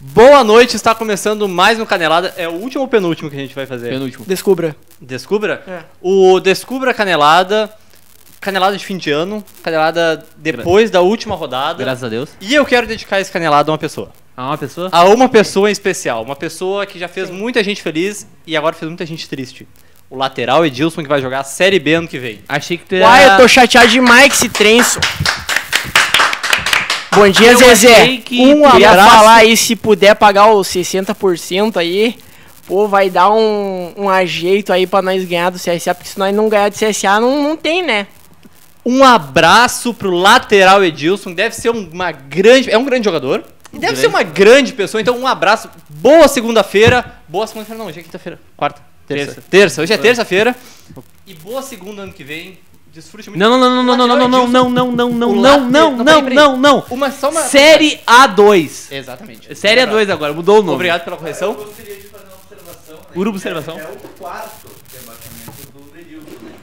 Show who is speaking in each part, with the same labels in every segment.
Speaker 1: Boa noite, está começando mais um Canelada. É o último ou penúltimo que a gente vai fazer?
Speaker 2: Penúltimo.
Speaker 3: Descubra.
Speaker 1: Descubra?
Speaker 3: É.
Speaker 1: O Descubra Canelada, Canelada de fim de ano, Canelada depois da última rodada.
Speaker 2: Graças a Deus.
Speaker 1: E eu quero dedicar esse Canelada a uma pessoa.
Speaker 2: Ah, uma pessoa?
Speaker 1: A uma pessoa em especial. Uma pessoa que já fez muita gente feliz e agora fez muita gente triste. O lateral Edilson que vai jogar a Série B ano que vem.
Speaker 2: Achei que tu ia.
Speaker 3: Uai, eu tô chateado demais com esse trenço. Bom dia,
Speaker 2: Eu achei
Speaker 3: Zezé.
Speaker 2: que
Speaker 3: um
Speaker 2: tu ia
Speaker 3: abraço.
Speaker 2: falar
Speaker 3: falar aí, se puder pagar os 60% aí, pô, vai dar um, um ajeito aí pra nós ganhar do CSA, porque se nós não ganhar do CSA, não, não tem, né?
Speaker 1: Um abraço pro lateral Edilson, que deve ser uma grande. É um grande jogador. E deve
Speaker 2: Grande.
Speaker 1: ser uma grande pessoa, então um abraço. Boa segunda-feira. Boa segunda-feira, não, hoje é quinta-feira. Quarta. Terça.
Speaker 2: Terça.
Speaker 1: Terça, hoje é terça-feira. E boa segunda ano que vem. Desfrute muito.
Speaker 2: Não, não, não, não, não, não, não, não, não, não, não,
Speaker 1: O tá
Speaker 2: não,
Speaker 1: lateral-
Speaker 2: não,
Speaker 1: peraí,
Speaker 2: não,
Speaker 1: peraí.
Speaker 2: não, não.
Speaker 1: Uma, só uma.
Speaker 2: Série A2.
Speaker 1: Exatamente.
Speaker 2: Série
Speaker 1: Um abraço.
Speaker 2: A2 agora, mudou o nome.
Speaker 1: Obrigado pela correção.
Speaker 2: Urubu observação.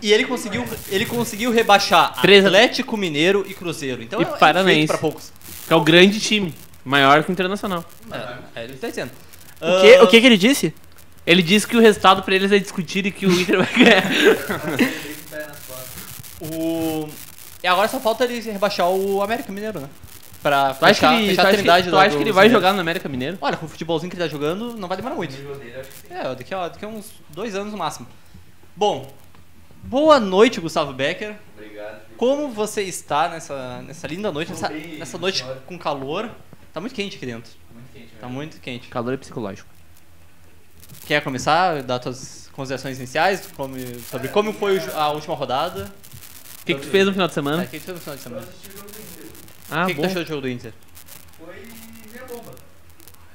Speaker 1: E ele conseguiu, ele conseguiu rebaixar
Speaker 2: Três-
Speaker 1: Atlético Mineiro e Cruzeiro. Então
Speaker 2: E
Speaker 1: é um
Speaker 2: Paranaense.
Speaker 1: feito pra poucos.
Speaker 2: Que é o grande time. Maior que o Internacional.
Speaker 1: É, é, ele tá dizendo.
Speaker 3: O que, o que que ele disse?
Speaker 2: Ele disse que o resultado pra eles é discutir e que o Inter vai ganhar.
Speaker 1: O... E agora só falta ele rebaixar o América Mineiro, né? Pra
Speaker 2: Tu acha que
Speaker 1: fechar,
Speaker 2: ele, tu
Speaker 1: fechar a
Speaker 2: acha
Speaker 1: trindade
Speaker 2: que, tu
Speaker 1: do-
Speaker 2: acha que
Speaker 1: do-
Speaker 2: ele
Speaker 1: do
Speaker 2: vai
Speaker 1: Mineiro.
Speaker 2: jogar no América Mineiro?
Speaker 1: Olha, com o futebolzinho que ele tá jogando, não vai demorar muito. É, daqui a, daqui a uns dois anos no máximo. Bom, boa noite, Gustavo Becker. Obrigado. Como você está nessa, nessa linda noite, nessa, nessa noite com calor? Tá muito quente aqui dentro. Tá muito quente.
Speaker 2: Calor é psicológico.
Speaker 1: Quer começar? Dar suas considerações iniciais como- sobre como foi o jo- a última rodada?
Speaker 2: O que, que tu fez no final de
Speaker 1: É, O
Speaker 2: semana?
Speaker 1: que que foi no final de semana? O
Speaker 2: Ah,
Speaker 1: que, que tu
Speaker 2: bom.
Speaker 1: achou do jogo do Inter?
Speaker 4: Foi minha bomba.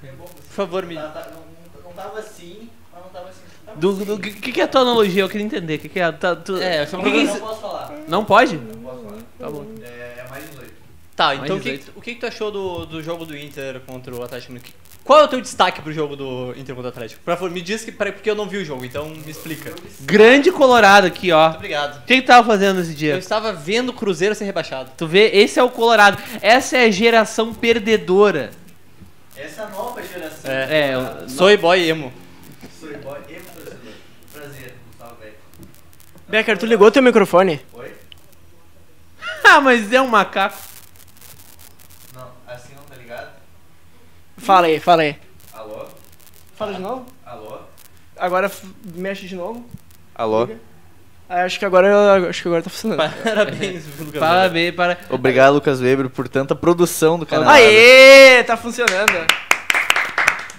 Speaker 4: Minha bomba.
Speaker 1: Por favor, me
Speaker 4: Ela tá- não, não tava assim, mas não tava assim. Tava
Speaker 2: Do,
Speaker 4: assim.
Speaker 2: do- que, que que é a tua analogia? Eu queria entender. O que, que é a tua. tu-
Speaker 1: É, eu sou um
Speaker 2: o que que é
Speaker 4: Não
Speaker 2: isso?
Speaker 4: posso falar.
Speaker 2: Não pode?
Speaker 4: Não posso falar.
Speaker 2: Tá bom.
Speaker 4: É, é mais 18.
Speaker 1: Tá,
Speaker 2: Mais
Speaker 1: então o que,
Speaker 2: 18.
Speaker 1: o que que tu achou do, do jogo do Inter contra o Atlético Mineiro? Qual é o teu destaque pro jogo do Inter contra o Atlético? Por favor, me diz que peraí, porque eu não vi o jogo, então me explica. Muito
Speaker 2: Grande Colorado aqui, ó.
Speaker 1: obrigado.
Speaker 2: O que, que tu tava fazendo esse
Speaker 1: Eu
Speaker 2: dia?
Speaker 1: estava vendo o Cruzeiro ser rebaixado.
Speaker 2: Tu vê, esse é o Colorado. Essa é a geração perdedora.
Speaker 4: Essa nova geração.
Speaker 2: É, eu-
Speaker 1: Soy boy emo.
Speaker 4: Sou boy e torcedor. Prazer, Gustavo Beck.
Speaker 3: Becker, tu ligou teu microfone?
Speaker 4: Oi?
Speaker 2: Ah, mas é um macaco.
Speaker 4: Não, assim não tá ligado?
Speaker 3: Fala aí, fala aí.
Speaker 4: Alô?
Speaker 3: Fala de novo?
Speaker 4: Alô?
Speaker 3: Agora f- mexe de novo.
Speaker 5: Alô?
Speaker 3: Ah, acho que agora, acho que agora tá funcionando.
Speaker 1: Parabéns, Lucas.
Speaker 2: Parabéns, para.
Speaker 5: Obrigado, Lucas Weber, por tanta produção do canal.
Speaker 3: Aê, tá funcionando.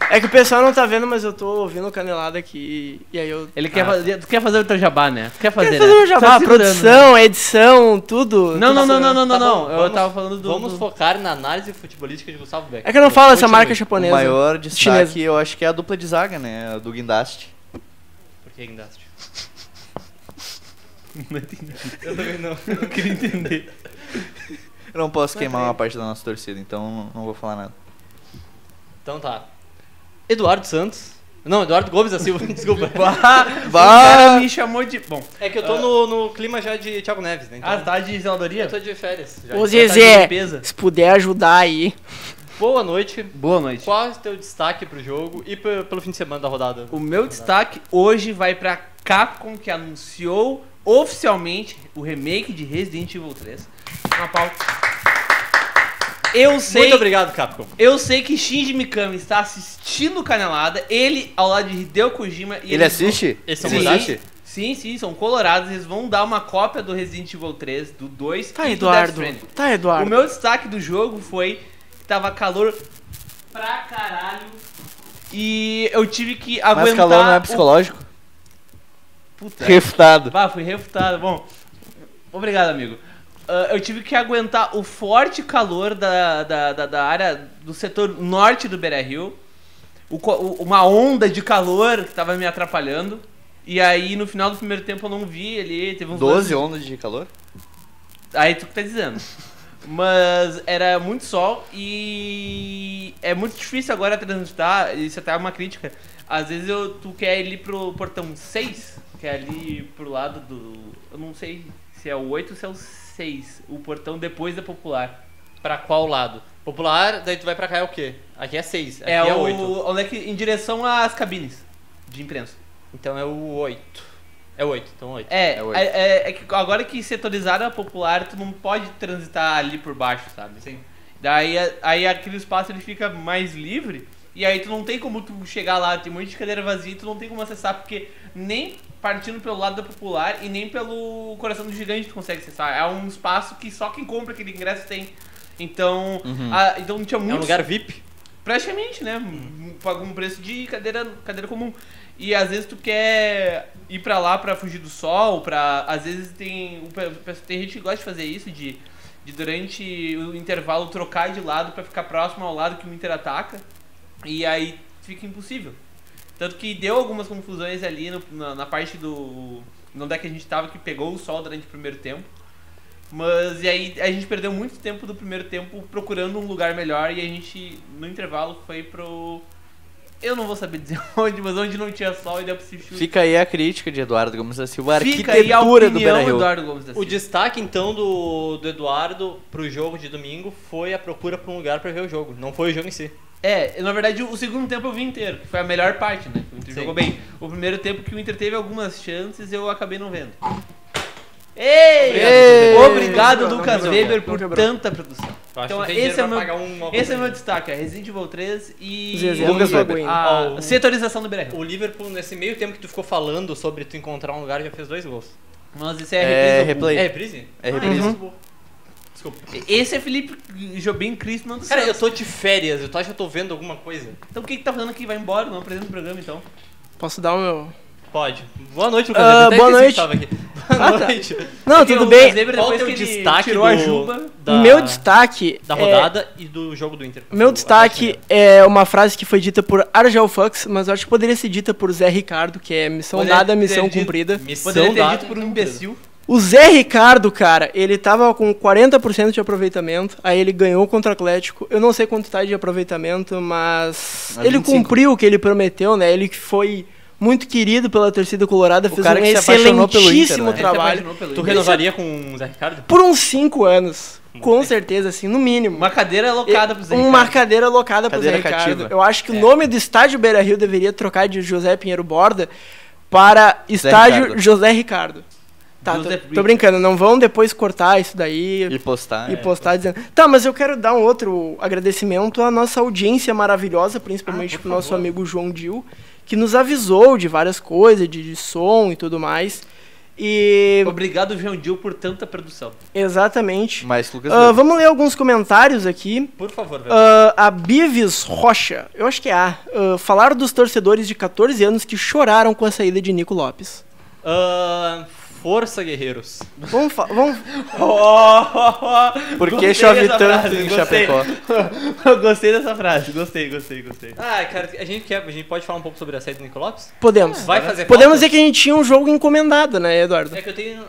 Speaker 3: É que o pessoal não tá vendo, mas eu tô ouvindo o canelada aqui e aí eu.
Speaker 2: Ele quer fazer. Tu quer fazer o teu jabá, né? Tu Ah. quer fazer, né?
Speaker 3: Quer fazer o
Speaker 2: Tu tá
Speaker 3: jabá,
Speaker 2: segurando, né?
Speaker 3: produção, edição, tudo.
Speaker 2: Não,
Speaker 3: tudo
Speaker 2: não, não,
Speaker 3: funcionando.
Speaker 2: não, não, não,
Speaker 1: Tá
Speaker 2: não.
Speaker 1: bom,
Speaker 2: Eu
Speaker 1: vamos-
Speaker 2: tava falando do.
Speaker 1: Vamos
Speaker 2: do-
Speaker 1: focar na análise futebolística de Gustavo Beck.
Speaker 3: É que eu não falo essa marca
Speaker 5: O
Speaker 3: japonesa.
Speaker 5: maior destaque,
Speaker 3: Chinesa.
Speaker 5: eu acho que é a dupla de zaga, né? A do Guindaste.
Speaker 1: Porque ainda acho. Eu também não.
Speaker 2: Eu queria entender.
Speaker 5: Eu não posso queimar uma parte da nossa torcida, então não- não vou falar nada.
Speaker 1: Então tá. Eduardo Santos. Não, Eduardo Gomes da Silva, desculpa.
Speaker 2: O
Speaker 5: Vá!
Speaker 2: cara me chamou de. Bom,
Speaker 1: É que eu tô no, no clima já de Thiago Neves, né? Então,
Speaker 2: ah, tá de zeladoria?
Speaker 1: eu tô de férias. já.
Speaker 2: Já
Speaker 3: Ô
Speaker 2: tá de
Speaker 3: Zezé,
Speaker 2: limpeza.
Speaker 3: se puder ajudar aí.
Speaker 1: Boa noite.
Speaker 2: Boa noite.
Speaker 1: Qual é o teu destaque pro jogo e pe- pelo fim de semana da rodada?
Speaker 2: O meu destaque hoje vai pra Capcom, que anunciou oficialmente o remake de Resident Evil 3. Uma pauta. Eu sei,
Speaker 1: Muito obrigado, Capcom.
Speaker 2: eu sei que Shinji Mikami está assistindo Canelada, ele ao lado de Hideo Kojima. E
Speaker 5: Ele
Speaker 2: eles
Speaker 5: assiste?
Speaker 1: Eles são
Speaker 2: Vão... Sim,
Speaker 1: verdade?
Speaker 2: sim, sim, são colorados, eles vão dar uma cópia do Resident Evil 3, do 2
Speaker 3: Tá,
Speaker 2: e do Death
Speaker 3: Eduardo.
Speaker 2: Stranding.
Speaker 3: Tá,
Speaker 2: O
Speaker 3: Eduardo.
Speaker 2: meu destaque do jogo foi que tava calor pra caralho e eu tive que aguentar
Speaker 5: Mas calor não é
Speaker 2: o
Speaker 5: psicológico?
Speaker 2: Puta.
Speaker 5: Refutado.
Speaker 2: Bah, fui refutado. Bom, obrigado, amigo. Ah, eu tive que aguentar o forte calor da, da, da, da área do setor norte do Beira Rio. O co- o- uma onda de calor que tava me atrapalhando. E aí, no final do primeiro tempo, eu não vi ali. Teve uns
Speaker 5: 12
Speaker 2: lances-
Speaker 5: ondas de calor?
Speaker 2: Aí tu que tá dizendo. Mas era muito sol e é muito difícil agora transitar, isso até é uma crítica. Às vezes eu, tu quer ir ali pro portão 6, que é ali pro lado do. Eu não sei se é o 8 ou se é o 6, o portão depois da popular.
Speaker 1: pra qual lado? Popular, daí tu vai pra cá é o quê? Aqui é 6, aqui
Speaker 2: É,
Speaker 1: é,
Speaker 2: o,
Speaker 1: oito. 8.
Speaker 2: onde é que, em direção às cabines de imprensa.
Speaker 1: Então é o 8. É 8, então 8.
Speaker 2: É,
Speaker 5: É oito.
Speaker 2: é, é- é que agora que setorizaram a popular, tu não pode transitar ali por baixo, sabe?
Speaker 1: Sim.
Speaker 2: Daí a- aí aquele espaço ele fica mais livre e aí tu não tem como tu chegar lá, tem um monte de cadeira vazia e tu não tem como acessar porque nem partindo pelo lado da popular e nem pelo coração do gigante tu consegue acessar. É um espaço que só quem compra aquele ingresso tem. Então, a- então tinha
Speaker 1: É um
Speaker 2: muitos
Speaker 1: lugar VIP?
Speaker 2: Praticamente, né? Um- Paga um preço de cadeira, cadeira comum. E às vezes tu quer ir pra lá pra fugir do sol, pra. Às vezes tem. o pe- pe- Tem gente que gosta de fazer isso, de, de durante o intervalo trocar de lado pra ficar próximo ao lado que o Inter ataca. E aí fica impossível. Tanto que deu algumas confusões ali no- na, na parte do. Onde é que a gente tava que pegou o sol durante o primeiro tempo. Mas e aí a gente perdeu muito tempo do primeiro tempo procurando um lugar melhor e a gente, no intervalo, foi pro. Eu não vou saber dizer onde, mas onde não tinha sol e deu pra se chutar.
Speaker 5: Fica aí a crítica de Eduardo Gomes da Silva, a
Speaker 2: Fica aí a
Speaker 5: arquitetura
Speaker 2: opinião
Speaker 5: do Beira Rio.
Speaker 2: Eduardo Gomes da
Speaker 1: O
Speaker 2: Silva.
Speaker 1: destaque então do, do Eduardo pro jogo de domingo foi a procura por um lugar pra ver o jogo, não foi o jogo em si.
Speaker 2: É, na verdade o segundo tempo eu vi inteiro, que foi a melhor parte, né? O Inter
Speaker 1: Sim.
Speaker 2: jogou bem. O primeiro tempo que o Inter teve algumas chances, eu acabei não vendo. Ei!
Speaker 3: Ei!
Speaker 2: Obrigado,
Speaker 3: Não quebrou,
Speaker 2: Lucas
Speaker 3: não quebrou.
Speaker 2: Weber,
Speaker 3: Não
Speaker 2: por
Speaker 3: quebrou.
Speaker 2: tanta produção.
Speaker 1: Eu acho
Speaker 2: Então,
Speaker 1: que tem
Speaker 2: esse
Speaker 1: dinheiro
Speaker 2: é
Speaker 1: pra
Speaker 2: meu-
Speaker 1: pagar um uma
Speaker 2: Esse é meu
Speaker 1: conta.
Speaker 2: destaque, é Resident Evil 3 e
Speaker 3: Zezé, Lucas
Speaker 5: Lucas Weber.
Speaker 2: a
Speaker 1: Ah, o-
Speaker 2: setorização do Beira-Rio.
Speaker 1: O Liverpool, nesse meio tempo que tu ficou falando sobre tu encontrar um lugar, já fez dois gols.
Speaker 2: Mas isso
Speaker 5: É
Speaker 2: é, reprise
Speaker 5: replay.
Speaker 1: É reprise?
Speaker 5: É
Speaker 1: Ah,
Speaker 5: reprise.
Speaker 2: Uhum.
Speaker 1: então Desculpa.
Speaker 2: alguma. Esse é Felipe Jobim Cristo, não do
Speaker 1: Cara,
Speaker 2: céu.
Speaker 1: eu tô de férias, eu tô, acho que eu tô vendo alguma coisa.
Speaker 2: Então quem que tá falando que vai embora? Não apresenta o programa então.
Speaker 3: Posso dar o meu.
Speaker 1: Pode. Boa noite, Lucas.
Speaker 3: Ah,
Speaker 1: Eu até
Speaker 3: boa
Speaker 1: esqueci
Speaker 3: noite.
Speaker 1: que tava aqui. Boa
Speaker 3: Ah, tá.
Speaker 1: noite.
Speaker 3: Não,
Speaker 2: Porque
Speaker 3: tudo
Speaker 2: o
Speaker 3: bem.
Speaker 2: Zeber,
Speaker 1: Qual
Speaker 2: depois
Speaker 1: o teu
Speaker 2: que ele
Speaker 1: destaque
Speaker 2: tirou
Speaker 1: do,
Speaker 2: a juba.
Speaker 1: da,
Speaker 3: Meu destaque.
Speaker 1: da
Speaker 3: é-
Speaker 1: rodada e do jogo do Inter?
Speaker 3: Meu
Speaker 1: Do
Speaker 3: destaque
Speaker 1: Atlético
Speaker 3: é uma frase que foi dita por Argel Fux, mas eu acho que poderia ser dita por Zé Ricardo, que é missão
Speaker 2: Poderia
Speaker 3: dada,
Speaker 2: ter
Speaker 3: missão
Speaker 2: dito-
Speaker 3: cumprida.
Speaker 1: Mineiro. Missão
Speaker 2: Poderia ter
Speaker 1: dada.
Speaker 2: dito por um imbecil.
Speaker 3: O Zé Ricardo, cara, ele tava com 40% de aproveitamento, aí ele ganhou contra o Atlético. Eu não sei quanto tá de aproveitamento, mas
Speaker 5: Mas
Speaker 3: ele
Speaker 5: 25.
Speaker 3: cumpriu o que ele prometeu, né? Ele que foi muito querido pela torcida colorada, fez
Speaker 5: cara
Speaker 3: um
Speaker 5: que se apaixonou pelo Inter,
Speaker 3: excelentíssimo
Speaker 5: né? Ele se
Speaker 3: trabalho.
Speaker 1: Tu renovaria com o Zé Ricardo?
Speaker 3: Por uns 5 anos,
Speaker 1: Muito
Speaker 3: com
Speaker 1: bem.
Speaker 3: certeza, assim, no mínimo.
Speaker 2: Uma cadeira alocada pro Zé
Speaker 3: Uma
Speaker 2: Ricardo. É.
Speaker 3: cadeira alocada pro Zé
Speaker 5: Cadeira
Speaker 3: Ricardo.
Speaker 5: cativa.
Speaker 3: Eu acho que o nome do estádio Beira Rio deveria trocar de José Pinheiro Borda para estádio
Speaker 5: Ricardo.
Speaker 3: José Ricardo. Tá, tô,
Speaker 2: José
Speaker 3: tô
Speaker 2: Ricardo.
Speaker 3: brincando, não vão depois cortar isso daí
Speaker 5: E postar.
Speaker 3: e postar dizendo. Tá, mas eu quero dar um outro agradecimento à nossa audiência maravilhosa, principalmente
Speaker 2: Ah,
Speaker 3: pro nosso amigo João Dil, que nos avisou de várias coisas, de, de som e tudo mais. E.
Speaker 2: Obrigado, João Dil, por tanta produção.
Speaker 3: Exatamente.
Speaker 5: Mas Lucas
Speaker 3: Ah,
Speaker 5: Weber.
Speaker 3: vamos ler alguns comentários aqui.
Speaker 1: Por favor, velho.
Speaker 3: Ah, a Bives Rocha, eu acho que é A, ah, falar dos torcedores de 14 anos que choraram com a saída de Nico Lopes.
Speaker 1: Ah, força, guerreiros.
Speaker 3: Vamos, fa- vamos
Speaker 5: Oh! Por
Speaker 2: Gostei
Speaker 5: que chove
Speaker 2: dessa
Speaker 5: tanto
Speaker 2: frase,
Speaker 5: em
Speaker 2: gostei.
Speaker 5: Chapecó?
Speaker 2: gostei dessa frase, gostei, gostei, gostei.
Speaker 1: Ah, cara, a gente, quer, a gente pode falar um pouco sobre a saída do Nico Lopes?
Speaker 3: podemos.
Speaker 1: Vai fazer falta?
Speaker 3: podemos dizer que a gente tinha um jogo encomendado, né, Eduardo?
Speaker 1: É que eu tenho...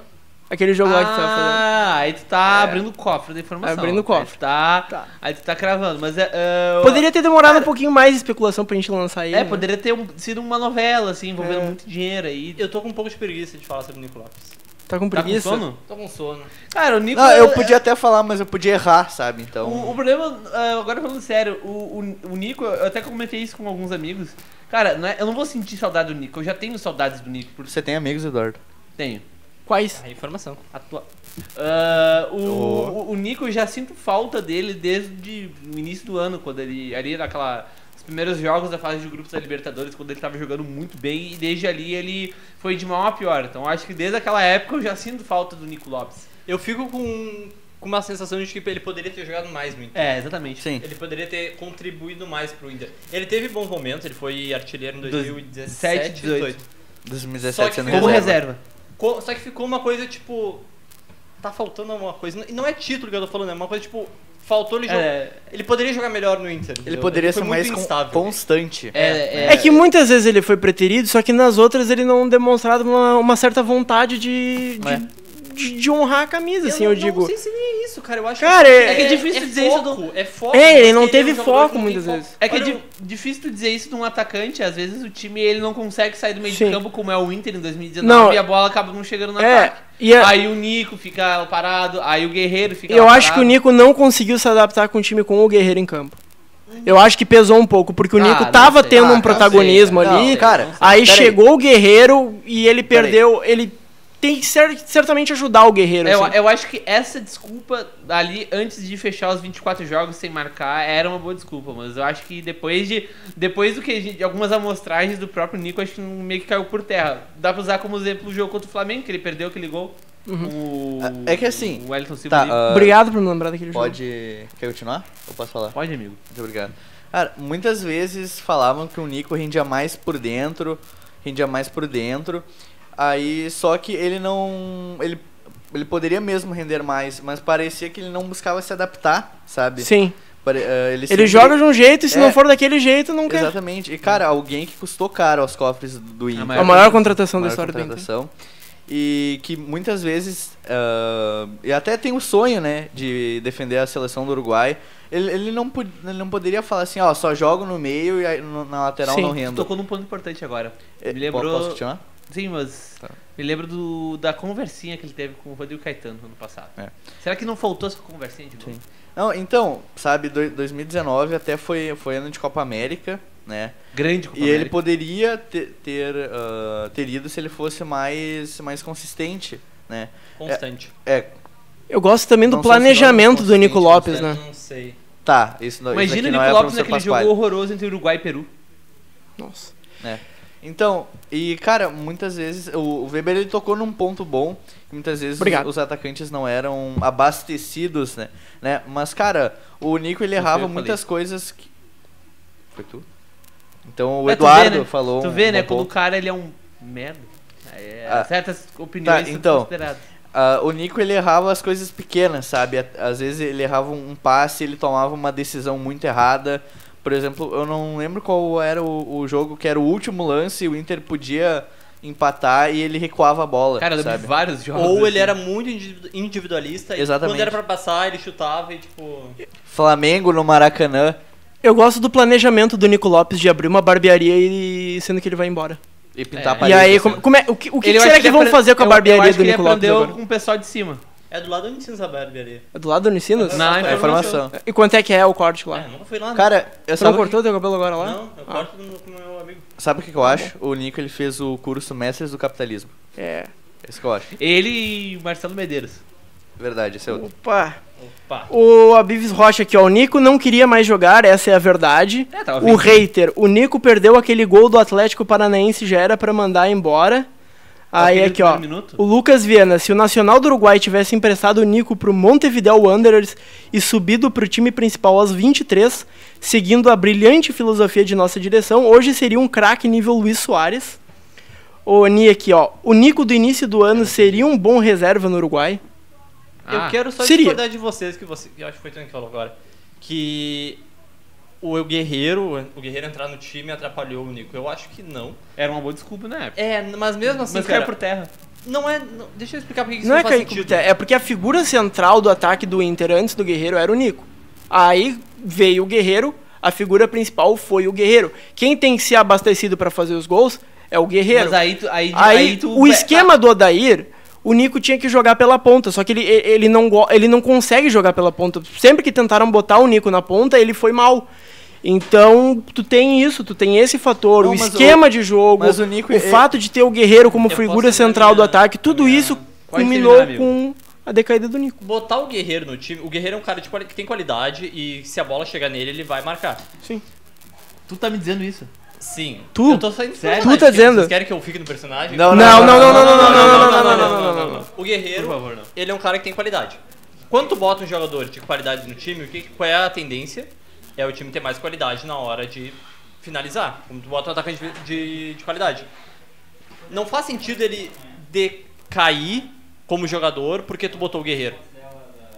Speaker 3: Aquele jogo lá que tu tava fazendo.
Speaker 2: Ah, aí tu tá abrindo o cofre da informação.
Speaker 3: É. Abrindo o cofre.
Speaker 2: Aí tu tá,
Speaker 3: Tá.
Speaker 2: aí tu tá cravando, mas é... é,
Speaker 3: Poderia ter demorado um pouquinho mais de especulação pra gente lançar aí.
Speaker 2: É,
Speaker 3: né?
Speaker 2: poderia ter um- sido uma novela, assim, envolvendo
Speaker 3: É.
Speaker 2: muito dinheiro aí.
Speaker 1: Eu tô com um pouco de preguiça de falar sobre o Nico Lopes.
Speaker 3: Tá com
Speaker 2: Tá com
Speaker 3: preguiça?
Speaker 2: sono?
Speaker 1: Tô com sono.
Speaker 2: Cara, é o Nico...
Speaker 5: Não, eu podia até falar, mas eu podia errar, sabe? Então.
Speaker 2: O, o problema, ah, agora falando sério, o, o, o Nico, eu até comentei isso com alguns amigos. Cara, não é- eu não vou sentir saudade do Nico, eu já tenho saudades do Nico, por isso
Speaker 5: Você tem amigos, Eduardo?
Speaker 2: tenho.
Speaker 3: Quais?
Speaker 1: A tá, informação.
Speaker 2: Atua... Ah, o,
Speaker 5: Oh.
Speaker 2: o, o Nico, eu já sinto falta dele desde o início do ano, quando ele. Ali naquela. Os primeiros jogos da fase de grupos da Libertadores, quando ele tava jogando muito bem, e desde ali ele foi de mal a pior. Então eu acho que desde aquela época eu já sinto falta do Nico Lopes.
Speaker 1: Eu fico com, com uma sensação de que ele poderia ter jogado mais no Inter.
Speaker 2: É, exatamente.
Speaker 5: Sim.
Speaker 1: Ele poderia ter contribuído mais pro Inter. Ele teve bons momentos, ele foi artilheiro em
Speaker 2: Dois-
Speaker 1: 2017,
Speaker 2: 17,
Speaker 1: 18.
Speaker 5: 2017
Speaker 1: Só que
Speaker 5: sendo
Speaker 2: Como
Speaker 5: reserva.
Speaker 2: reserva.
Speaker 1: Co- Só que ficou uma coisa tipo. Tá faltando alguma coisa. E não é título que eu tô falando, é uma coisa tipo. Faltou ele jogar.
Speaker 2: É,
Speaker 1: Ele poderia jogar melhor no Inter.
Speaker 5: Ele
Speaker 1: entendeu?
Speaker 5: poderia
Speaker 1: foi
Speaker 5: ser mais con- constante. Tá,
Speaker 2: é,
Speaker 3: É que muitas vezes ele foi preterido, só que nas outras ele não demonstrava uma, uma certa vontade de, de, de, de honrar a camisa, assim,
Speaker 1: não,
Speaker 3: eu digo.
Speaker 1: Não sei se nem é isso, cara. Eu acho
Speaker 3: Cara,
Speaker 1: que
Speaker 3: é-
Speaker 1: que
Speaker 2: é foco,
Speaker 1: É foco.
Speaker 3: É, ele
Speaker 1: mas
Speaker 3: não
Speaker 1: é um
Speaker 3: teve
Speaker 1: jogador
Speaker 3: foco
Speaker 1: que não tem
Speaker 3: muitas
Speaker 1: foco.
Speaker 3: vezes.
Speaker 2: É que é
Speaker 1: Olha
Speaker 2: di-
Speaker 1: o-
Speaker 2: difícil tu dizer isso de um atacante. Às vezes o time ele não consegue sair do meio
Speaker 3: Sim.
Speaker 2: de campo, como é o Inter em 2019,
Speaker 3: Não.
Speaker 2: e a bola acaba não chegando no
Speaker 3: É,
Speaker 2: ataque.
Speaker 3: e a-
Speaker 2: Aí o Nico fica parado, aí o Guerreiro fica
Speaker 3: eu
Speaker 2: lá
Speaker 3: acho que o
Speaker 2: parado.
Speaker 3: Nico não conseguiu se adaptar com o time com o Guerreiro em campo. Eu acho que pesou um pouco, porque o
Speaker 2: Ah,
Speaker 3: Nico
Speaker 2: não
Speaker 3: tava
Speaker 2: sei.
Speaker 3: tendo
Speaker 5: Hum. Ah,
Speaker 3: um
Speaker 5: não
Speaker 3: protagonismo
Speaker 5: sei. Não,
Speaker 3: ali.
Speaker 5: cara,
Speaker 3: aí
Speaker 5: peraí.
Speaker 3: chegou o Guerreiro e ele
Speaker 5: Peraí.
Speaker 3: perdeu. Ele tem que cer- certamente ajudar o Guerreiro.
Speaker 2: Eu,
Speaker 3: assim.
Speaker 2: eu acho que essa desculpa ali, antes de fechar os 24 jogos sem marcar, era uma boa desculpa, mas eu acho que depois de. Depois do que a gente- de algumas amostragens do próprio Nico, acho que meio que caiu por terra. Dá pra usar como exemplo o jogo contra o Flamengo, que ele perdeu aquele gol. O,
Speaker 5: É que assim,
Speaker 2: O Elton Silva.
Speaker 5: Tá,
Speaker 2: ali.
Speaker 5: ah,
Speaker 3: Obrigado por me lembrar daquele jogo.
Speaker 5: pode. Quer continuar? Eu posso falar?
Speaker 2: Pode, amigo.
Speaker 5: Muito obrigado. Cara, muitas vezes falavam que o Nico rendia mais por dentro, rendia mais por dentro. Aí só que ele não, ele ele poderia mesmo render mais, mas parecia que ele não buscava se adaptar, sabe?
Speaker 3: Sim.
Speaker 5: Pare- eh, ele
Speaker 3: Ele
Speaker 5: sempre-
Speaker 3: joga de um jeito e se
Speaker 5: É.
Speaker 3: não for daquele jeito, não quer.
Speaker 5: Exatamente. E cara, alguém que custou caro aos cofres do- do Inter.
Speaker 3: É a
Speaker 2: maior
Speaker 3: maior contratação da
Speaker 5: Maior
Speaker 3: história do Inter.
Speaker 5: contratação. E que muitas vezes, ah, e até tem o sonho, né, de defender a seleção do Uruguai. Ele, ele não, pod- ele não poderia falar assim, ó, só jogo no meio e aí no- na lateral
Speaker 3: Sim,
Speaker 5: não
Speaker 2: Tu
Speaker 5: rendo.
Speaker 2: tocou num ponto importante agora.
Speaker 5: Eh,
Speaker 2: Me
Speaker 5: po- Posso
Speaker 2: lembrou.
Speaker 5: continuar?
Speaker 2: Sim, mas.
Speaker 5: Tá.
Speaker 2: Me lembro do, da conversinha que ele teve com o Rodrigo Caetano no ano passado.
Speaker 5: É.
Speaker 2: Será que não faltou essa conversinha de novo?
Speaker 5: Sim. Não, então, sabe, doi- 2019 até foi, foi ano de Copa América, né?
Speaker 2: Grande
Speaker 5: E ele poderia ter, ter, ah, ter ido se ele fosse mais, mais consistente, né?
Speaker 1: Constante.
Speaker 5: É,
Speaker 3: Eu gosto também do
Speaker 5: Não são
Speaker 3: planejamento
Speaker 5: sinônimos
Speaker 3: do Nico Lopes,
Speaker 5: consistentes,
Speaker 3: né?
Speaker 1: Não sei.
Speaker 5: tá, isso, não- isso aqui
Speaker 2: Imagina o
Speaker 5: não
Speaker 2: Nico
Speaker 5: é
Speaker 2: Lopes
Speaker 5: pra
Speaker 2: naquele
Speaker 5: um
Speaker 2: jogo horroroso entre Uruguai e Peru.
Speaker 3: Nossa.
Speaker 5: É. Então, e cara, muitas vezes o o Weber ele tocou num ponto bom, que muitas vezes os,
Speaker 3: Obrigado.
Speaker 5: os atacantes não eram abastecidos, né? né? Mas cara, o Nico ele
Speaker 2: Não foi eu
Speaker 5: errava
Speaker 2: que
Speaker 5: muitas coisas que Foi tu? Então o
Speaker 2: É, tu vê,
Speaker 5: Eduardo
Speaker 2: né?
Speaker 5: falou
Speaker 2: tu
Speaker 5: um
Speaker 2: vê, né?
Speaker 5: bom
Speaker 2: Quando o
Speaker 5: ponto.
Speaker 2: cara ele é um merda. Aí, é,
Speaker 5: Ah,
Speaker 2: certas opiniões são
Speaker 5: então.
Speaker 2: consideradas.
Speaker 5: Ah, o Nico ele errava as coisas pequenas, sabe? At- Às vezes ele errava um um passe, ele tomava uma decisão muito errada. Por exemplo, eu não lembro qual era o, o jogo que era o último lance e o Inter podia empatar e ele recuava a bola,
Speaker 2: Cara, eu lembro
Speaker 5: sabe?
Speaker 2: de vários jogos.
Speaker 1: Ou ele
Speaker 2: assim.
Speaker 1: era muito individu- individualista e
Speaker 5: Exatamente.
Speaker 1: quando era pra passar, ele chutava e tipo.
Speaker 5: Flamengo no Maracanã.
Speaker 3: Eu gosto do planejamento do Nico Lopes de abrir uma barbearia e sendo que ele vai embora.
Speaker 5: E pintar
Speaker 2: É.
Speaker 5: a
Speaker 3: E
Speaker 5: parede.
Speaker 3: aí,
Speaker 5: assim.
Speaker 3: como, como é, o que, o que
Speaker 2: Ele- eu
Speaker 3: será
Speaker 2: acho
Speaker 3: que,
Speaker 2: ele
Speaker 3: vão
Speaker 2: apre-
Speaker 3: fazer com a
Speaker 2: eu-
Speaker 3: barbearia
Speaker 2: eu acho
Speaker 3: do
Speaker 2: que
Speaker 3: Nico
Speaker 2: ele
Speaker 3: Lopes
Speaker 2: aprendeu
Speaker 3: agora?
Speaker 2: com o pessoal de cima.
Speaker 1: É do lado onde tinha essa barbearia.
Speaker 3: É do lado do Unicinos?
Speaker 2: Na
Speaker 5: É a informação.
Speaker 3: E quanto é que é o corte
Speaker 1: É,
Speaker 3: lá?
Speaker 1: nunca fui lá. né?
Speaker 5: Cara, eu
Speaker 3: Você não
Speaker 5: sabe, o que-
Speaker 3: É cortou teu cabelo agora lá?
Speaker 1: Não, eu corto no- com o meu amigo.
Speaker 5: sabe o que que eu acho? O Nico ele fez o curso Mestres do Capitalismo.
Speaker 3: É.
Speaker 5: Esse que eu acho.
Speaker 2: Ele e Marcelo Medeiros.
Speaker 5: Verdade, esse é outro.
Speaker 3: Opa.
Speaker 1: Opa.
Speaker 3: O Abives Rocha aqui, ó. O Nico não queria mais jogar, essa é a verdade.
Speaker 2: É, tava
Speaker 3: O
Speaker 2: vendo.
Speaker 3: hater, o Nico perdeu aquele gol do Atlético Paranaense, já era pra mandar embora. Aí
Speaker 2: Aquele
Speaker 3: aqui, ó.
Speaker 2: primeiro minuto?
Speaker 3: O Lucas Viana, se o Nacional do Uruguai tivesse emprestado o Nico pro Montevideo Wanderers e subido pro time principal aos 23, seguindo a brilhante filosofia de nossa direção, hoje seria um craque nível Luiz Soares. O Ni aqui, ó. O Nico do início do ano seria um bom reserva no Uruguai.
Speaker 2: Ah.
Speaker 1: eu quero só
Speaker 3: seria.
Speaker 1: discordar de vocês, que você, eu acho que foi tu que falou agora, que o Guerreiro, o Guerreiro entrar no time atrapalhou o Nico. Eu acho que não.
Speaker 2: Era uma boa desculpa na época.
Speaker 1: É, mas mesmo assim,
Speaker 2: Mas
Speaker 1: cara,
Speaker 2: caiu por terra.
Speaker 1: não é... não- deixa eu explicar porque que isso
Speaker 3: Não é
Speaker 1: faz
Speaker 3: cair
Speaker 1: sentido.
Speaker 3: com é porque a figura central do ataque do Inter antes do Guerreiro era o Nico. Aí veio o Guerreiro, a figura principal foi o Guerreiro. Quem tem que ser abastecido para fazer os gols é o Guerreiro.
Speaker 2: Mas aí tu. Aí,
Speaker 3: Aí,
Speaker 2: aí tu
Speaker 3: o esquema do Odair, o Nico tinha que jogar pela ponta, só que ele, ele, não, go- ele não consegue jogar pela ponta. Sempre que tentaram botar o Nico na ponta, ele foi mal. Então, tu tem isso, tu tem esse fator,
Speaker 5: Não,
Speaker 3: o
Speaker 5: mas
Speaker 3: esquema de jogo,
Speaker 5: mas o Nico, ele-
Speaker 3: fato de ter o Guerreiro como
Speaker 1: Eu
Speaker 3: figura
Speaker 1: posso
Speaker 3: central do
Speaker 1: terminar,
Speaker 3: ataque, tudo
Speaker 1: terminar.
Speaker 3: isso
Speaker 2: Pode
Speaker 3: culminou
Speaker 2: terminar,
Speaker 3: com a decaída do Nico.
Speaker 1: Botar o Guerreiro no time, o Guerreiro é um cara de quali- que tem qualidade e se a bola chegar nele, ele vai marcar.
Speaker 3: Sim.
Speaker 2: Tu tá me dizendo isso?
Speaker 1: Sim.
Speaker 3: Tu?
Speaker 1: Eu tô saindo do
Speaker 3: Sério?
Speaker 1: personagem,
Speaker 3: Tu tá dizendo?
Speaker 1: Vocês querem que eu fique no personagem?
Speaker 5: Não,
Speaker 3: Não, não, não, não, não, não, não, não, não, não, não, não, não.
Speaker 1: O Guerreiro,
Speaker 2: Por favor, não.
Speaker 1: ele é um cara que tem qualidade. Quando tu bota um jogador de qualidade no time, o que, qual é a tendência? É o time ter mais qualidade na hora de finalizar. Quando tu bota um atacante de, de, de qualidade. Não faz sentido ele decair como jogador porque tu botou o Guerreiro.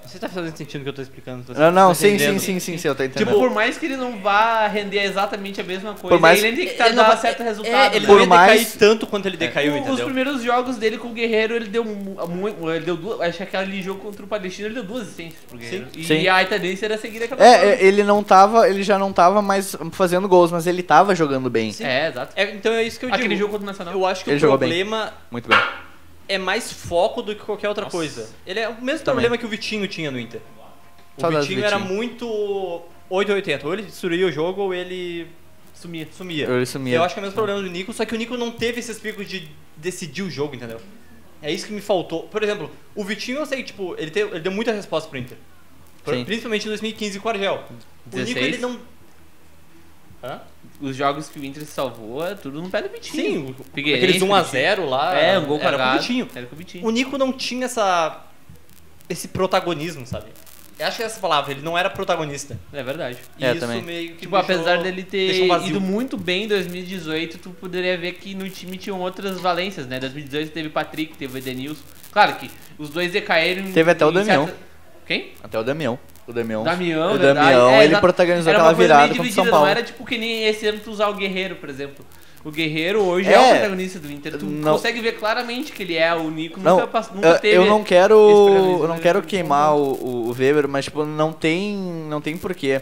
Speaker 1: Você tá fazendo sentido o que eu tô explicando? Tô
Speaker 5: Não,
Speaker 1: tô
Speaker 5: não, sim, sim,
Speaker 1: entendendo.
Speaker 5: sim, sim, sim, eu tô entendendo.
Speaker 2: Tipo, por mais que ele não vá render exatamente a mesma coisa,
Speaker 5: Por mais-
Speaker 2: ele ainda tem que tá
Speaker 1: Ele não
Speaker 2: dar
Speaker 1: vai-
Speaker 2: certo
Speaker 1: é,
Speaker 2: resultado.
Speaker 1: ele
Speaker 2: né?
Speaker 1: não
Speaker 5: Por
Speaker 1: ia
Speaker 5: mais-
Speaker 1: decair tanto quanto ele decaiu,
Speaker 2: É. O- Os
Speaker 1: entendeu?
Speaker 2: primeiros jogos dele com o Guerreiro, ele deu muito. Ele deu duas. Acho que aquele jogo contra o Palestino ele deu duas assistências pro Guerreiro. E
Speaker 5: Sim.
Speaker 2: a tendência era seguir aquela
Speaker 5: É, é, ele não tava, ele já não tava mais fazendo gols, mas ele tava jogando bem.
Speaker 1: Sim.
Speaker 2: É, exato.
Speaker 1: É, então é isso que eu digo.
Speaker 2: Aquele jogo contra o Nacional.
Speaker 1: Eu acho que
Speaker 5: Ele
Speaker 1: o
Speaker 5: jogou bem.
Speaker 1: problema
Speaker 5: Muito bem.
Speaker 1: é mais foco do que qualquer outra
Speaker 2: Nossa.
Speaker 1: coisa. Ele é o mesmo
Speaker 5: Também.
Speaker 1: problema que o Vitinho tinha no Inter. O
Speaker 5: Saudades do
Speaker 1: Vitinho era
Speaker 5: Vitinho.
Speaker 1: muito 880. Ou ele destruía o jogo ou ele sumia. sumia.
Speaker 5: Ele sumia.
Speaker 1: Eu acho que é o mesmo problema do Nico, só que o Nico não teve esses picos de decidir o jogo, entendeu? É isso que me faltou. Por exemplo, o Vitinho eu sei, tipo, ele, teve- ele deu muita resposta pro Inter. Por-
Speaker 5: Sim.
Speaker 1: Principalmente em 2015 com o Argel. O Nico
Speaker 2: 16.
Speaker 1: ele não. Hã?
Speaker 2: Os jogos que o Inter se salvou, é tudo no pé do Vitinho.
Speaker 1: Sim, o-
Speaker 2: Figueirense,
Speaker 1: aqueles 1x0 lá.
Speaker 2: É, um gol
Speaker 1: era pro
Speaker 2: cagado.
Speaker 1: Vitinho.
Speaker 2: Era com o Vitinho.
Speaker 1: O Nico não tinha essa esse protagonismo, sabe? Eu acho que é essa palavra, ele não era protagonista.
Speaker 2: É verdade.
Speaker 1: E
Speaker 5: É,
Speaker 1: isso
Speaker 5: também.
Speaker 1: meio que
Speaker 2: Tipo,
Speaker 1: deixou-
Speaker 2: apesar dele ter
Speaker 1: deixou vazio.
Speaker 2: ido muito bem em 2018, tu poderia ver que no time tinham outras valências, né? 2018 teve Patrick, teve Edenilson. Claro que os dois decaíram em-
Speaker 5: Teve até o
Speaker 2: em
Speaker 5: Damião.
Speaker 2: certa- Quem?
Speaker 5: Até o Damião. O Damião.
Speaker 2: Damião,
Speaker 5: o
Speaker 2: verdade.
Speaker 5: Então, Damião,
Speaker 2: É,
Speaker 5: ele
Speaker 2: exato.
Speaker 5: protagonizou
Speaker 2: Era
Speaker 5: aquela
Speaker 2: uma coisa
Speaker 5: virada
Speaker 2: meio
Speaker 5: contra o
Speaker 2: dividida,
Speaker 5: São Paulo.
Speaker 2: Não era tipo que nem esse ano tu usar o Guerreiro, por exemplo. O Guerreiro hoje é,
Speaker 5: É.
Speaker 2: o protagonista do Inter. Tu
Speaker 5: Não.
Speaker 2: consegue ver claramente que ele é o Nico,
Speaker 5: Não,
Speaker 2: nunca, pass- nunca
Speaker 5: eu-
Speaker 2: teve.
Speaker 5: Ah, eu não quero,
Speaker 2: protagonismo,
Speaker 5: eu não
Speaker 2: né?
Speaker 5: quero queimar o, o- o Weber, mas tipo, não tem, não tem porquê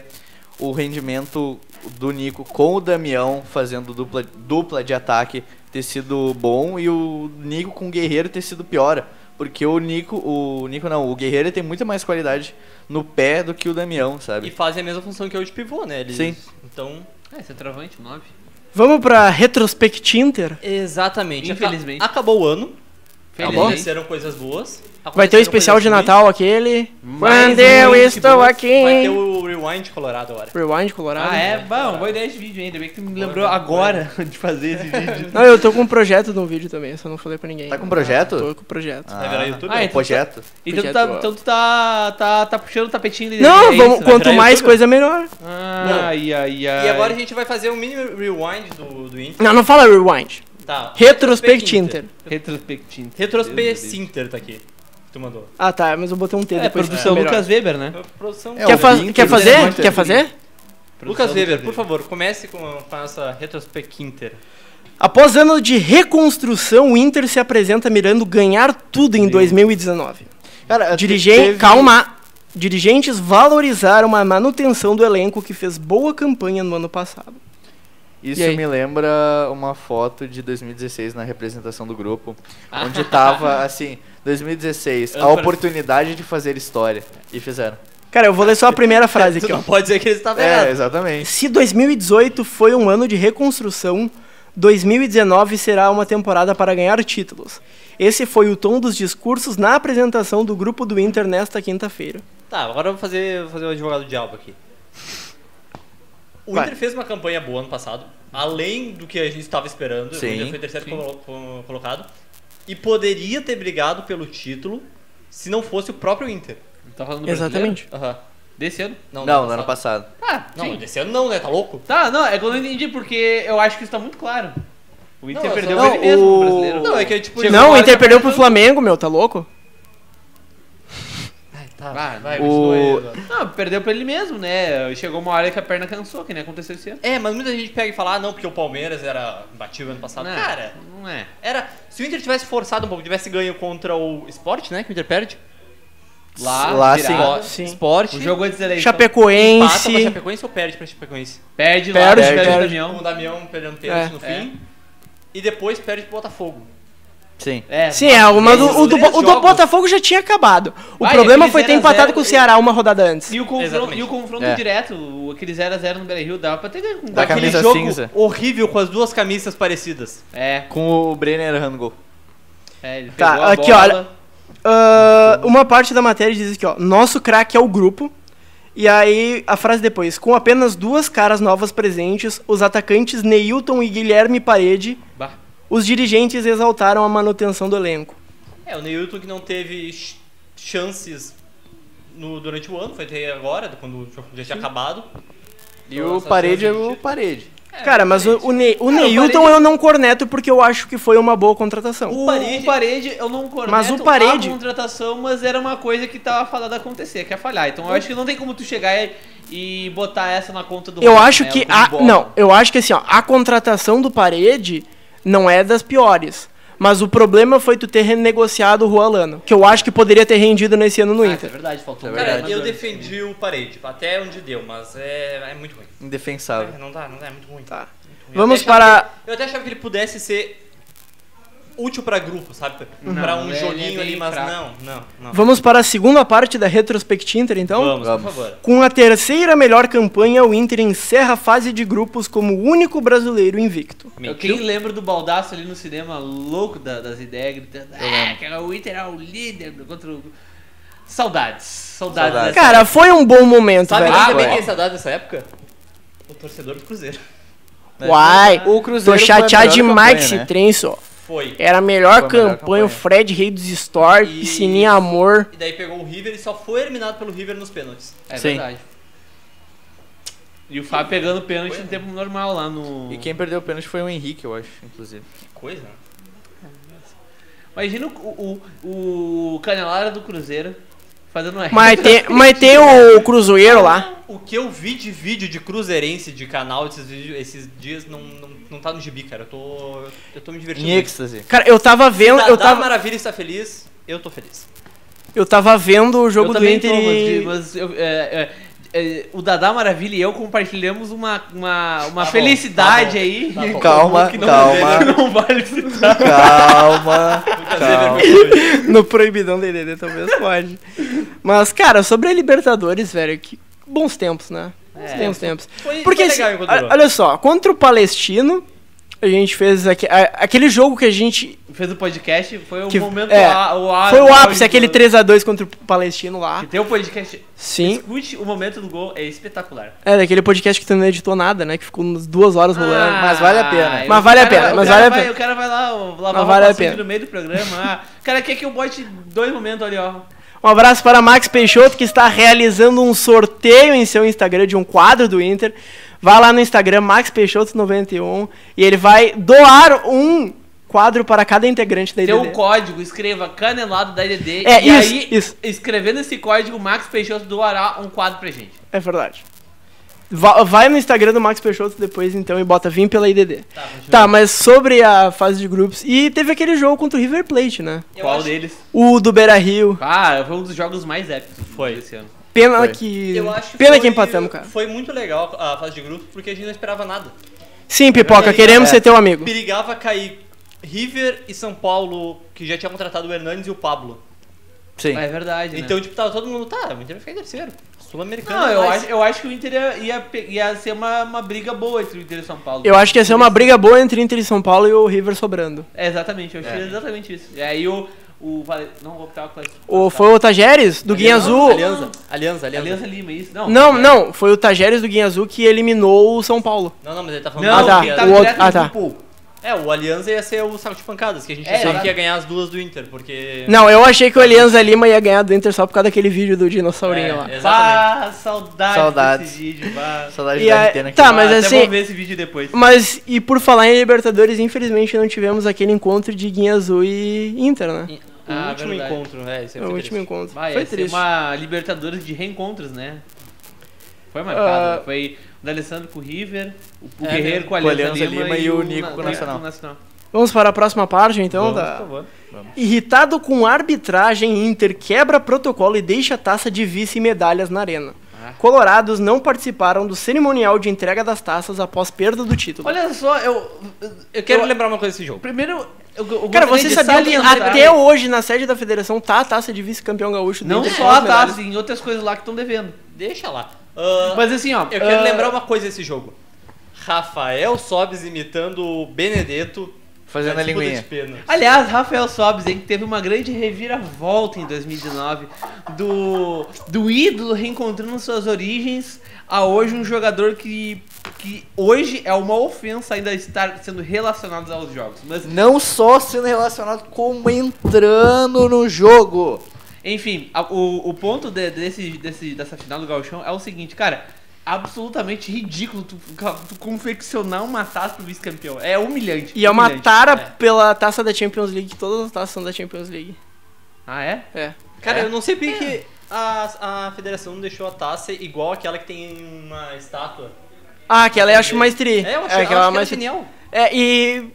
Speaker 5: o rendimento do Nico com o Damião fazendo dupla, dupla de ataque ter sido bom e o Nico com o Guerreiro ter sido pior, porque o Nico, o Nico não, o Guerreiro tem muito mais qualidade no pé do que o Damião,
Speaker 1: E
Speaker 5: sabe?
Speaker 1: fazem a mesma função que eu de pivô, né? Eles-
Speaker 5: Sim.
Speaker 1: Então,
Speaker 2: É, centroavante, 9.
Speaker 5: Tá
Speaker 3: Vamos pra Retrospect Inter?
Speaker 1: exatamente. Aca-
Speaker 2: Infelizmente.
Speaker 1: Acabou o ano.
Speaker 2: Felizmente.
Speaker 1: Tá Aconteceram coisas boas.
Speaker 3: Vai ter o
Speaker 1: aconteceram
Speaker 3: especial
Speaker 1: coisas
Speaker 3: de
Speaker 1: ruins,
Speaker 3: Natal aquele.
Speaker 2: Mais um.
Speaker 3: Quando eu
Speaker 1: ruins que
Speaker 3: estou
Speaker 1: boas.
Speaker 3: aqui.
Speaker 1: Vai ter o Rewind Colorado agora.
Speaker 3: Rewind Colorado.
Speaker 2: Ah, é? Bom, boa ideia de vídeo, hein? Ainda bem que tu me lembrou agora de fazer esse vídeo.
Speaker 3: Não, eu tô com um projeto de um vídeo também, só não falei pra ninguém.
Speaker 5: Tá com um projeto?
Speaker 3: Tô com um projeto.
Speaker 1: Vai virar YouTube?
Speaker 2: Ah,
Speaker 5: é
Speaker 2: então
Speaker 5: um projeto.
Speaker 2: Então tu, tá, então tu tá, tá, tá puxando o tapetinho dele.
Speaker 3: Não,
Speaker 2: é
Speaker 3: vamos,
Speaker 2: isso, né?
Speaker 3: quanto
Speaker 1: virar
Speaker 3: mais
Speaker 1: youtuber?
Speaker 3: coisa, melhor.
Speaker 1: Não.
Speaker 2: Ai, ai, ai.
Speaker 1: E agora a gente vai fazer um mini rewind do, do Inter.
Speaker 3: Não, não fala Rewind.
Speaker 1: Tá.
Speaker 3: Retrospect Inter.
Speaker 2: Retrospectinho.
Speaker 1: Retrospect Inter tá aqui. Que tu mandou.
Speaker 3: Ah, tá, mas eu botei um T
Speaker 2: É,
Speaker 3: depois
Speaker 2: produção
Speaker 3: disso, é melhor.
Speaker 2: Lucas Weber, né?
Speaker 1: Produção.
Speaker 5: É,
Speaker 3: Quer,
Speaker 5: o
Speaker 3: fa-
Speaker 5: Inter,
Speaker 3: quer
Speaker 5: né?
Speaker 3: fazer?
Speaker 5: Muito
Speaker 3: Quer fazer?
Speaker 1: Lucas Weber, por favor, comece com com a nossa retrospect Inter.
Speaker 3: Após ano de reconstrução, o Inter se apresenta mirando ganhar tudo em 2019.
Speaker 5: Cara,
Speaker 3: Dirige...
Speaker 5: É, teve-
Speaker 3: Calma! Dirigentes valorizaram a manutenção do elenco que fez boa campanha no ano passado.
Speaker 5: Isso
Speaker 3: E aí?
Speaker 5: me lembra uma foto de 2016 na representação do grupo, onde tava assim, 2016, a
Speaker 1: Ano
Speaker 5: oportunidade de fazer história. E fizeram.
Speaker 3: Cara, eu vou ler só a primeira frase
Speaker 1: Tu
Speaker 3: aqui, ó.
Speaker 1: não pode dizer que ele estava
Speaker 5: É,
Speaker 1: errado.
Speaker 5: exatamente.
Speaker 3: Se 2018 foi um ano de reconstrução, 2019 será uma temporada para ganhar títulos. Esse foi o tom dos discursos na apresentação do grupo do Inter nesta quinta-feira.
Speaker 1: Tá, agora eu vou fazer, vou fazer o advogado do diabo aqui. O
Speaker 3: Vai.
Speaker 1: Inter fez uma campanha boa ano passado, além do que a gente estava esperando. O
Speaker 5: Sim.
Speaker 1: Inter foi terceiro colo- co- colocado. E poderia ter brigado pelo título se não fosse o próprio Inter.
Speaker 2: Tá falando do brasileiro?
Speaker 3: Exatamente.
Speaker 1: Aham.
Speaker 2: Desse ano?
Speaker 1: Não,
Speaker 5: Não, no ano passado.
Speaker 2: Ah,
Speaker 1: Não,
Speaker 2: sim.
Speaker 1: desse ano não, né? Tá louco?
Speaker 2: Tá, não, é que eu não entendi porque eu acho que isso tá muito claro. O Inter
Speaker 1: Não, eu
Speaker 2: perdeu
Speaker 1: só-
Speaker 2: pra ele
Speaker 5: não,
Speaker 2: mesmo, o
Speaker 5: o-
Speaker 2: brasileiro.
Speaker 1: Não, é que tipo.
Speaker 2: Chegou
Speaker 3: Não,
Speaker 2: uma
Speaker 3: o
Speaker 2: hora
Speaker 3: Inter
Speaker 2: que
Speaker 3: perdeu pro
Speaker 2: apresentou-
Speaker 3: Flamengo, meu, tá louco?
Speaker 1: Tá,
Speaker 2: Vai,
Speaker 1: vai,
Speaker 5: o-
Speaker 1: continua aí, Eduardo.
Speaker 2: Não, perdeu pra ele mesmo, né? Chegou uma hora que a perna cansou, que nem aconteceu esse ano.
Speaker 1: É, mas muita gente pega e fala, ah, não, porque o Palmeiras era imbatível ano passado.
Speaker 2: Não,
Speaker 1: Cara,
Speaker 2: Não é.
Speaker 1: era. Se o Inter tivesse forçado um pouco, tivesse ganho contra o Sport, né? Que o Inter perde.
Speaker 2: Lá,
Speaker 5: Lá,
Speaker 2: virada.
Speaker 3: sim.
Speaker 1: Sport.
Speaker 2: O jogo antes da eleição.
Speaker 1: empata pra
Speaker 3: Chapecoense.
Speaker 1: Chapecoense ou perde pra Chapecoense?
Speaker 2: Perde, lá,
Speaker 3: Perde,
Speaker 2: perde, perde,
Speaker 3: perde.
Speaker 2: o
Speaker 1: Com o
Speaker 2: Damião.
Speaker 1: Damião perdendo pênalti
Speaker 3: É,
Speaker 1: no
Speaker 2: é.
Speaker 1: fim. E depois perde pro Botafogo.
Speaker 5: Sim.
Speaker 2: É,
Speaker 3: Sim, é, uma do- o, do,
Speaker 2: né?
Speaker 1: Esses três
Speaker 3: o do
Speaker 1: jogos-
Speaker 3: Botafogo já tinha acabado. O
Speaker 2: Vai,
Speaker 3: problema
Speaker 2: aquele
Speaker 3: foi ter
Speaker 2: 0 a 0
Speaker 3: empatado com o Ceará uma rodada antes.
Speaker 2: E o confronto,
Speaker 1: Exatamente.
Speaker 2: e o confronto
Speaker 5: É.
Speaker 2: direto, o- aquele 0x0 no Beira Rio, dava pra ter ganho com
Speaker 5: Da
Speaker 2: gol.
Speaker 5: camisa
Speaker 1: jogo
Speaker 5: cinza.
Speaker 1: horrível com as duas camisas parecidas.
Speaker 2: É,
Speaker 5: Com o Brenner Hangul.
Speaker 2: é, ele pegou
Speaker 3: Tá,
Speaker 2: a
Speaker 3: aqui,
Speaker 2: bola.
Speaker 3: olha. Ah, uma parte da matéria diz aqui, ó. Nosso craque é o grupo. E aí, a frase depois. Com apenas duas caras novas presentes, os atacantes Neilton e Guilherme Parede,
Speaker 2: Bah.
Speaker 3: os dirigentes exaltaram a manutenção do elenco.
Speaker 1: É, o Neilton que não teve ch- chances no- durante o ano, foi ter agora, quando o jogo já tinha acabado.
Speaker 5: E o Parede é o Parede.
Speaker 3: Cara, mas o, o, Ne-
Speaker 2: Cara,
Speaker 3: o
Speaker 2: o
Speaker 3: Neilton
Speaker 2: Parede-
Speaker 3: eu não corneto porque eu acho que foi uma boa contratação.
Speaker 2: O, o parede,
Speaker 1: Parede-
Speaker 2: eu não corneto
Speaker 3: Mas o Parede-
Speaker 2: a contratação, mas era uma coisa que tava falada acontecer, que é falhar. Então eu acho que não tem como tu chegar e, e botar essa na conta do né?
Speaker 3: Eu
Speaker 2: Roger
Speaker 3: acho
Speaker 2: Melo
Speaker 3: que.
Speaker 2: como
Speaker 3: A,
Speaker 2: bola.
Speaker 3: não, eu acho que assim, ó, a contratação do Parede não é das piores. Mas o problema foi tu ter renegociado o Juan Lano, que eu acho que poderia ter rendido nesse ano no
Speaker 2: Ah, isso é
Speaker 3: Inter.
Speaker 2: verdade, faltou. um
Speaker 1: Cara,
Speaker 2: cara,
Speaker 1: eu
Speaker 2: mas-
Speaker 1: defendi o parede, até onde deu, mas é, é muito ruim.
Speaker 5: Indefensável.
Speaker 1: É, não dá, não dá, é muito ruim.
Speaker 3: Tá.
Speaker 1: Muito ruim.
Speaker 3: Vamos
Speaker 1: Eu até achava
Speaker 3: para-
Speaker 1: que- eu até achava que ele pudesse ser útil pra grupo, sabe? pra um
Speaker 2: ele é
Speaker 1: joguinho
Speaker 2: bem
Speaker 1: ali, mas
Speaker 2: fraco.
Speaker 1: não, não, não.
Speaker 3: Vamos para a segunda parte da Retrospect Inter, então?
Speaker 1: Vamos,
Speaker 5: Vamos.
Speaker 1: por favor.
Speaker 3: Com a terceira melhor campanha, o Inter encerra a fase de grupos como o único brasileiro invicto.
Speaker 2: Eu quem lembra do baldaço ali no cinema, louco da- das ideias, gritando, ah, que era o Inter era o líder do- contra o... Saudades, saudades. dessa-
Speaker 5: Saudades.
Speaker 3: Cara, foi um bom momento,
Speaker 1: Sabe
Speaker 3: velho.
Speaker 1: ah,
Speaker 5: ué.
Speaker 1: bem quem é saudade dessa época? O torcedor do Cruzeiro.
Speaker 3: Uai,
Speaker 5: É, O Cruzeiro
Speaker 3: tô
Speaker 5: foi a
Speaker 3: chateado
Speaker 5: melhor
Speaker 3: demais
Speaker 5: campanha,
Speaker 3: que esse
Speaker 5: né?
Speaker 3: trem, só.
Speaker 1: Foi.
Speaker 3: Era a melhor
Speaker 5: Foi a melhor
Speaker 3: campanha,
Speaker 5: campanha.
Speaker 3: o Fred Rei dos Store,
Speaker 1: E-
Speaker 3: Piscininha Amor.
Speaker 1: E daí pegou o River e só foi eliminado pelo River nos pênaltis.
Speaker 2: É
Speaker 5: Sim.
Speaker 2: verdade. E o Fábio pegando pênalti no tempo normal lá no...
Speaker 5: E quem perdeu o pênalti foi o Henrique, eu acho, inclusive.
Speaker 1: Que coisa, né?
Speaker 2: Imagina o, o, o Canelara do Cruzeiro fazendo uma
Speaker 3: Mas tem, mas tem o Cruzeiro lá.
Speaker 1: O que eu vi de vídeo de cruzeirense de canal esses, vídeos- esses dias não, não, não tá no gibi, cara. Eu tô, eu tô me divertindo.
Speaker 5: Em êxtase.
Speaker 3: Cara, eu tava vendo, eu
Speaker 1: Dadá
Speaker 3: tava,
Speaker 1: Maravilha está feliz, eu tô feliz.
Speaker 3: eu tava vendo o jogo
Speaker 2: eu
Speaker 3: do
Speaker 2: também
Speaker 3: Inter
Speaker 2: tô, mas
Speaker 3: e-
Speaker 2: de- mas eu- é, é, é, o Dadá Maravilha e eu compartilhamos uma, uma, uma
Speaker 1: Tá bom,
Speaker 2: felicidade
Speaker 1: tá bom,
Speaker 2: aí
Speaker 1: tá bom.
Speaker 5: Calma,
Speaker 2: que não, é
Speaker 5: calma,
Speaker 2: não vale citar.
Speaker 5: calma, calma.
Speaker 3: no Proibidão DDD, talvez pode. Mas, cara, sobre a Libertadores, velho, que bons tempos, né? Bons tempos, tempos.
Speaker 1: Foi,
Speaker 3: Porque,
Speaker 1: foi
Speaker 3: assim,
Speaker 1: legal enquanto
Speaker 3: a-
Speaker 1: durou.
Speaker 3: olha só, contra o Palestino, a gente fez aque- a- aquele jogo que a gente
Speaker 2: Fez o podcast, foi o
Speaker 3: Que-
Speaker 2: momento
Speaker 3: é,
Speaker 2: a- o, a-
Speaker 3: Foi o
Speaker 2: auge
Speaker 3: ápice,
Speaker 2: do-
Speaker 3: aquele 3x2 contra o Palestino lá.
Speaker 2: Que tem o podcast.
Speaker 3: Sim.
Speaker 2: Escute o momento do gol, é espetacular.
Speaker 3: É, daquele podcast que tu não editou nada, né? Que ficou umas duas horas rolando.
Speaker 2: Ah,
Speaker 5: mas vale a pena.
Speaker 2: eu-
Speaker 3: Mas
Speaker 2: o
Speaker 3: vale a
Speaker 2: cara-
Speaker 3: pena,
Speaker 2: o
Speaker 3: mas
Speaker 2: cara
Speaker 3: vale a
Speaker 2: vai-
Speaker 3: pena.
Speaker 2: O cara vai lá ó, lavar
Speaker 3: Mas vale a
Speaker 2: roupa suja
Speaker 3: pena.
Speaker 2: no meio do programa. ah, o cara quer que eu bote dois momentos ali, ó.
Speaker 3: Um abraço para Max Peixoto, que está realizando um sorteio em seu Instagram de um quadro do Inter. Vá lá no Instagram, Max Peixoto91, e ele vai doar um quadro para cada integrante da
Speaker 2: Tem um
Speaker 3: IDD.
Speaker 2: código, escreva canelado da IDD.
Speaker 3: É,
Speaker 2: e
Speaker 3: isso,
Speaker 2: aí,
Speaker 3: isso.
Speaker 2: escrevendo esse código, o Max Peixoto doará um quadro pra gente.
Speaker 3: É verdade. Va- Vai no Instagram do Max Peixoto depois, então, e bota Vim pela IDD.
Speaker 2: Tá, continua.
Speaker 3: Tá, mas sobre a fase de grupos. E teve aquele jogo contra o River Plate, né?
Speaker 1: Eu
Speaker 2: Qual
Speaker 1: acho-
Speaker 2: deles?
Speaker 3: O do Beira Rio.
Speaker 2: Cara, foi um dos jogos mais épicos
Speaker 1: Foi.
Speaker 2: desse ano.
Speaker 3: Pena
Speaker 5: Foi.
Speaker 3: que.
Speaker 1: Eu acho
Speaker 3: Pena
Speaker 1: foi-
Speaker 3: que empatamos, cara.
Speaker 1: Foi muito legal a fase de grupo, porque a gente não esperava nada.
Speaker 3: Sim, pipoca,
Speaker 1: É,
Speaker 3: queremos
Speaker 5: é.
Speaker 3: ser teu amigo.
Speaker 1: Perigava cair River e São Paulo, que já tinham contratado o Hernandes e o Pablo.
Speaker 5: Sim.
Speaker 2: É verdade, né?
Speaker 1: Então, tipo, tava todo mundo, tá, o Inter vai ficar em terceiro. Sul-Americano.
Speaker 2: Não, eu
Speaker 1: mas-
Speaker 2: acho, eu acho que o Inter ia, ia, pe- ia ser uma, uma briga boa entre o Inter e o São Paulo.
Speaker 3: Eu acho que ia ser uma briga boa entre Inter e São Paulo e o River sobrando.
Speaker 2: É, exatamente, eu achei exatamente isso. E aí o. o Vale- não vou optar com a
Speaker 3: Ou foi o Tajeres, do Guinha Azul.
Speaker 1: Aliança, Aliança, Aliança.
Speaker 2: Aliança Lima, isso? Não.
Speaker 3: Não, não, foi o Tajeres do Guinha Azul que eliminou o São Paulo.
Speaker 1: Não, não, mas ele tá falando
Speaker 2: Não,
Speaker 3: Ah, tá.
Speaker 2: quem
Speaker 1: que
Speaker 2: tá
Speaker 3: o outro-
Speaker 2: direto
Speaker 3: ah,
Speaker 2: no
Speaker 3: tá.
Speaker 2: grupo.
Speaker 1: É, o Aliança ia ser o saco de pancadas, que a gente
Speaker 2: É,
Speaker 1: achava
Speaker 2: tá.
Speaker 1: que ia ganhar as duas do Inter, porque.
Speaker 3: Não, eu achei que o Alianza Lima ia ganhar do Inter só por causa daquele vídeo do dinossaurinho
Speaker 1: É,
Speaker 3: lá.
Speaker 1: Exatamente.
Speaker 2: Bah, saudades,
Speaker 5: Saudades.
Speaker 2: desse vídeo, bah.
Speaker 5: Saudade
Speaker 3: E
Speaker 5: da
Speaker 3: aí-
Speaker 5: antena que
Speaker 3: tá,
Speaker 5: tá.
Speaker 3: mas
Speaker 2: Ah, até
Speaker 3: assim-
Speaker 2: vou ver esse vídeo depois.
Speaker 3: Mas, e por falar em Libertadores, infelizmente não tivemos aquele encontro de Guinha Azul e Inter, né?
Speaker 1: O
Speaker 2: Ah,
Speaker 1: último
Speaker 2: verdade.
Speaker 1: encontro, é, isso
Speaker 3: É
Speaker 1: aí
Speaker 3: o
Speaker 1: foi
Speaker 3: último
Speaker 1: triste.
Speaker 3: encontro.
Speaker 2: Vai,
Speaker 3: Foi
Speaker 2: ia ser
Speaker 3: triste.
Speaker 2: uma Libertadores de reencontros, né? Foi marcado,
Speaker 3: Ah.
Speaker 2: né? Foi o D'Alessandro com o River, o, o
Speaker 1: É,
Speaker 2: Guerreiro
Speaker 1: né?
Speaker 2: com a Aliança,
Speaker 5: Aliança
Speaker 2: Lima,
Speaker 5: Lima e o Nico
Speaker 2: Na-
Speaker 5: com o Nacional.
Speaker 3: Vamos para a próxima parte, então, da...
Speaker 1: Tá
Speaker 3: Irritado com arbitragem, Inter quebra protocolo e deixa taça de vice e medalhas na arena.
Speaker 2: Ah.
Speaker 3: Colorados não participaram do cerimonial de entrega das taças após perda do título.
Speaker 2: Olha só, eu, eu
Speaker 1: Eu quero
Speaker 2: quero lembrar.
Speaker 1: lembrar uma coisa desse jogo.
Speaker 2: Primeiro, eu, eu
Speaker 3: Cara,
Speaker 2: gostaria
Speaker 3: você
Speaker 2: de
Speaker 3: sabia que
Speaker 2: salientar-
Speaker 3: até hoje na sede da federação tá a taça de vice-campeão gaúcho do
Speaker 2: tá- Não
Speaker 3: Inter com
Speaker 2: só
Speaker 3: as
Speaker 2: a
Speaker 3: medalhas?
Speaker 2: taça, em outras coisas lá que estão devendo.
Speaker 1: Deixa lá. Ah,
Speaker 2: Mas assim, ó.
Speaker 1: eu quero
Speaker 2: ah,
Speaker 1: lembrar uma coisa desse jogo. Rafael Sobes imitando o Benedetto. É tipo
Speaker 5: Fazendo a
Speaker 1: na disputa
Speaker 5: linguinha.
Speaker 1: de pênalti.
Speaker 2: Aliás, Rafael Sobes, hein, que teve uma grande reviravolta em 2019, do, do ídolo reencontrando suas origens a hoje um jogador que, que hoje é uma ofensa ainda estar sendo relacionado aos jogos. Mas,
Speaker 5: Não só sendo relacionado, como entrando no jogo.
Speaker 2: enfim, a- o, o ponto de- desse, desse, dessa final do Gauchão é o seguinte, cara, a- absolutamente ridículo tu, tu confeccionar uma taça pro vice-campeão. É humilhante.
Speaker 3: E é uma
Speaker 2: humilhante.
Speaker 3: tara
Speaker 2: É.
Speaker 3: pela taça da Champions League, todas as taças são da Champions League.
Speaker 2: Ah, é?
Speaker 3: É.
Speaker 1: Cara,
Speaker 2: É.
Speaker 1: eu não sei porque que a, a federação não deixou a taça igual aquela que tem uma estátua.
Speaker 3: Ah, aquela eu acho mais tri.
Speaker 1: É, eu achei,
Speaker 3: É,
Speaker 1: aquela
Speaker 3: aquela
Speaker 1: acho que era
Speaker 3: mais tri.
Speaker 1: genial.
Speaker 3: É, e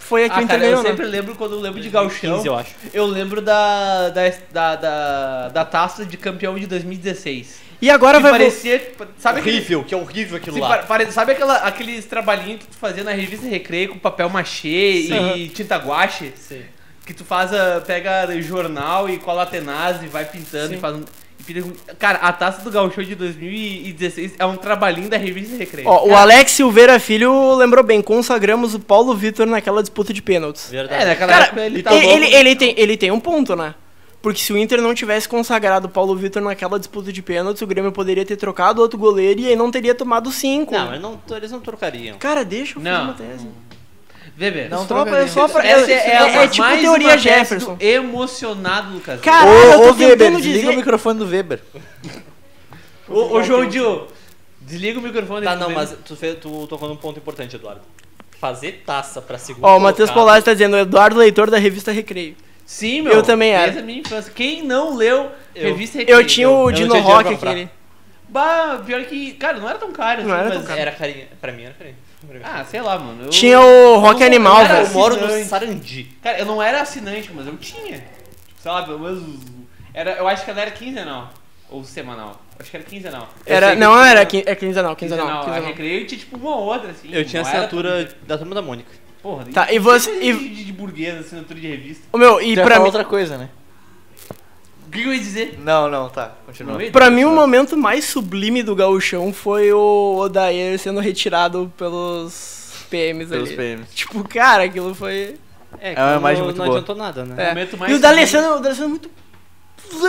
Speaker 3: foi aqui
Speaker 2: Ah,
Speaker 3: o Inter
Speaker 2: cara, eu
Speaker 3: ganhou, né?
Speaker 2: sempre lembro quando eu lembro de Galchão.
Speaker 1: 15, eu acho.
Speaker 2: Eu lembro da, da, da, da, da taça de campeão de 2016.
Speaker 3: E agora
Speaker 2: que
Speaker 3: vai... vo-
Speaker 2: parecia. Sabe aquele,
Speaker 1: horrível, que é horrível aquilo
Speaker 2: se
Speaker 1: lá.
Speaker 2: pa- pare- sabe aquela, aqueles trabalhinhos que tu fazia na revista Recreio com papel machê e tinta guache?
Speaker 1: Sim.
Speaker 2: Que tu faz a, pega jornal e cola tenaz e vai pintando
Speaker 3: Sim.
Speaker 2: e faz um. e pinta com- Cara, a taça do Gauchão de 2016 é um trabalhinho da revista Recreio.
Speaker 3: Ó, o Alex Silveira Filho lembrou bem, consagramos o Paulo Vitor naquela disputa de pênaltis.
Speaker 1: Verdade.
Speaker 2: é, naquela
Speaker 3: Cara,
Speaker 2: época ele
Speaker 3: ele,
Speaker 2: tava.
Speaker 3: ele- ele tem, ele tem um ponto, né? Porque se o Inter não tivesse consagrado o Paulo Vitor naquela disputa de pênaltis, o Grêmio poderia ter trocado outro goleiro e aí não teria tomado cinco.
Speaker 1: Não, mas não, eles não trocariam.
Speaker 3: Cara, deixa eu
Speaker 2: Não.
Speaker 3: fazer uma tese.
Speaker 2: Bebê.
Speaker 3: Só
Speaker 5: Não,
Speaker 3: pra-
Speaker 5: trocaria.
Speaker 3: só pra- é,
Speaker 2: Essa é, é,
Speaker 3: é- é tipo
Speaker 2: mais
Speaker 3: teoria
Speaker 2: uma tese
Speaker 3: Jefferson.
Speaker 2: do emocionado, Lucas.
Speaker 3: Cara, eu
Speaker 5: Ô,
Speaker 3: tô
Speaker 5: ô Weber,
Speaker 3: tentando
Speaker 5: desliga o
Speaker 3: dizer...
Speaker 5: microfone do Weber.
Speaker 2: Ô, ô João Dio, desliga o microfone.
Speaker 1: Tá,
Speaker 2: aí,
Speaker 1: não,
Speaker 2: tudo
Speaker 1: mas
Speaker 2: bem?
Speaker 1: tu, fez, tu tocou num ponto importante, Eduardo. Fazer taça pra segundo
Speaker 3: Ó, o Matheus
Speaker 1: colocado-
Speaker 3: Polari tá dizendo, Eduardo Leitor da revista Recreio.
Speaker 2: Sim, meu.
Speaker 3: Eu também era.
Speaker 2: Desde a minha infância. Quem não leu
Speaker 1: Eu-
Speaker 2: revista Recreio?
Speaker 3: Eu tinha o
Speaker 1: não
Speaker 3: Dino
Speaker 1: tinha dinheiro
Speaker 3: Rock
Speaker 1: pra comprar.
Speaker 3: aquele.
Speaker 2: Bah, pior que. Cara, não era tão caro.
Speaker 3: Não
Speaker 2: assim,
Speaker 3: era
Speaker 2: mas
Speaker 3: tão caro.
Speaker 1: Era carinha. Pra mim era carinha. Pra mim.
Speaker 2: Ah, sei lá, mano. eu-
Speaker 3: Tinha o Rock
Speaker 2: eu
Speaker 3: Animal,
Speaker 2: era
Speaker 1: Cara,
Speaker 3: velho.
Speaker 1: eu moro no
Speaker 2: assinante.
Speaker 1: Sarandi.
Speaker 2: Cara, eu não era assinante, mas eu tinha. Tipo, sei lá, pelo menos. Era, eu acho que ela era quinzenal. Ou semanal. Acho que era quinzenal. Eu
Speaker 3: Era,
Speaker 2: sei que
Speaker 3: não,
Speaker 2: eu
Speaker 3: era
Speaker 2: tinha-
Speaker 3: quin, é quinzenal, quinzenal,
Speaker 2: A
Speaker 3: quinzenal.
Speaker 2: recreio tinha tipo uma ou outra, assim.
Speaker 1: Eu tinha
Speaker 2: não era
Speaker 1: assinatura
Speaker 2: tudo.
Speaker 1: da turma da Mônica.
Speaker 2: Porra, nem-
Speaker 3: Tá, e
Speaker 2: nem
Speaker 3: você-
Speaker 2: coisa
Speaker 3: e-
Speaker 2: De, de, de burguês, assinatura de revista.
Speaker 3: Ô, meu, e
Speaker 5: Já
Speaker 3: pra
Speaker 5: fala
Speaker 3: mim,
Speaker 5: outra coisa, né?
Speaker 2: O que, que eu ia dizer?
Speaker 5: Não, não, tá. Continua.
Speaker 2: Não ia
Speaker 3: pra mim o momento mais sublime do gauchão foi o Odair sendo retirado pelos PMs
Speaker 5: Pelos
Speaker 3: ali.
Speaker 5: PMs.
Speaker 3: Tipo, cara, aquilo foi...
Speaker 1: É,
Speaker 5: uma imagem muito
Speaker 1: não
Speaker 5: boa.
Speaker 1: adiantou nada, né?
Speaker 3: É.
Speaker 2: momento mais
Speaker 3: E o
Speaker 2: sublime-
Speaker 3: D'Alessandro, o D'Alessandro é muito...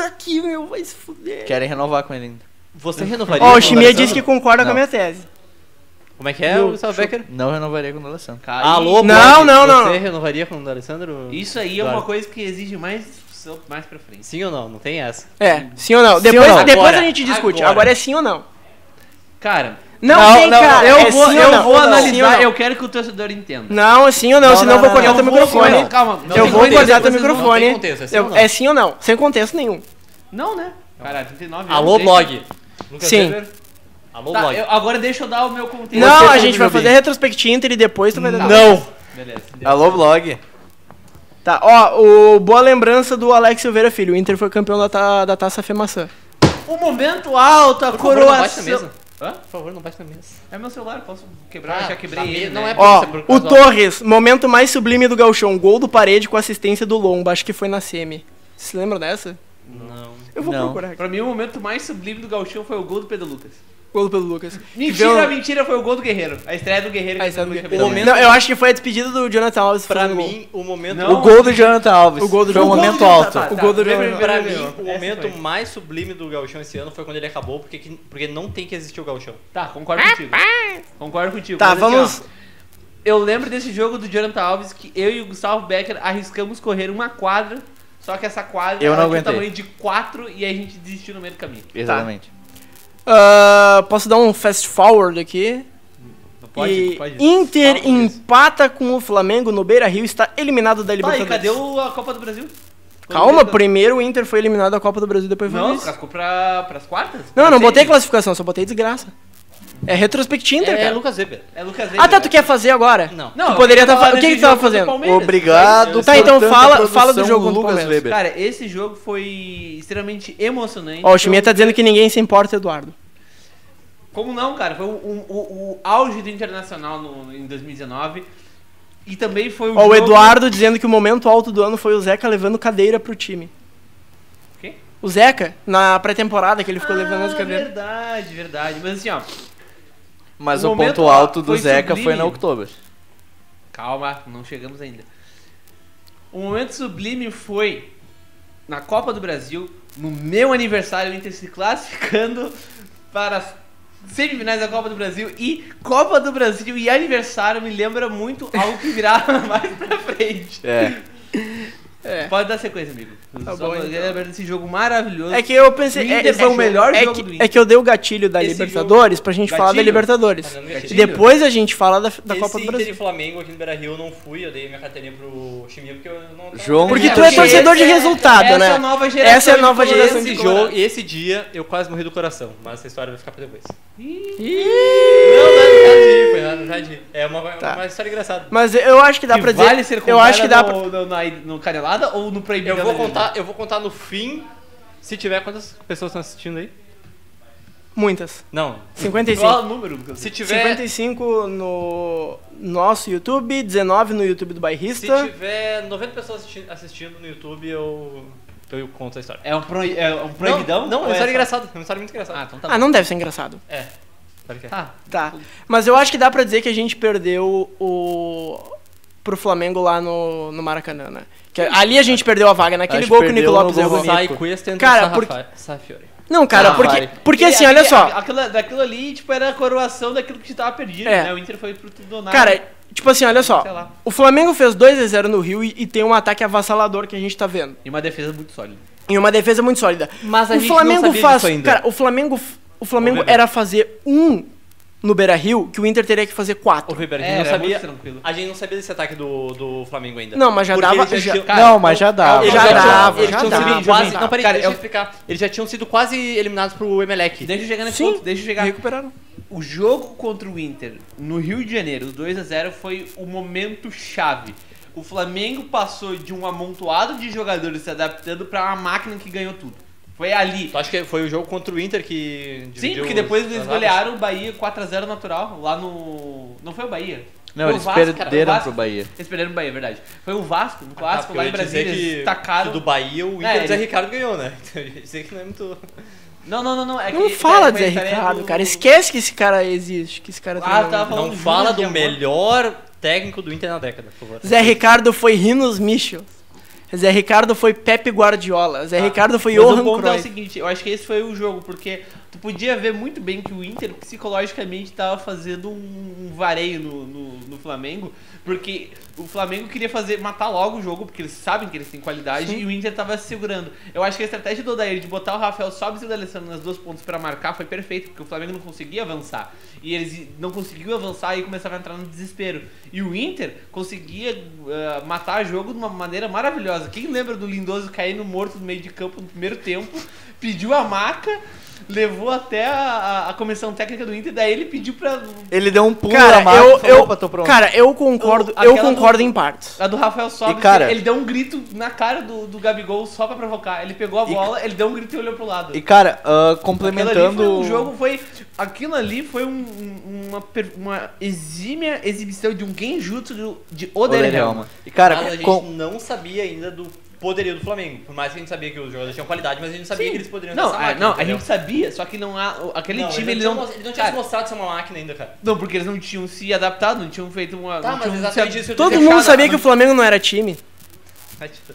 Speaker 3: Aqui, meu, vai se fuder.
Speaker 5: Querem renovar com ele ainda.
Speaker 1: Você renovaria.
Speaker 3: Ó,
Speaker 1: com
Speaker 3: o Chimia
Speaker 1: Alessandro?
Speaker 3: disse que concorda com a
Speaker 5: Não.
Speaker 3: minha tese.
Speaker 1: Como é que é,
Speaker 3: Meu,
Speaker 1: o Gustavo Becker?
Speaker 5: Não renovaria com o Alessandro.
Speaker 2: Cara,
Speaker 1: Alô,
Speaker 3: Não,
Speaker 1: Blanc,
Speaker 3: não, não.
Speaker 1: Você renovaria com o Alessandro?
Speaker 2: Isso aí é uma
Speaker 1: Claro.
Speaker 2: coisa que exige mais discussão mais pra frente.
Speaker 1: Sim ou não? Não tem essa.
Speaker 3: É, sim ou não?
Speaker 1: Sim
Speaker 3: Depois,
Speaker 1: ou não?
Speaker 3: depois a
Speaker 1: Agora,
Speaker 3: gente discute.
Speaker 1: agora.
Speaker 3: Agora. é sim ou não.
Speaker 2: Cara,
Speaker 3: Não,
Speaker 5: Não,
Speaker 3: tem,
Speaker 5: não,
Speaker 3: cara.
Speaker 2: eu
Speaker 3: é
Speaker 2: vou,
Speaker 3: sim
Speaker 2: eu vou
Speaker 3: ou não? Não, sim ou
Speaker 2: analisar,
Speaker 3: não?
Speaker 2: eu quero que o torcedor entenda.
Speaker 3: Não, é sim ou não,
Speaker 5: Não,
Speaker 3: senão eu
Speaker 5: não,
Speaker 3: vou
Speaker 5: não,
Speaker 3: cortar
Speaker 5: não,
Speaker 3: teu
Speaker 5: eu vou
Speaker 3: microfone.
Speaker 5: cortar.
Speaker 2: Calma, não
Speaker 3: eu
Speaker 2: tem
Speaker 3: vou
Speaker 2: contexto,
Speaker 3: cortar teu
Speaker 2: vocês não- não
Speaker 3: microfone.
Speaker 1: tem contexto, é sim
Speaker 3: Eu-
Speaker 1: ou não?
Speaker 3: é sim ou não? Sem contexto nenhum.
Speaker 2: Não, né? Cara, 39 anos.
Speaker 1: Alô,
Speaker 2: deixa-
Speaker 1: blog. Lucas
Speaker 3: Sim.
Speaker 1: Weber? Alô,
Speaker 2: Tá,
Speaker 1: blog.
Speaker 2: eu- agora deixa eu dar o meu contexto.
Speaker 3: Não,
Speaker 2: Você
Speaker 3: a
Speaker 2: tá
Speaker 3: gente vai
Speaker 2: ouvindo
Speaker 3: fazer
Speaker 2: bem.
Speaker 3: retrospectiva Inter e depois tu vai dar.
Speaker 1: Não.
Speaker 2: Beleza.
Speaker 5: Alô, blog.
Speaker 3: Tá, ó, o, boa lembrança do Alex Silveira Filho. O Inter foi campeão da, ta- da Taça Femaçã.
Speaker 2: O momento alto, a
Speaker 1: Por favor, não bate na
Speaker 2: coroação.
Speaker 1: mesa.
Speaker 2: Hã?
Speaker 1: Por favor, não bate na mesa.
Speaker 2: É meu celular, eu posso quebrar?
Speaker 1: Ah,
Speaker 2: eu já quebrei
Speaker 1: tá
Speaker 2: ele.
Speaker 1: bem, não
Speaker 2: né?
Speaker 1: é-
Speaker 3: Ó,
Speaker 1: Isso por
Speaker 3: o
Speaker 1: causa da-
Speaker 3: Torres, momento mais sublime do Galchão. Gol do parede com assistência do Lomba. Acho que foi na Semi. Vocês lembram dessa?
Speaker 1: Não.
Speaker 3: Eu vou
Speaker 5: Não.
Speaker 3: procurar aqui.
Speaker 2: Pra mim, o momento mais sublime do Gauchão foi o gol do Pedro Lucas.
Speaker 3: Gol pelo Lucas.
Speaker 2: Mentira,
Speaker 3: Então-
Speaker 2: mentira, foi o gol do Guerreiro. A estreia do Guerreiro. que
Speaker 3: Ah, isso é do
Speaker 2: foi
Speaker 3: Guerreiro.
Speaker 2: campeão.
Speaker 1: O momento-
Speaker 3: Não, eu acho que foi a despedida do Jonathan Alves.
Speaker 1: tá Pra
Speaker 3: fazendo gol.
Speaker 1: mim, o momento.
Speaker 2: Não.
Speaker 5: O gol do Jonathan Alves.
Speaker 3: O gol do
Speaker 5: Foi um
Speaker 3: Jonathan-
Speaker 5: momento
Speaker 2: do-
Speaker 5: alto.
Speaker 2: tá, tá,
Speaker 3: O gol do
Speaker 2: vem, vem,
Speaker 3: Jonathan.
Speaker 2: vem,
Speaker 1: Pra
Speaker 2: vem,
Speaker 1: mim,
Speaker 2: vem.
Speaker 1: o
Speaker 2: Essa
Speaker 1: momento
Speaker 2: É, foi.
Speaker 1: mais sublime do Gauchão esse ano foi quando ele acabou, porque, que- porque não tem que existir o Gauchão.
Speaker 2: Tá, concordo contigo. Concordo contigo.
Speaker 3: Tá,
Speaker 2: Mas assim,
Speaker 3: vamos-
Speaker 2: ó, eu lembro desse jogo do Jonathan Alves que eu e o Gustavo Becker arriscamos correr uma quadra, só que essa quadra
Speaker 5: Eu não
Speaker 2: era do
Speaker 5: aguentei.
Speaker 2: tamanho de quatro e a gente desistiu no meio do caminho.
Speaker 5: Exatamente.
Speaker 3: Tá, Ah, posso dar um fast forward aqui?
Speaker 2: Não pode?
Speaker 3: E
Speaker 2: pode.
Speaker 3: Inter
Speaker 2: Fala disso.
Speaker 3: empata com o Flamengo no Beira Rio está eliminado da
Speaker 2: Tá, e
Speaker 3: Libertadores.
Speaker 2: cadê o- a Copa do Brasil? Foi
Speaker 3: Calma,
Speaker 2: eliminado.
Speaker 3: primeiro o Inter foi eliminado da Copa do Brasil, depois foi
Speaker 2: Não,
Speaker 3: isso.
Speaker 2: cascou pra, pras quartas?
Speaker 3: Não, não
Speaker 2: Pra
Speaker 3: botei
Speaker 2: seis?
Speaker 3: classificação, só botei desgraça. É retrospectiva Inter,
Speaker 1: É,
Speaker 3: cara.
Speaker 1: Lucas Weber.
Speaker 2: É Lucas
Speaker 3: Ah,
Speaker 2: Weber,
Speaker 3: tá, tu
Speaker 2: né?
Speaker 3: quer fazer agora?
Speaker 1: Não.
Speaker 2: Não,
Speaker 3: Tu
Speaker 2: eu
Speaker 3: poderia
Speaker 2: queria
Speaker 3: tá
Speaker 2: falar
Speaker 3: fa- o que
Speaker 2: desse
Speaker 3: que tu tava
Speaker 2: jogo do
Speaker 3: fazendo?
Speaker 2: Palmeiras.
Speaker 5: Obrigado.
Speaker 3: Tá,
Speaker 5: por
Speaker 3: então
Speaker 5: tanta
Speaker 3: fala- fala do
Speaker 5: produção,
Speaker 3: jogo contra o
Speaker 5: Lucas
Speaker 3: Palmeiras.
Speaker 5: Weber.
Speaker 2: Cara, esse jogo foi extremamente emocionante.
Speaker 3: tá Ó, o
Speaker 2: Foi
Speaker 3: Chimia
Speaker 2: um-
Speaker 3: tá dizendo que ninguém se importa, Eduardo.
Speaker 2: Como não, cara? Foi um, o, o- o- o auge do Internacional no- no- em 2019. E também foi o
Speaker 3: Ó, o
Speaker 2: jogo-
Speaker 3: Eduardo dizendo que o momento alto do ano foi o Zeca levando cadeira pro time.
Speaker 2: Quê?
Speaker 3: O Zeca, na pré-temporada que ele ficou levando as
Speaker 2: Ah,
Speaker 3: cadeiras.
Speaker 2: verdade, verdade. Mas assim, ó.
Speaker 5: Mas
Speaker 2: o
Speaker 5: o,
Speaker 2: momento
Speaker 5: ponto alto do
Speaker 2: foi
Speaker 5: Zeca foi
Speaker 2: sublime.
Speaker 5: na Oktober.
Speaker 2: Calma, não chegamos ainda. O momento sublime foi na Copa do Brasil, no meu aniversário, o Inter se classificando para as semifinais da Copa do Brasil. E Copa do Brasil e aniversário me lembra muito algo que virá mais pra frente.
Speaker 5: É.
Speaker 3: É.
Speaker 2: Pode dar sequência, amigo.
Speaker 3: Tá
Speaker 2: Só
Speaker 3: bom,
Speaker 2: pra-
Speaker 3: então.
Speaker 2: lembrar desse jogo maravilhoso.
Speaker 3: É que eu pensei.
Speaker 2: Inter
Speaker 3: é- é,
Speaker 2: foi o melhor
Speaker 3: é
Speaker 2: jogo
Speaker 3: que,
Speaker 2: do Inter.
Speaker 3: É que eu dei o gatilho da
Speaker 1: Esse
Speaker 3: Libertadores pra gente falar da
Speaker 1: Gatilho?
Speaker 3: Libertadores.
Speaker 1: Tá dando gatilho?
Speaker 3: Depois a gente fala da, da
Speaker 1: Esse
Speaker 3: Copa do
Speaker 1: Inter e
Speaker 3: Brasil.
Speaker 1: Flamengo aqui no Beira Rio eu não fui, eu dei minha carteirinha pro Chiminha porque eu não. tava-
Speaker 5: João-
Speaker 3: Porque
Speaker 5: É,
Speaker 3: tu é
Speaker 5: porque
Speaker 3: torcedor de
Speaker 2: esse é-
Speaker 3: resultado,
Speaker 2: essa
Speaker 3: né?
Speaker 2: é a nova geração
Speaker 3: Essa é a
Speaker 2: de
Speaker 3: nova
Speaker 1: E
Speaker 2: Flamengo.
Speaker 3: geração
Speaker 1: esse
Speaker 3: de
Speaker 1: jogo,
Speaker 3: Colorado.
Speaker 1: e esse dia eu quase morri do coração, mas essa história vai ficar pra depois.
Speaker 3: Ih,
Speaker 1: Não, não é nada de rir, foi nada, nada de rir. É uma,
Speaker 3: Tá.
Speaker 1: uma história engraçada.
Speaker 3: Mas eu acho que dá pra dizer.
Speaker 2: vale ser
Speaker 3: eu acho que dá pra.
Speaker 2: no, no, na- no Canelada ou no Proibido?
Speaker 1: Eu vou contar, eu vou contar no fim. Se tiver, quantas pessoas estão assistindo aí?
Speaker 3: Muitas.
Speaker 1: Não.
Speaker 3: 55.
Speaker 2: Qual o número, Lucas?
Speaker 1: Se tiver.
Speaker 3: 55 no nosso YouTube, 19 no YouTube do
Speaker 1: Se
Speaker 3: Bairrista.
Speaker 1: tiver 90 pessoas assisti- assistindo no YouTube, eu. Eu conto a história.
Speaker 2: É um, proi- é um proibidão?
Speaker 1: Não, não é
Speaker 2: Ou
Speaker 1: uma história
Speaker 2: só-
Speaker 1: engraçada. É uma história muito engraçada.
Speaker 2: Ah, então tá
Speaker 3: Ah,
Speaker 2: bom.
Speaker 3: não deve ser engraçado.
Speaker 1: É. Sabe o que é?
Speaker 2: Tá.
Speaker 3: Tá. Mas eu acho que dá pra dizer que a gente perdeu o. pro Flamengo lá no, no Maracanã, né? Que ali a gente perdeu a vaga, naquele
Speaker 5: Acho
Speaker 3: gol
Speaker 5: que
Speaker 3: que o Nico
Speaker 5: perdeu no
Speaker 3: Lopes
Speaker 5: gol do
Speaker 3: errou.
Speaker 5: Nico.
Speaker 1: Sai Cuesta entra
Speaker 3: Cara,
Speaker 1: Sarrafa-
Speaker 3: porque-
Speaker 1: Sarrafiore.
Speaker 3: Não, cara,
Speaker 5: Ah,
Speaker 3: porque,
Speaker 5: vai.
Speaker 3: porque assim,
Speaker 2: é Aquele-
Speaker 3: olha
Speaker 2: aquele-
Speaker 3: só.
Speaker 2: Aquilo, daquilo ali, tipo, era a coroação daquilo que tava perdido,
Speaker 3: É.
Speaker 2: né? O Inter foi pro tudo ou nada.
Speaker 3: Cara, tipo assim, olha só.
Speaker 2: Sei lá.
Speaker 3: O Flamengo fez 2x0 no Rio e, e tem um ataque avassalador que a gente tá vendo.
Speaker 2: E uma defesa muito sólida.
Speaker 3: E uma defesa muito sólida.
Speaker 1: Mas a
Speaker 3: o
Speaker 1: gente não
Speaker 3: Flamengo
Speaker 1: sabia
Speaker 3: faz.
Speaker 1: disso ainda.
Speaker 3: Cara, o Flamengo. O Flamengo
Speaker 1: Ô, Weber.
Speaker 3: era fazer um no Beira Rio que o Inter teria que fazer
Speaker 1: Ô,
Speaker 3: quatro.
Speaker 1: Weber, a
Speaker 2: É,
Speaker 1: gente não
Speaker 2: era
Speaker 1: sabia.
Speaker 2: muito tranquilo.
Speaker 1: A gente não sabia desse ataque do, do Flamengo ainda.
Speaker 3: Não, mas já
Speaker 1: Porque
Speaker 3: dava-
Speaker 1: eles
Speaker 3: já-
Speaker 1: tinham-
Speaker 3: cara,
Speaker 5: não, mas já dá.
Speaker 3: eu-
Speaker 1: eles
Speaker 3: já
Speaker 1: tinham-
Speaker 3: dava,
Speaker 1: Eles
Speaker 3: já
Speaker 1: tinham
Speaker 3: dava,
Speaker 1: sido
Speaker 3: já
Speaker 1: quase.
Speaker 3: dava.
Speaker 1: Não, peraí,
Speaker 2: Cara,
Speaker 1: deixa eu
Speaker 2: eu-
Speaker 1: explicar. Eles já tinham sido quase eliminados pro Emelec.
Speaker 2: Deixa eu chegar nesse
Speaker 3: Sim.
Speaker 2: ponto, deixa eu chegar.
Speaker 3: Recuperaram.
Speaker 2: O jogo contra o Inter no Rio de Janeiro, o 2 a 0 foi o momento chave. O Flamengo passou de um amontoado de jogadores se adaptando pra uma máquina que ganhou tudo. Foi ali.
Speaker 1: Tu acha que foi o jogo contra o Inter que.
Speaker 2: Sim,
Speaker 1: dividiu
Speaker 2: porque depois
Speaker 1: as
Speaker 2: eles
Speaker 1: águas?
Speaker 2: golearam o Bahia 4 a 0 natural lá no não foi o Bahia.
Speaker 5: Não,
Speaker 2: Foi o
Speaker 5: eles
Speaker 2: Vasco, cara, o
Speaker 5: perderam
Speaker 2: Vasco.
Speaker 5: pro Bahia.
Speaker 2: Eles perderam o Bahia, é verdade. Foi o Vasco, um
Speaker 1: Ah,
Speaker 2: clássico
Speaker 1: porque
Speaker 2: lá
Speaker 1: eu
Speaker 2: em
Speaker 1: ia dizer
Speaker 2: Brasília, eles
Speaker 1: que-
Speaker 2: tacaram
Speaker 1: que do Bahia, o Inter
Speaker 2: É,
Speaker 1: do Zé
Speaker 2: ele-
Speaker 1: Ricardo ganhou, né? Então, eu ia dizer que não é muito.
Speaker 2: Não, não, não, não, é
Speaker 3: Não
Speaker 2: que-
Speaker 3: fala
Speaker 2: que foi
Speaker 3: de Zé
Speaker 2: a história
Speaker 3: Ricardo,
Speaker 2: do-
Speaker 3: cara. Esquece que esse cara existe, que esse cara
Speaker 2: Ah,
Speaker 3: tem nome.
Speaker 2: tá falando
Speaker 1: não
Speaker 2: Júnior
Speaker 1: fala
Speaker 2: de
Speaker 1: do
Speaker 2: amor.
Speaker 1: melhor técnico do Inter na década, por favor.
Speaker 3: Zé Ricardo foi Rinos Michel. Zé Ricardo foi Pepe Guardiola. Zé
Speaker 1: Ah,
Speaker 2: Tá.
Speaker 3: Ricardo foi
Speaker 2: Mas
Speaker 3: Johan
Speaker 2: o ponto é o
Speaker 1: assim,
Speaker 3: Cruyff.
Speaker 2: seguinte, eu acho que esse foi o jogo, porque tu podia ver muito bem que o Inter psicologicamente tava fazendo um, um vareio no, no, no Flamengo, porque o Flamengo queria fazer matar logo o jogo, porque eles sabem que eles têm qualidade e o Inter tava se segurando. Eu acho que a estratégia do Odair de botar o Rafael Sobis e o D'Alessandro nas duas pontas pra marcar foi perfeita, porque o Flamengo não conseguia avançar. E eles não conseguiam avançar e começava a entrar no desespero. E o Inter conseguia ah, matar o jogo de uma maneira maravilhosa. Quem lembra do Lindoso caindo morto no meio de campo no primeiro tempo, pediu a maca, levou até a, a- a comissão técnica do Inter, daí ele pediu pra.
Speaker 5: Ele deu um pulo
Speaker 3: Cara,
Speaker 5: na marca
Speaker 3: eu,
Speaker 5: e falou,
Speaker 3: eu,
Speaker 5: opa, tô pronto.
Speaker 3: cara, eu concordo,
Speaker 2: O-
Speaker 3: eu
Speaker 2: aquela
Speaker 3: concordo
Speaker 2: do-
Speaker 3: em partes.
Speaker 2: A do Rafael Sobis,
Speaker 5: E, cara-
Speaker 2: ele deu um grito na cara do, do Gabigol só pra provocar. Ele pegou a
Speaker 5: E-
Speaker 2: bola, ele deu um grito e olhou pro lado.
Speaker 5: e cara, ah,
Speaker 2: Aquilo
Speaker 5: complementando...
Speaker 2: ali foi um jogo, foi. Aquilo ali foi um- um- uma, per- uma exímia exibição de um genjutsu do- de Oder Helma.
Speaker 5: E cara,
Speaker 1: mas a gente
Speaker 2: né?
Speaker 5: com-
Speaker 1: não sabia ainda do poderio do Flamengo. Por mais que a gente sabia que os jogadores tinham qualidade, mas a gente não sabia
Speaker 2: Sim.
Speaker 1: que eles poderiam ser
Speaker 2: Não,
Speaker 1: essa
Speaker 2: a,
Speaker 1: máquina,
Speaker 2: não a
Speaker 1: entendeu?
Speaker 2: gente sabia, só que não há. o- Aquele
Speaker 1: Não,
Speaker 2: time,
Speaker 1: eles
Speaker 2: ele
Speaker 1: não,
Speaker 2: não.
Speaker 1: tinham- eles não tinham
Speaker 2: cara,
Speaker 1: se mostrado ser uma máquina ainda, cara.
Speaker 2: não, porque eles não tinham se adaptado, não tinham feito uma.
Speaker 1: Tá,
Speaker 2: não
Speaker 1: mas
Speaker 2: tinham se
Speaker 1: exatamente
Speaker 2: ad-
Speaker 1: isso.
Speaker 3: Todo
Speaker 1: Fechado,
Speaker 3: mundo sabia
Speaker 1: né?
Speaker 3: que o Flamengo não era time.
Speaker 2: tipo,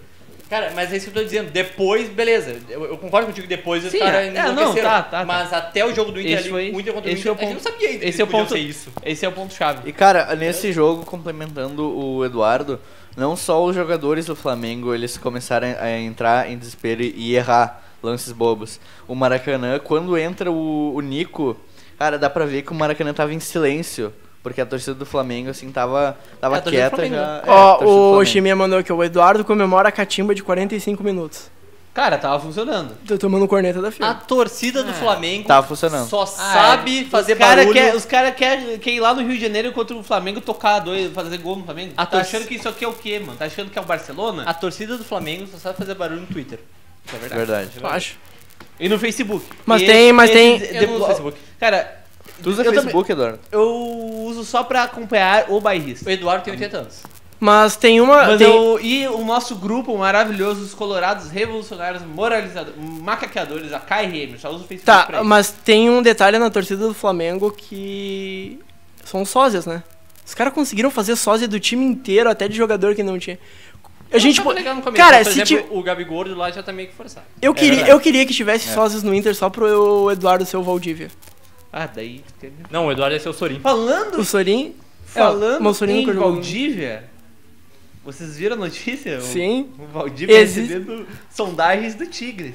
Speaker 1: Cara, mas é isso que eu tô dizendo. Depois, beleza. Eu, eu concordo contigo, depois os
Speaker 2: Sim,
Speaker 1: caras
Speaker 2: é. É, não,
Speaker 1: enlouqueceram.
Speaker 2: tá, tá, tá.
Speaker 1: Mas até o jogo do Inter
Speaker 2: Esse
Speaker 1: ali,
Speaker 2: foi-
Speaker 1: o Inter contra o
Speaker 2: esse
Speaker 1: Inter,
Speaker 2: é o
Speaker 1: a gente
Speaker 2: ponto-
Speaker 1: não sabia ainda que
Speaker 2: esse é o
Speaker 1: eles podiam
Speaker 2: ponto-
Speaker 1: ser isso.
Speaker 2: Esse é o ponto-chave.
Speaker 5: e, cara, nesse jogo, complementando o Eduardo, não só os jogadores do Flamengo, eles começaram a entrar em desespero e errar lances bobos. O Maracanã, quando entra o, o Nico, cara, dá pra ver que o Maracanã tava em silêncio. Porque a torcida do Flamengo, assim, tava,
Speaker 1: É,
Speaker 5: tava
Speaker 1: a torcida do
Speaker 5: quieta
Speaker 1: Flamengo, né?
Speaker 5: já. é, a
Speaker 3: Ó,
Speaker 5: torcida do
Speaker 3: o
Speaker 5: Flamengo.
Speaker 3: Chiminha mandou aqui, o Eduardo comemora a catimba de 45 minutos.
Speaker 2: Cara, tava funcionando.
Speaker 3: Tô tomando corneta da
Speaker 1: A
Speaker 3: filha.
Speaker 1: torcida do Flamengo
Speaker 5: Tava funcionando.
Speaker 1: só sabe fazer
Speaker 2: Ah, é. os cara
Speaker 1: barulho.
Speaker 2: Quer, os caras querem quer ir lá no Rio de Janeiro contra o Flamengo tocar dois, fazer gol no Flamengo.
Speaker 1: A
Speaker 2: tá
Speaker 1: torcida-
Speaker 2: achando que isso aqui é o quê, mano? Tá achando que é o Barcelona?
Speaker 1: A torcida do Flamengo só sabe fazer barulho no Twitter. Isso é verdade.
Speaker 5: Verdade.
Speaker 3: Eu acho.
Speaker 2: E no Facebook.
Speaker 3: Mas
Speaker 2: E
Speaker 3: tem- mas tem-
Speaker 2: de-
Speaker 1: Eu não uso
Speaker 2: de-
Speaker 1: Facebook.
Speaker 2: Cara,
Speaker 5: Tu usa
Speaker 2: eu também-
Speaker 5: é Facebook, Eduardo?
Speaker 2: eu uso só pra acompanhar o bairrista.
Speaker 1: O Eduardo tem 80 anos.
Speaker 3: Mas tem uma.
Speaker 2: Mas
Speaker 3: tem-
Speaker 2: eu- e o nosso grupo maravilhoso, os colorados revolucionários, moralizadores, macaqueadores, a KRM, só uso o Facebook pra
Speaker 3: Tá,
Speaker 2: isso.
Speaker 3: mas tem um detalhe na torcida do Flamengo que. São sósias, né? Os caras conseguiram fazer sósia do time inteiro, até de jogador que não tinha. A gente.
Speaker 1: pode
Speaker 3: pô-
Speaker 1: legal no começo. né?
Speaker 3: Cara,
Speaker 1: por
Speaker 3: se ti-
Speaker 1: exemplo, o Gabigordo lá já tá meio que forçado.
Speaker 3: Eu queria,
Speaker 5: verdade.
Speaker 3: eu queria que
Speaker 5: É.
Speaker 3: tivesse sósias no Inter só pro eu- Eduardo ser o Valdívia.
Speaker 2: Ah, daí...
Speaker 1: Não, o Eduardo ia ser o Sorin.
Speaker 2: Falando,
Speaker 3: O Sorin.
Speaker 2: falando
Speaker 3: Mussolini
Speaker 2: em
Speaker 3: nunca jogou.
Speaker 2: Valdívia, Vocês viram a notícia? O-
Speaker 3: Sim.
Speaker 2: O Valdívia
Speaker 3: Exi-
Speaker 2: recebendo sondagens do Tigres.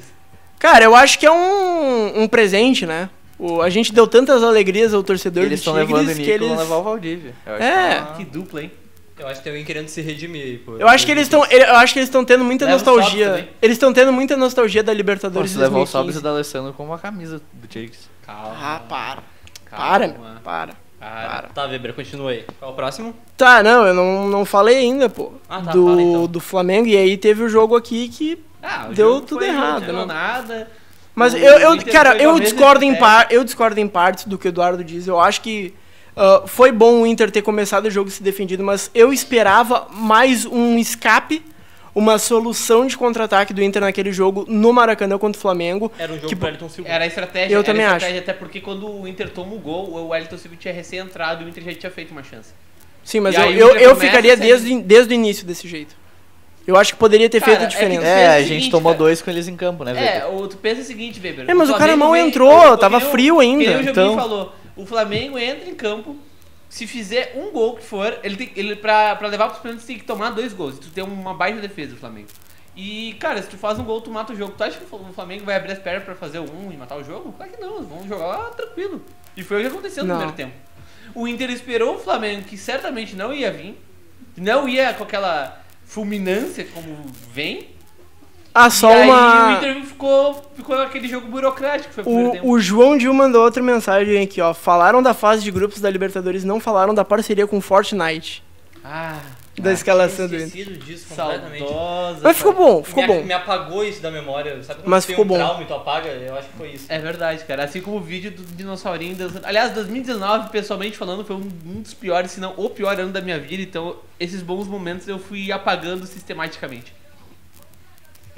Speaker 3: Cara, eu acho que é um, um presente, né? O, a gente deu tantas alegrias ao torcedor do
Speaker 5: Eles estão
Speaker 3: Tigres
Speaker 5: levando o Nico,
Speaker 3: que eles...
Speaker 5: vão levar o Valdívia. Eu acho
Speaker 3: É.
Speaker 5: que tá-
Speaker 2: Que dupla, hein?
Speaker 1: Eu acho que tem alguém querendo se redimir aí, pô.
Speaker 3: Eu acho que eles estão, eu acho que eles estão tendo muita
Speaker 2: Leva o Sobs
Speaker 3: nostalgia.
Speaker 2: também.
Speaker 3: Eles estão tendo muita nostalgia da
Speaker 5: Pô,
Speaker 3: Libertadores
Speaker 5: se
Speaker 3: de
Speaker 5: levar o Sobs
Speaker 3: 2015.
Speaker 5: e o D'Alessandro com uma camisa do Tigres.
Speaker 1: Calma.
Speaker 3: Ah, para. Para,
Speaker 1: calma,
Speaker 3: meu, Ah, para.
Speaker 1: para. Tá, Weber, continua aí. Qual o próximo?
Speaker 3: Tá, não, eu não, não falei ainda, pô.
Speaker 1: Ah, tá,
Speaker 3: do,
Speaker 1: fala então.
Speaker 3: do Flamengo. E aí teve o jogo aqui que.
Speaker 2: Ah, o
Speaker 3: Deu
Speaker 2: jogo
Speaker 3: tudo
Speaker 2: foi jogo,
Speaker 3: errado,
Speaker 2: Não deu
Speaker 3: né?
Speaker 2: nada.
Speaker 3: Mas
Speaker 2: O
Speaker 3: eu, eu-
Speaker 2: Inter
Speaker 3: cara,
Speaker 2: foi com a
Speaker 3: eu
Speaker 2: mesma
Speaker 3: discordo, em
Speaker 2: estratégia.
Speaker 3: par, eu discordo em partes do que o Eduardo diz. Eu acho que ah, foi bom o Inter ter começado o jogo e se defendido, mas eu esperava mais um escape, uma solução de contra-ataque do Inter naquele jogo no Maracanã contra o Flamengo.
Speaker 1: Era um jogo
Speaker 3: Que
Speaker 1: pro
Speaker 3: bo-
Speaker 1: Elton Silva.
Speaker 2: Era a estratégia.
Speaker 3: Eu
Speaker 2: era
Speaker 3: também
Speaker 2: a estratégia, até porque quando o Inter toma o gol, o Elton Silva tinha recém-entrado e o Inter já tinha feito uma chance.
Speaker 3: Sim, mas
Speaker 2: E
Speaker 3: eu,
Speaker 2: aí o
Speaker 3: eu,
Speaker 2: Inter
Speaker 3: eu
Speaker 2: começa
Speaker 3: ficaria
Speaker 2: sem-
Speaker 3: desde, desde o início desse jeito. Eu acho que poderia ter
Speaker 2: Cara,
Speaker 3: feito a
Speaker 2: é que-
Speaker 3: diferença.
Speaker 5: É,
Speaker 2: fez o
Speaker 5: a gente
Speaker 2: seguinte,
Speaker 5: tomou
Speaker 2: cara.
Speaker 5: dois com eles em campo, né,
Speaker 2: É,
Speaker 5: velho?
Speaker 2: o, tu pensa o seguinte, Weber.
Speaker 3: É, mas o cara
Speaker 2: Flamengo
Speaker 3: mal
Speaker 2: vem-
Speaker 3: entrou,
Speaker 2: eu- eu-
Speaker 3: tava
Speaker 2: que nem o-
Speaker 3: frio ainda,
Speaker 2: que nem o Jobim
Speaker 5: então-
Speaker 2: falou, o Flamengo entra em campo, se fizer um gol que for, ele tem, ele, pra, pra levar pros pênaltis tem que tomar dois gols. Tu tem uma baita defesa do Flamengo. E, cara, se tu faz um gol, tu mata o jogo. Tu acha que o Flamengo vai abrir as pernas pra fazer um e matar o jogo? Claro que não, eles vão jogar lá tranquilo. E foi o que aconteceu no
Speaker 3: Não.
Speaker 2: primeiro tempo. O Inter esperou o Flamengo, que certamente não ia vir, não ia com aquela fulminância como vem,
Speaker 3: Ah, só
Speaker 2: e aí o
Speaker 3: uma.
Speaker 2: Inter ficou, ficou naquele jogo burocrático, que foi o primeiro tempo.
Speaker 3: O, o João Dil mandou outra mensagem aqui, ó. Falaram da fase de grupos da Libertadores, não falaram da parceria com Fortnite.
Speaker 2: Ah,
Speaker 3: Da
Speaker 1: Eu
Speaker 3: escalação do
Speaker 1: tinha
Speaker 3: Inter.
Speaker 1: esquecido disso completamente.
Speaker 2: saudosa.
Speaker 3: Mas ficou
Speaker 2: cara.
Speaker 3: bom, ficou
Speaker 1: me,
Speaker 3: bom.
Speaker 1: Me apagou isso da memória, sabe? Quando
Speaker 3: Mas
Speaker 1: tu tem
Speaker 3: ficou
Speaker 1: um
Speaker 3: bom.
Speaker 1: trauma e tu apaga, eu acho que foi isso.
Speaker 2: É verdade, cara. Assim como o vídeo do dinossaurinho dançando. Aliás, 2019, pessoalmente falando, foi um, um dos piores, se não o pior ano da minha vida. Então, esses bons momentos eu fui apagando sistematicamente.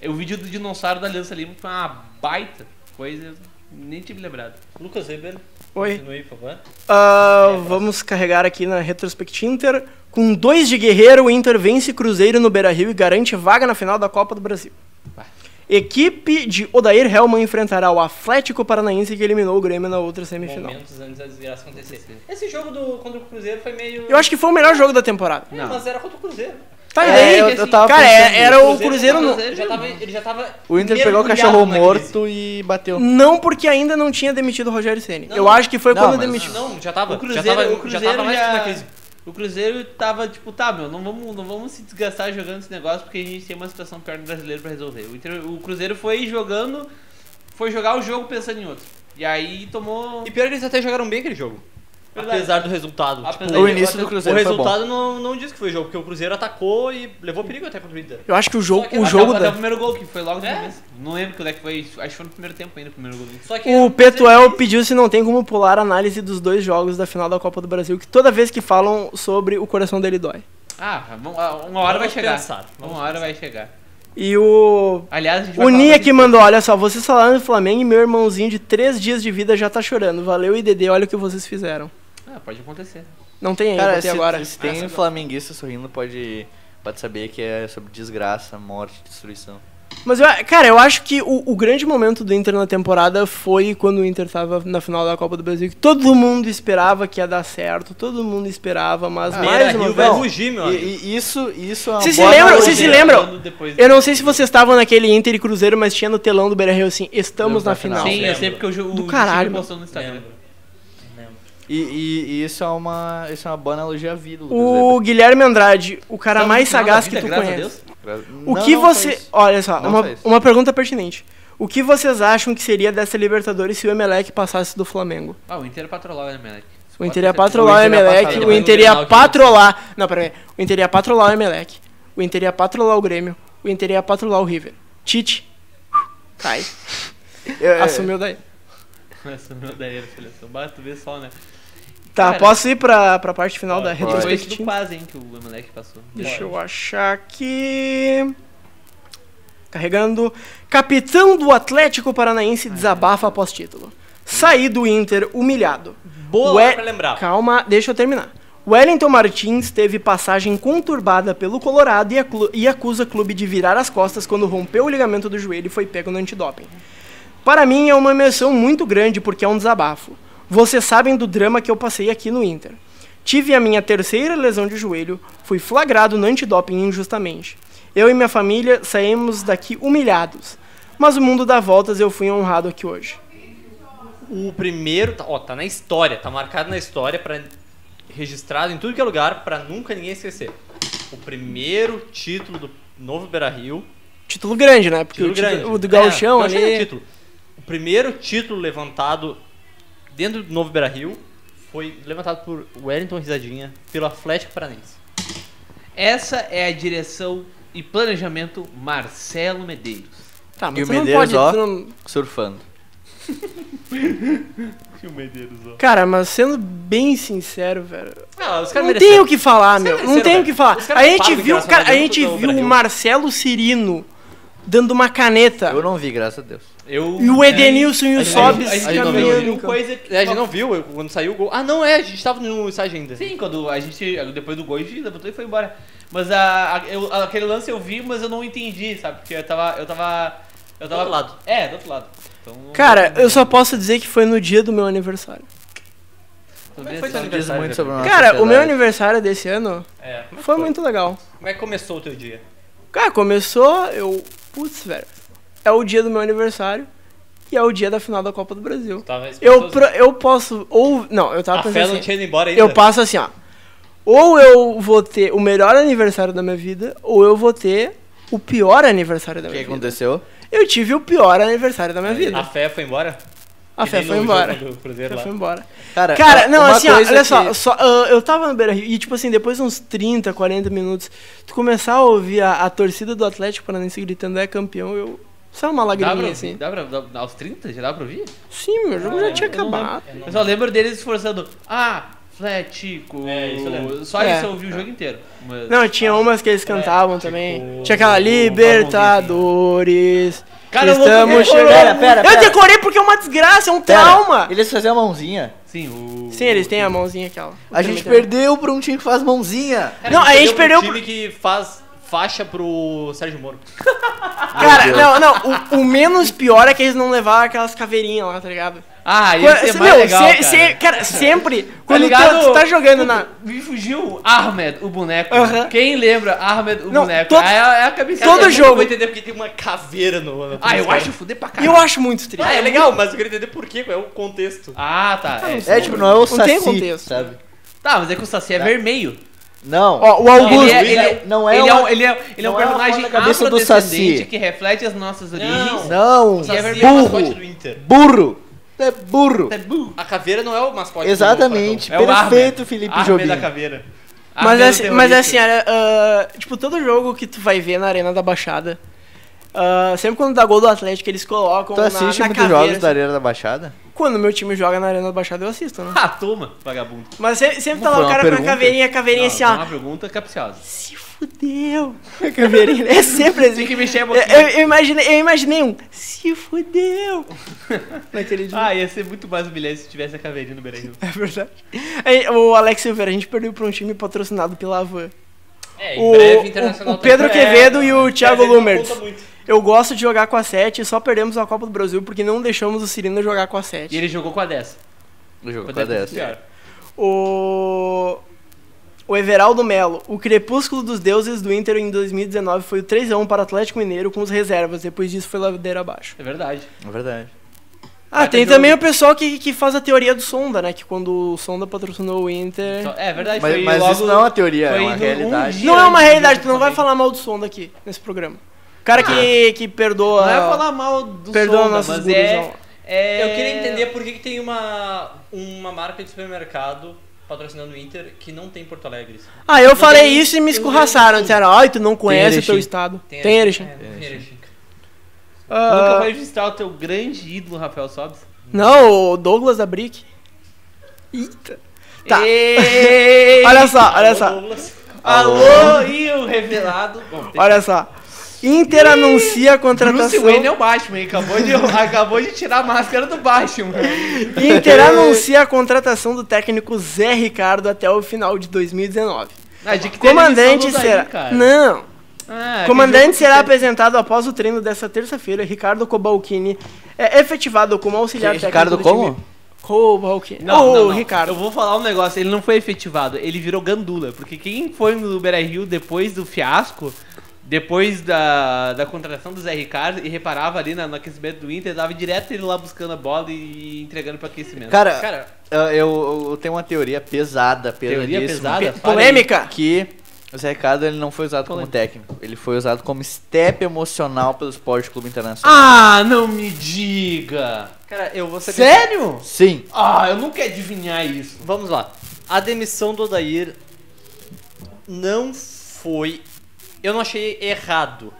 Speaker 2: O vídeo do dinossauro da Aliança Lima foi uma baita coisa, eu nem tinha me lembrado.
Speaker 1: Lucas Weber,
Speaker 3: Oi.
Speaker 1: continue, por favor.
Speaker 3: Ah, vamos carregar aqui na Retrospect Inter. Com dois de Guerreiro, o Inter vence Cruzeiro no Beira Rio e garante vaga na final da Copa do Brasil. Equipe de Odair Hellman enfrentará o Atlético Paranaense que eliminou o Grêmio na outra semifinal.
Speaker 1: Momentos antes da desgraça acontecer. Esse jogo do, contra o Cruzeiro foi meio.
Speaker 3: Eu acho que foi o melhor jogo da temporada.
Speaker 1: É,
Speaker 2: Não.
Speaker 1: mas era contra o Cruzeiro.
Speaker 3: Tá
Speaker 5: É,
Speaker 3: daí,
Speaker 5: eu-
Speaker 3: que
Speaker 5: eu
Speaker 3: assim,
Speaker 5: tava
Speaker 3: cara,
Speaker 5: pensando
Speaker 3: é- era o
Speaker 1: tava-
Speaker 3: Cruzeiro não,
Speaker 1: ele já tava. Ele já tava
Speaker 5: O Inter pegou o
Speaker 1: mergulhado
Speaker 5: cachorro
Speaker 1: na crise.
Speaker 5: morto e bateu.
Speaker 3: não porque ainda não tinha demitido o Rogério Ceni.
Speaker 1: Não,
Speaker 3: Eu
Speaker 1: não.
Speaker 3: acho que foi
Speaker 5: Não,
Speaker 3: quando
Speaker 5: mas-
Speaker 3: demitiu.
Speaker 1: Não, já tava.
Speaker 2: O Cruzeiro,
Speaker 1: já tava,
Speaker 2: o Cruzeiro
Speaker 1: já tava mais
Speaker 2: já-
Speaker 1: na crise.
Speaker 2: O Cruzeiro tava tipo, tá, meu, não vamos, não vamos se desgastar jogando esse negócio porque a gente tem uma situação pior no brasileiro pra resolver. O, Inter- o Cruzeiro foi jogando, foi jogar o jogo pensando em outro. E aí tomou.
Speaker 1: E pior é que eles até jogaram bem aquele jogo.
Speaker 2: Verdade.
Speaker 1: Apesar do resultado.
Speaker 2: Apesar
Speaker 1: Tipo,
Speaker 2: do
Speaker 5: O início do
Speaker 1: o
Speaker 5: Cruzeiro foi bom.
Speaker 1: resultado não, não diz que foi jogo, porque o Cruzeiro atacou e levou perigo até contra o Inter.
Speaker 3: Eu acho que o jogo,
Speaker 1: Só que
Speaker 3: o
Speaker 1: acaba-
Speaker 3: jogo
Speaker 2: até, o
Speaker 3: da...
Speaker 2: primeiro gol que foi logo no
Speaker 1: É.
Speaker 2: começo. Não lembro quando é que foi, acho que foi no primeiro tempo ainda, o primeiro gol. do Inter.
Speaker 1: Só que
Speaker 3: é O Petuel pediu se não tem como pular a análise dos dois jogos da final da Copa do Brasil, que toda vez que falam sobre o coração dele dói.
Speaker 2: Ah, vamos- ah, uma hora vai
Speaker 1: Vamos
Speaker 2: chegar.
Speaker 1: pensar, vamos
Speaker 2: uma hora vai chegar.
Speaker 3: E o
Speaker 2: Aliás, a gente vai
Speaker 3: o Nia
Speaker 2: falar
Speaker 3: que mandou, olha só, vocês falaram do Flamengo e meu irmãozinho de três dias de vida já tá chorando. Valeu IDD, olha o que vocês fizeram.
Speaker 2: desse- Ah, pode acontecer.
Speaker 3: Não tem aí,
Speaker 5: Cara,
Speaker 3: é botei
Speaker 5: se,
Speaker 3: agora.
Speaker 5: se tem flamenguista sorrindo, pode, pode saber que é sobre desgraça, morte, destruição.
Speaker 3: Mas, eu, cara, eu acho que o, o grande momento do Inter na temporada foi quando o Inter tava na final da Copa do Brasil, que todo mundo esperava que ia dar certo, todo mundo esperava, mas mais
Speaker 1: Ah, Beira
Speaker 3: uma
Speaker 1: Rio
Speaker 3: vez...
Speaker 1: vai rugir, meu
Speaker 5: E,
Speaker 1: amigo.
Speaker 5: e isso, isso é uma
Speaker 3: Vocês se
Speaker 5: boa
Speaker 3: lembram?
Speaker 5: analogia.
Speaker 3: Vocês se lembram?
Speaker 2: Falando depois-
Speaker 3: Eu não sei se vocês estavam naquele Inter e Cruzeiro, mas tinha no telão do Beira-Rio assim, estamos
Speaker 5: Estamos na
Speaker 3: na final.
Speaker 5: final.
Speaker 2: Sim, eu
Speaker 1: lembro.
Speaker 2: sei porque o jogo
Speaker 3: Do caralho,
Speaker 2: postou no Instagram.
Speaker 1: Lembro. Lembro.
Speaker 5: E, e- e isso é uma, isso é uma boa analogia à vida, Lucas
Speaker 3: O Guilherme Andrade, o cara
Speaker 2: Estamos
Speaker 3: mais
Speaker 2: no final Tá da
Speaker 3: sagaz
Speaker 2: vida,
Speaker 3: que tu
Speaker 2: é graças a
Speaker 3: conhece.
Speaker 2: Deus.
Speaker 5: Weber. Não,
Speaker 3: O que
Speaker 5: não foi
Speaker 3: você.
Speaker 5: isso.
Speaker 3: Olha só,
Speaker 5: Não
Speaker 3: uma,
Speaker 5: faz.
Speaker 3: uma pergunta pertinente. O que vocês acham que seria dessa Libertadores se o Emelec passasse do Flamengo?
Speaker 2: Ah, o Inter é patrolava, né, Melec?
Speaker 3: O Inter é ia patrolar o
Speaker 5: O Inter ia
Speaker 3: Emelec,
Speaker 5: patrolar.
Speaker 3: o Inter ia
Speaker 1: Depois do
Speaker 5: é
Speaker 1: Grenal que
Speaker 3: patrolar. Não, pera aí. O Inter ia patrolar o Emelec. O Inter ia patrolar o Grêmio. O Inter ia patrolar o River. Tite. Cai.
Speaker 5: Eu- eu-
Speaker 3: Ah, Assumiu daí.
Speaker 2: Assumiu daí a seleção. Bah, tu vê só, né?
Speaker 3: Tá,
Speaker 2: Cara,
Speaker 3: posso ir pra, pra parte final da
Speaker 1: pode, pode.
Speaker 2: Foi isso do
Speaker 3: retrospectiva?
Speaker 2: tipo quase, hein, que o Emelec passou.
Speaker 3: Deixa eu achar aqui. Carregando. Capitão do Atlético Paranaense desabafa após título. Saí do Inter humilhado.
Speaker 1: Boa
Speaker 3: Ué-
Speaker 1: hora pra lembrar.
Speaker 3: Calma, deixa eu terminar. Wellington Martins teve passagem conturbada pelo Colorado e, aclu- e acusa clube de virar as costas quando rompeu o ligamento do joelho e foi pego no antidoping. Para mim é uma imersão muito grande porque é um desabafo. Vocês sabem do drama que eu passei aqui no Inter. Tive a minha terceira lesão de joelho, fui flagrado no antidoping injustamente. Eu e minha família saímos daqui humilhados, mas o mundo dá voltas e eu fui honrado aqui hoje.
Speaker 1: O primeiro, tá- ó, tá na história, tá marcado na história, pra, registrado em tudo que é lugar, pra nunca ninguém esquecer. O primeiro título do novo Beira Rio.
Speaker 3: Título grande, né? Porque
Speaker 1: Título
Speaker 3: o, título-
Speaker 1: grande.
Speaker 3: o do Gauchão
Speaker 1: é,
Speaker 3: ali.
Speaker 1: é título. O primeiro título levantado dentro do novo Beira Rio foi levantado por Wellington Risadinha, pelo Atlético Paranense.
Speaker 2: Essa é a direção e planejamento Marcelo Medeiros.
Speaker 3: Tá, mas
Speaker 5: E o
Speaker 3: tu não
Speaker 5: Medeiros,
Speaker 3: pode-
Speaker 5: ó.
Speaker 3: tu não-
Speaker 5: Surfando.
Speaker 3: Cara, mas sendo bem sincero, velho.
Speaker 1: Ah, os
Speaker 3: Não tem o que falar, meu.
Speaker 1: caras
Speaker 3: Não
Speaker 1: mereceram,
Speaker 3: tem o que
Speaker 1: velho.
Speaker 3: falar.
Speaker 1: Os caras
Speaker 3: A
Speaker 1: não
Speaker 3: gente
Speaker 1: pagam,
Speaker 3: viu,
Speaker 1: graças a
Speaker 3: cara, a
Speaker 1: Deus,
Speaker 3: gente
Speaker 1: do
Speaker 3: viu o
Speaker 1: Brasil.
Speaker 3: Marcelo Cirino dando uma caneta.
Speaker 5: Eu não vi, graças a Deus.
Speaker 1: Eu,
Speaker 3: E o Edenilson e
Speaker 1: É. A
Speaker 3: o
Speaker 1: gente-
Speaker 3: Sobis
Speaker 1: a gente
Speaker 5: não viu, a gente
Speaker 3: caminhando.
Speaker 2: Viu coisa que-
Speaker 1: É, a gente não viu eu- quando saiu o gol. Ah, não, é, a gente tava no estágio ainda.
Speaker 2: Sim, quando a gente. Depois do gol, a gente levantou e foi embora. Mas a, a- eu- aquele lance eu vi, mas eu não entendi, sabe? Porque eu tava. Eu tava. Eu tava
Speaker 1: Do outro lado.
Speaker 2: É, do outro lado. Então, não-
Speaker 3: Cara, eu só posso dizer que foi no dia do meu aniversário.
Speaker 2: não
Speaker 1: Como é
Speaker 2: vi
Speaker 1: que foi
Speaker 2: essa-
Speaker 1: teu
Speaker 5: Diz
Speaker 1: Aniversário,
Speaker 5: muito sobre a nossa
Speaker 3: Cara, o meu
Speaker 5: sociedade.
Speaker 3: aniversário desse ano
Speaker 1: É, como é que
Speaker 3: foi muito legal.
Speaker 1: Como é que começou o teu dia?
Speaker 3: Cara, começou, eu. Putz, velho. É o dia do meu aniversário e é o dia da final da Copa do Brasil.
Speaker 1: Tava
Speaker 3: Eu, pro- eu posso. Ou. Não, eu tava
Speaker 1: A fé
Speaker 3: pensando.
Speaker 1: não
Speaker 3: Assim,
Speaker 1: tinha ido embora ainda.
Speaker 3: eu passo assim, ó. Ou eu vou ter o melhor aniversário da minha vida, ou eu vou ter o pior aniversário da
Speaker 5: O
Speaker 3: minha
Speaker 5: que
Speaker 3: vida.
Speaker 5: aconteceu?
Speaker 3: Eu tive o pior aniversário da minha vida.
Speaker 1: É, A fé foi embora?
Speaker 3: A
Speaker 1: ah, Que
Speaker 3: fé
Speaker 1: nem
Speaker 3: foi
Speaker 1: no
Speaker 3: embora.
Speaker 1: jogo do
Speaker 3: A
Speaker 1: Cruzeiro
Speaker 3: fé
Speaker 1: lá.
Speaker 3: foi embora.
Speaker 5: Cara,
Speaker 3: Cara,
Speaker 5: É, uma-
Speaker 3: não,
Speaker 5: uma
Speaker 3: assim, ó,
Speaker 5: coisa
Speaker 3: olha
Speaker 5: que-
Speaker 3: só, só, ah, eu tava no Beira Rio e, tipo assim, depois de uns 30, 40 minutos, tu começar a ouvir a, a torcida do Atlético Paranaense gritando é campeão, eu. Só
Speaker 2: Dá
Speaker 3: uma
Speaker 2: pra,
Speaker 3: lagriminha
Speaker 2: ouvir?
Speaker 3: assim.
Speaker 2: dá pra, dá- aos 30 já dá pra ouvir?
Speaker 3: Sim, meu jogo já tinha
Speaker 2: Eu não lembro.
Speaker 3: acabado.
Speaker 2: Eu só lembro deles esforçando. Ah, Fletico.
Speaker 1: É, isso eu lembro.
Speaker 2: Só
Speaker 3: É.
Speaker 2: isso eu ouvi o jogo inteiro. Mas...
Speaker 3: Não, tipo, tinha umas que eles cantavam também. Tinha aquela Libertadores.
Speaker 2: Cara, eu vou-
Speaker 3: estamos
Speaker 5: eu- eu-
Speaker 3: chegando.
Speaker 5: pera, pera,
Speaker 3: Eu
Speaker 5: pera.
Speaker 3: decorei porque é uma desgraça, é um
Speaker 5: Pera,
Speaker 3: trauma.
Speaker 5: Eles faziam a mãozinha.
Speaker 2: Sim, o.
Speaker 3: Sim, eles têm a mãozinha aquela.
Speaker 5: A gente
Speaker 3: Tremendo.
Speaker 5: perdeu pra um time que faz mãozinha.
Speaker 3: Não, a gente perdeu.
Speaker 1: pro time que faz faixa pro Sérgio Moro.
Speaker 3: Cara, não, não. O, o menos pior é que eles não levaram aquelas caveirinhas lá, tá ligado?
Speaker 2: Ah,
Speaker 3: Quando-
Speaker 2: esse é
Speaker 3: se-
Speaker 2: mais
Speaker 3: meu,
Speaker 2: legal.
Speaker 3: se-
Speaker 2: cara.
Speaker 3: se- cara, sempre. quando tá
Speaker 2: ligado?
Speaker 3: tu, tá jogando na.
Speaker 2: Me fugiu Ahmed, o boneco.
Speaker 3: Aham.
Speaker 2: Quem lembra Ahmed, o
Speaker 3: Não,
Speaker 2: boneco?
Speaker 3: todo-
Speaker 2: Ah, é, é a cabeça.
Speaker 3: todo
Speaker 2: é-
Speaker 3: jogo.
Speaker 1: Eu vou entender porque tem uma caveira no. no
Speaker 2: Ah, eu
Speaker 1: Cruzeiro.
Speaker 2: acho fuder pra
Speaker 3: E
Speaker 2: caralho.
Speaker 3: eu acho muito triste.
Speaker 1: Ah, é legal, mas eu queria entender por quê, qual é o contexto.
Speaker 2: Ah, tá. é.
Speaker 5: É, tipo, não é o
Speaker 3: Não
Speaker 5: saci,
Speaker 3: tem contexto.
Speaker 5: sabe?
Speaker 2: Tá, mas é que o Saci é vermelho.
Speaker 5: Não.
Speaker 3: Ó, o
Speaker 2: Ele
Speaker 3: Augusto.
Speaker 2: é,
Speaker 5: Luiz,
Speaker 2: ele é-
Speaker 5: né? Não é
Speaker 2: ele é
Speaker 5: uma-
Speaker 2: um, ele é, ele é um
Speaker 5: não é uma
Speaker 2: personagem
Speaker 5: foto da cabeça do
Speaker 2: afrodescendente
Speaker 5: Saci.
Speaker 2: que reflete as nossas origens.
Speaker 5: Não.
Speaker 1: O Saci
Speaker 2: vermelho.
Speaker 1: é o
Speaker 5: burro.
Speaker 1: mascote do Inter.
Speaker 5: Burro. É burro.
Speaker 2: É burro.
Speaker 1: A caveira não é o mascote
Speaker 5: Exatamente.
Speaker 1: do
Speaker 2: É o
Speaker 5: Perfeito,
Speaker 2: Ahmed.
Speaker 5: Felipe
Speaker 2: Ahmed
Speaker 5: Jobim.
Speaker 2: da caveira.
Speaker 3: Mas,
Speaker 2: Ahmed
Speaker 3: é
Speaker 2: é
Speaker 3: assim,
Speaker 2: terrorista.
Speaker 3: mas é assim, era, ah, tipo, todo jogo que tu vai ver na Arena da Baixada, ah, sempre quando dá gol do Atlético, eles colocam
Speaker 5: Tu
Speaker 3: na,
Speaker 5: assiste
Speaker 3: na
Speaker 5: muitos
Speaker 3: caveira.
Speaker 5: jogos da
Speaker 3: assim.
Speaker 5: Arena da Baixada?
Speaker 3: Quando meu time joga na Arena da Baixada, eu assisto, né?
Speaker 2: Ah, toma, vagabundo.
Speaker 3: Mas se- sempre, tá lá
Speaker 5: Não foi
Speaker 3: o
Speaker 5: uma
Speaker 3: cara com a
Speaker 5: pergunta.
Speaker 3: caveirinha, a caveirinha
Speaker 2: Não,
Speaker 3: assim,
Speaker 2: é uma
Speaker 3: ó.
Speaker 2: pergunta capciosa.
Speaker 3: Se fudeu. A caveirinha é sempre assim.
Speaker 2: Tem que mexer um a
Speaker 3: Eu,
Speaker 2: boquinha.
Speaker 3: eu, eu imaginei, eu imaginei um. Se fudeu. Naquele dia.
Speaker 2: Ah, ia ser muito mais humilhante se tivesse a caveirinha no Beira Rio.
Speaker 3: É verdade. Aí, O Alex Silveira, a gente perdeu pra um time patrocinado pela Avan.
Speaker 1: É, em
Speaker 3: O,
Speaker 1: breve, internacional
Speaker 3: o Pedro
Speaker 1: também.
Speaker 3: Quevedo e o
Speaker 1: Mas
Speaker 3: Thiago
Speaker 1: ele não
Speaker 3: Lumertz.
Speaker 1: conta muito.
Speaker 3: Eu gosto de jogar com a 7 e só perdemos a Copa do Brasil porque não deixamos o Cirino jogar com a 7.
Speaker 2: E ele jogou com a 10.
Speaker 5: No jogo
Speaker 3: é
Speaker 2: Poderia
Speaker 5: com a
Speaker 2: ter
Speaker 5: 10.
Speaker 2: sido pior.
Speaker 3: O... o Everaldo Melo. O crepúsculo dos deuses do Inter em 2019 foi o 3x1 para o Atlético Mineiro com os reservas. Depois disso foi ladeira abaixo.
Speaker 2: É verdade.
Speaker 5: É verdade.
Speaker 3: Ah,
Speaker 2: Baita
Speaker 3: tem
Speaker 2: jogo.
Speaker 3: também o pessoal que, que faz a teoria do Sonda, né? Que quando o Sonda patrocinou o Inter...
Speaker 2: Só- É verdade, foi
Speaker 5: Mas, mas
Speaker 2: logo...
Speaker 5: isso não é uma teoria, é
Speaker 2: foi
Speaker 5: uma
Speaker 2: no- um
Speaker 5: realidade.
Speaker 2: dia
Speaker 3: Não é uma
Speaker 2: antes do
Speaker 3: realidade, tu
Speaker 2: jogo
Speaker 3: não vai
Speaker 2: também.
Speaker 3: falar mal do Sonda aqui, nesse programa. O cara que, que perdoa...
Speaker 2: Não é falar mal do
Speaker 3: Perdoa
Speaker 2: Sonda,
Speaker 3: nossos
Speaker 2: mas
Speaker 3: gurus,
Speaker 2: é,
Speaker 3: não.
Speaker 2: é-
Speaker 1: Eu queria entender por que, que tem uma, uma marca de supermercado patrocinando o Inter que não tem em Porto Alegre.
Speaker 3: Ah, eu
Speaker 1: Não
Speaker 3: falei
Speaker 1: tem-
Speaker 3: isso e me
Speaker 1: não tem
Speaker 3: escorraçaram.
Speaker 1: Erechim.
Speaker 3: Disseram, ai, tu não conhece o teu
Speaker 5: Erechim.
Speaker 3: estado. Tem Erechim.
Speaker 1: É, tem Erechim.
Speaker 2: Nunca
Speaker 3: Ah,
Speaker 2: vai visitar o teu grande ídolo, Rafael Sobis.
Speaker 3: não, o Douglas da Brick. Eita. Tá.
Speaker 2: Ei!
Speaker 3: Olha só, olha
Speaker 1: Alô,
Speaker 3: só,
Speaker 1: Douglas.
Speaker 2: Alô, e o revelado. Bom, tem-
Speaker 3: olha só. Inter anuncia a
Speaker 2: Bruce
Speaker 3: contratação.
Speaker 2: Wayne é o Batman, hein? Acabou de, acabou de tirar a máscara do Batman. um
Speaker 3: Inter anuncia a contratação do técnico Zé Ricardo até o final de 2019.
Speaker 2: Ah, de que tem
Speaker 3: Comandante
Speaker 2: demissão do Daí,
Speaker 3: será.
Speaker 2: cara.
Speaker 3: não.
Speaker 2: Ah, que
Speaker 3: Comandante
Speaker 2: jogo
Speaker 3: será
Speaker 2: que tem-
Speaker 3: apresentado após o treino dessa terça-feira. Ricardo Cobalcini é efetivado como auxiliar técnico
Speaker 5: Ricardo
Speaker 3: do
Speaker 5: como?
Speaker 3: time. Rouba o quê?
Speaker 2: Não,
Speaker 3: Ô,
Speaker 2: não, não.
Speaker 3: Ricardo.
Speaker 2: Eu vou falar um negócio, ele não foi efetivado, ele virou gandula, porque quem foi no Beira Rio depois do fiasco, depois da, da contratação do Zé Ricardo e reparava ali na- no aquecimento do Inter, dava direto ele lá buscando a bola e entregando pro aquecimento.
Speaker 5: Cara,
Speaker 1: Cara,
Speaker 5: eu, eu- eu tenho uma teoria pesada,
Speaker 2: Teoria
Speaker 5: pesadíssima,
Speaker 2: pesada,
Speaker 5: que-
Speaker 2: fala aí.
Speaker 3: Polêmica.
Speaker 5: que o Zé Ricardo ele não foi usado como técnico, ele foi usado como step emocional pelo Esporte Clube Internacional.
Speaker 2: Ah, não me diga!
Speaker 1: cara, eu vou ser. bem-
Speaker 2: Sério?
Speaker 5: Sim.
Speaker 2: Ah, eu não quero adivinhar isso.
Speaker 1: Vamos lá. A demissão do Odair não foi. Eu não achei errado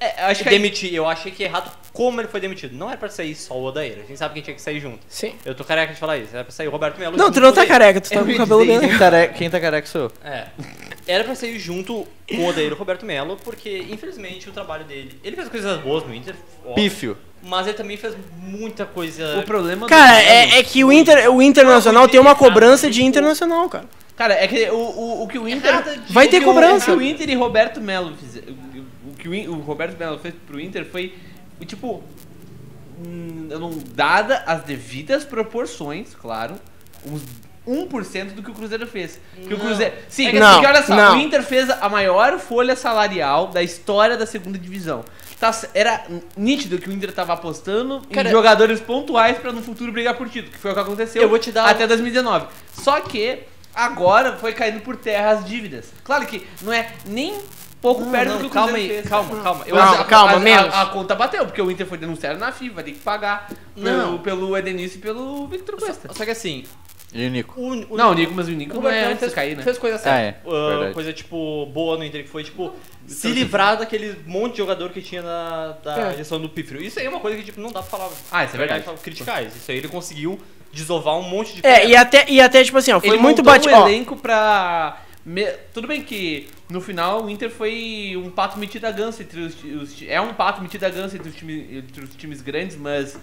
Speaker 2: É, acho que
Speaker 1: demitir. Eu achei que é errado como ele foi demitido. Não era pra sair só o Odair. A gente sabe que tinha que sair junto.
Speaker 3: Sim.
Speaker 1: Eu tô careca de falar isso. Era pra sair o Roberto Melo.
Speaker 3: Não,
Speaker 1: junto
Speaker 3: tu não
Speaker 1: com o
Speaker 3: tá
Speaker 1: Odair.
Speaker 3: careca, tu tá
Speaker 2: Eu
Speaker 3: com o
Speaker 2: ia
Speaker 3: cabelo
Speaker 2: dizer
Speaker 3: dentro.
Speaker 5: Quem tá, careca- quem tá careca sou eu.
Speaker 1: É. Era pra sair junto com o Odair e o Roberto Melo, porque infelizmente o trabalho dele. Ele fez coisas boas no Inter, óbvio,
Speaker 5: Pífio.
Speaker 1: mas ele também fez muita coisa.
Speaker 2: o problema do
Speaker 3: É. Cara,
Speaker 2: Grêmio-
Speaker 3: é, é que o, Inter, o Internacional tem uma cobrança de Internacional, cara.
Speaker 2: Cara, é que o, o, o que o Inter.
Speaker 1: Errada de-
Speaker 3: Vai
Speaker 2: o
Speaker 3: ter
Speaker 2: que o-
Speaker 3: cobrança.
Speaker 2: O, que o Inter e Roberto Melo fizeram. O, o que o, In- o Roberto Melo fez pro Inter foi. Tipo. hum, Eu não, dada as devidas proporções, claro. Uns 1% do que o Cruzeiro fez. Que o
Speaker 1: Não.
Speaker 2: Cruzeiro. Sim,
Speaker 3: É que-
Speaker 2: porque
Speaker 3: Não,
Speaker 2: olha só,
Speaker 3: não.
Speaker 2: o Inter fez a maior folha salarial da história da segunda divisão. Tá c- era nítido que o Inter tava apostando
Speaker 1: Cara-
Speaker 2: em jogadores pontuais pra no futuro brigar por título, que foi o que aconteceu
Speaker 1: Eu vou te dar-
Speaker 2: até 2019. Só que agora foi caindo por terra as dívidas. Claro que não é nem pouco
Speaker 1: Não,
Speaker 2: perto
Speaker 1: não,
Speaker 2: do que o
Speaker 1: calma
Speaker 2: Cruzeiro
Speaker 1: aí,
Speaker 2: fez.
Speaker 1: calma, calma. Eu-
Speaker 3: Não,
Speaker 2: a-
Speaker 3: calma,
Speaker 2: a, a-
Speaker 3: menos.
Speaker 2: A, conta bateu, porque o Inter foi denunciado na FIFA, vai ter que pagar
Speaker 1: Não.
Speaker 2: pelo, pelo Edenilson e pelo Victor Cuesta.
Speaker 1: Só que assim,
Speaker 5: E o Nico.
Speaker 1: o, o
Speaker 2: Não, o Nico, mas o
Speaker 1: o
Speaker 2: Nico não
Speaker 1: Roberto
Speaker 2: é
Speaker 1: Melo
Speaker 2: antes
Speaker 1: fez,
Speaker 2: de cair, né?
Speaker 1: fez coisa séria.
Speaker 5: Ah, é,
Speaker 1: Ah,
Speaker 5: verdade.
Speaker 1: coisa tipo boa no Inter que foi
Speaker 2: Então,
Speaker 1: tipo
Speaker 2: assim,
Speaker 1: se livrar daquele monte de jogador que tinha na da
Speaker 3: É.
Speaker 1: gestão do Pífero. Isso aí é uma coisa que tipo não dá pra falar.
Speaker 2: Ah, isso é verdade.
Speaker 1: pra criticar isso. Isso aí ele conseguiu desovar um monte de
Speaker 3: É, e até, e até tipo assim, ó, foi
Speaker 2: Ele montou
Speaker 3: muito bate...
Speaker 2: um
Speaker 3: ó,
Speaker 2: elenco pra... me- Tudo bem que no final o Inter foi um pato metido a ganso entre os, ti- os ti- É um pato metido a ganso entre os, time- entre os times grandes, mas...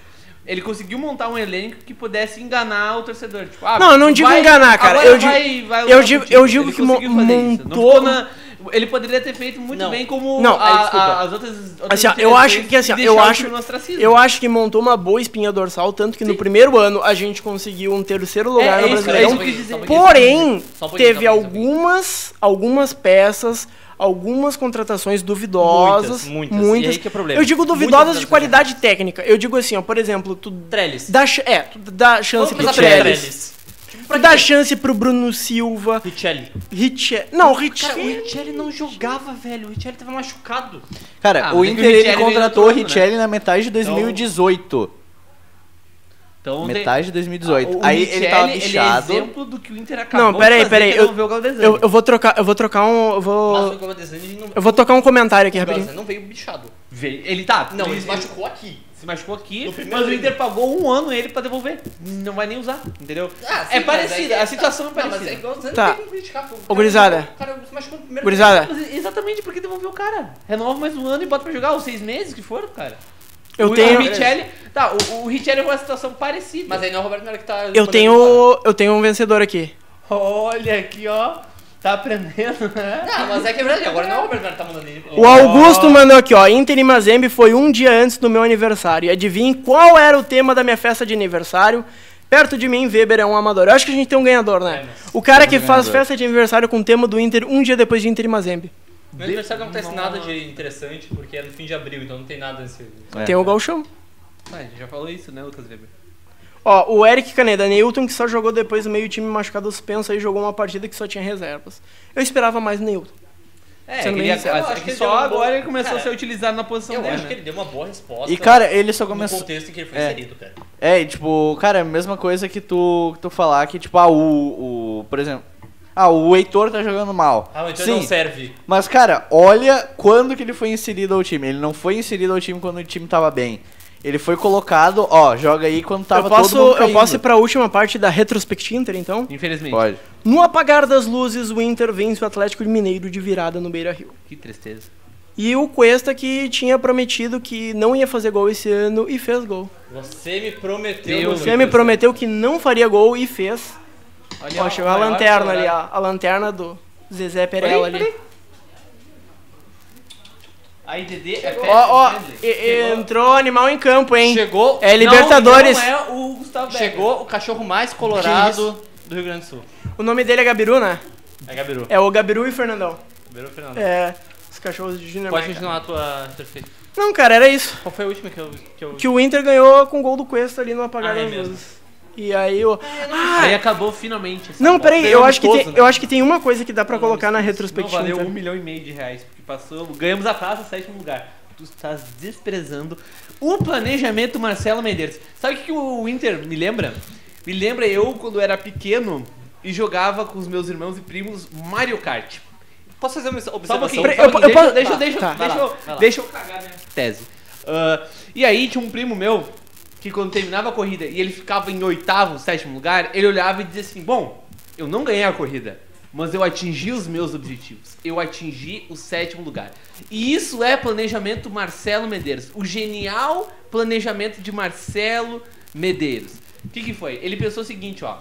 Speaker 2: Ele conseguiu montar um elenco que pudesse enganar o torcedor. Tipo, ah,
Speaker 3: Não, eu não digo
Speaker 2: vai-
Speaker 3: enganar, cara.
Speaker 2: agora
Speaker 3: Eu digo-
Speaker 2: vai- vai
Speaker 3: eu
Speaker 2: lutar por
Speaker 3: digo-
Speaker 2: título.
Speaker 3: eu digo
Speaker 2: Ele
Speaker 3: que mo-
Speaker 2: conseguiu fazer isso. Não
Speaker 3: montou- um-
Speaker 2: ficou na- Ele poderia ter feito muito
Speaker 1: Não.
Speaker 2: bem como
Speaker 3: Não,
Speaker 2: a-
Speaker 3: aí, desculpa.
Speaker 2: a- as outras. outras
Speaker 3: Assim, ó, eu
Speaker 2: direções
Speaker 3: acho que, assim, ó,
Speaker 2: e deixar
Speaker 3: eu
Speaker 2: o
Speaker 3: acho-
Speaker 2: time no ostracismo.
Speaker 3: Eu acho que montou uma boa espinha dorsal, tanto que no primeiro ano a gente conseguiu um terceiro lugar
Speaker 2: É,
Speaker 3: no
Speaker 2: é isso,
Speaker 3: Brasileirão.
Speaker 2: é isso que eu quis dizer.
Speaker 3: Porém,
Speaker 1: Só um pouquinho,
Speaker 3: teve
Speaker 1: só um pouquinho, só
Speaker 3: algumas, algumas peças, algumas contratações duvidosas.
Speaker 1: Muitas, muitas. E aí que é o problema.
Speaker 3: Eu digo
Speaker 1: Muitas
Speaker 3: duvidosas de
Speaker 1: contratações
Speaker 3: qualidade técnica. Eu digo assim, ó, por exemplo, tu
Speaker 1: Trellis.
Speaker 3: dá, ch- é, tu dá chance pro
Speaker 1: Vamos começar pelo
Speaker 3: Trellis.
Speaker 1: Trellis.
Speaker 3: Tu dá chance pro Bruno Silva,
Speaker 1: Richelli.
Speaker 3: Richie... Não, Richie...
Speaker 1: Cara, o Richelli não jogava, velho. O Richelli tava machucado.
Speaker 5: Cara,
Speaker 2: Ah,
Speaker 5: o
Speaker 2: mas é que
Speaker 5: Inter
Speaker 2: o
Speaker 5: ele
Speaker 2: Richelli
Speaker 5: contratou o
Speaker 2: veio do outro ano,
Speaker 5: Richelli na metade de 2018.
Speaker 2: Então, tem-
Speaker 5: Metade de 2018.
Speaker 2: o
Speaker 5: Aí ele
Speaker 2: Richelli,
Speaker 5: tava
Speaker 2: é
Speaker 5: bichado.
Speaker 2: exemplo do que o Inter acabou
Speaker 3: Não, peraí,
Speaker 2: de fazer,
Speaker 3: peraí,
Speaker 2: que
Speaker 3: eu-
Speaker 2: não vê o Galdesani.
Speaker 3: Eu, eu vou trocar, eu vou trocar um... Eu
Speaker 1: Mas o
Speaker 3: vou,
Speaker 1: Goma Desani ele não
Speaker 3: eu vou tocar um comentário aqui
Speaker 1: o
Speaker 3: rapidinho.
Speaker 1: Goma não veio bichado.
Speaker 2: Veio- Ele tá.
Speaker 1: Não, Ah, ele se
Speaker 2: machucou.
Speaker 1: machucou aqui.
Speaker 2: se machucou aqui,
Speaker 1: No primeiro
Speaker 2: mas o
Speaker 1: jogo.
Speaker 2: Inter pagou um ano ele pra devolver. Não vai nem usar, entendeu?
Speaker 1: Ah, sim,
Speaker 2: é
Speaker 1: mas
Speaker 2: parecida,
Speaker 1: é que-
Speaker 2: a situação é
Speaker 1: Não, mas é
Speaker 2: parecida.
Speaker 1: igual você
Speaker 3: Tá.
Speaker 1: não tem como criticar. pô. O cara-
Speaker 3: gurizada.
Speaker 1: O cara se machucou no primeiro.
Speaker 3: Gurizada,
Speaker 2: Mas é exatamente porque devolveu o cara. Renova mais um ano e bota pra jogar os seis meses que foram, cara.
Speaker 3: eu
Speaker 2: o,
Speaker 3: tenho...
Speaker 2: O Richelli, tá, o, o Richelli é uma situação parecida.
Speaker 1: Mas aí não é o Roberto Melo que tá.
Speaker 3: Eu
Speaker 1: podendo agora.
Speaker 3: tenho, eu tenho um vencedor aqui.
Speaker 2: Olha aqui, ó. Tá aprendendo, né?
Speaker 1: Ah, mas é que é verdade. Agora não é o Roberto Melo que tá mandando ele.
Speaker 2: Oh.
Speaker 3: O Augusto mandou aqui, ó. Inter e Mazembe foi um dia antes do meu aniversário. E adivinhe qual era o tema da minha festa de aniversário? Perto de mim, Weber é um amador. Eu acho que a gente tem um ganhador,
Speaker 2: É,
Speaker 3: né? O cara que
Speaker 5: um
Speaker 3: faz
Speaker 5: ganhador.
Speaker 3: festa de aniversário com o tema do Inter um dia depois de Inter e Mazembe.
Speaker 1: Meu aniversário não acontece nada de interessante, porque é no fim de abril, então não tem nada nesse.
Speaker 5: É.
Speaker 3: Tem um o Galchão.
Speaker 2: Ah, a gente já falou isso, né, Lucas Weber?
Speaker 3: Ó, o Eric Caneda, Neilton, que só jogou depois do meio time machucado suspenso, aí jogou uma partida que só tinha reservas. Eu esperava mais o Neilton.
Speaker 2: É, ele
Speaker 3: Sendo
Speaker 2: É.
Speaker 3: bem
Speaker 2: ia-
Speaker 3: sincero,
Speaker 1: eu acho
Speaker 2: é
Speaker 1: que
Speaker 2: que
Speaker 1: ele
Speaker 2: só
Speaker 1: deu uma boa-
Speaker 2: agora ele começou a
Speaker 1: Cara,
Speaker 2: ser utilizado na posição
Speaker 1: Eu
Speaker 2: dele,
Speaker 1: acho
Speaker 2: né?
Speaker 1: que ele deu uma boa resposta.
Speaker 5: E cara, ele só
Speaker 1: no
Speaker 5: começou.
Speaker 1: contexto em que ele foi
Speaker 5: É.
Speaker 1: inserido, cara.
Speaker 5: É, e tipo, cara, é a mesma coisa que tu, que tu falar que, tipo, ah, o, o. Por exemplo. Ah, o Heitor tá jogando mal.
Speaker 1: Ah, então
Speaker 5: Sim,
Speaker 1: não serve.
Speaker 5: Mas, cara, olha quando que ele foi inserido ao time. Ele não foi inserido ao time quando o time tava bem. Ele foi colocado, ó, joga aí quando tava
Speaker 3: eu posso,
Speaker 5: todo mundo
Speaker 3: eu
Speaker 5: caindo.
Speaker 3: posso ir pra última parte da retrospectiva Inter, então?
Speaker 2: Infelizmente.
Speaker 5: Pode.
Speaker 3: No apagar das luzes, o Inter vence o Atlético Mineiro de virada no Beira-Rio.
Speaker 2: Que tristeza.
Speaker 3: E o Cuesta que tinha prometido que não ia fazer gol esse ano e fez gol.
Speaker 1: Você me prometeu.
Speaker 2: Deus,
Speaker 1: meu
Speaker 3: Você me
Speaker 1: Deus.
Speaker 3: prometeu que não faria gol e fez.
Speaker 2: Olha,
Speaker 3: Ó, chegou a lanterna ali, ó. A lanterna do Zezé Perella ali.
Speaker 2: A IDD é
Speaker 3: Ó,
Speaker 2: Pet
Speaker 3: ó,
Speaker 2: Friendly.
Speaker 3: e- e- entrou animal em campo, hein?
Speaker 1: Chegou,
Speaker 3: É Libertadores.
Speaker 2: Não, não é o Gustavo Becker.
Speaker 1: chegou o cachorro mais colorado do Rio Grande do Sul.
Speaker 3: O nome dele é Gabiru, né?
Speaker 1: É Gabiru.
Speaker 3: É o Gabiru e Fernandão.
Speaker 1: Gabiru
Speaker 2: Ah.
Speaker 1: Fernando.
Speaker 3: É, os cachorros de
Speaker 1: Pode
Speaker 3: Dinamarca.
Speaker 1: continuar a tua perfeita.
Speaker 3: Não, cara, era isso.
Speaker 1: Qual foi a última que eu. Que eu...
Speaker 3: Que o Inter ganhou com o gol do Cuesta ali no apagar
Speaker 1: Ah, é
Speaker 3: das
Speaker 1: mesmo.
Speaker 3: luzes. E aí o...
Speaker 2: Aí acabou finalmente. essa
Speaker 3: Não,
Speaker 2: bola.
Speaker 3: peraí,
Speaker 1: Bem
Speaker 3: eu acho, que
Speaker 1: amistoso,
Speaker 3: tem,
Speaker 1: né?
Speaker 3: eu acho que tem uma coisa que dá pra colocar na retrospectiva.
Speaker 2: Não valeu um
Speaker 3: tá?
Speaker 2: milhão e meio de reais, porque passou, ganhamos a taça, sétimo lugar. Tu estás desprezando o planejamento Marcelo Medeiros. Sabe o que que o Inter me lembra? Me lembra eu quando era pequeno e jogava com os meus irmãos e primos Mario Kart.
Speaker 1: Posso fazer uma
Speaker 2: Só um
Speaker 1: observação?
Speaker 2: pouquinho,
Speaker 3: Pre-
Speaker 2: só um
Speaker 3: eu-
Speaker 2: pouquinho.
Speaker 3: eu posso-
Speaker 2: deixa,
Speaker 3: tá,
Speaker 2: deixa,
Speaker 3: tá.
Speaker 2: deixa,
Speaker 1: Vai lá, vai
Speaker 2: deixa,
Speaker 1: lá.
Speaker 2: deixa eu cagar minha tese. Ah, e aí tinha um primo meu que quando terminava a corrida e ele ficava em oitavo, sétimo lugar, ele olhava e dizia assim, bom, eu não ganhei a corrida, mas eu atingi os meus objetivos. Eu atingi o sétimo lugar. E isso é planejamento Marcelo Medeiros. O genial planejamento de Marcelo Medeiros. O que, que foi? Ele pensou o seguinte, ó.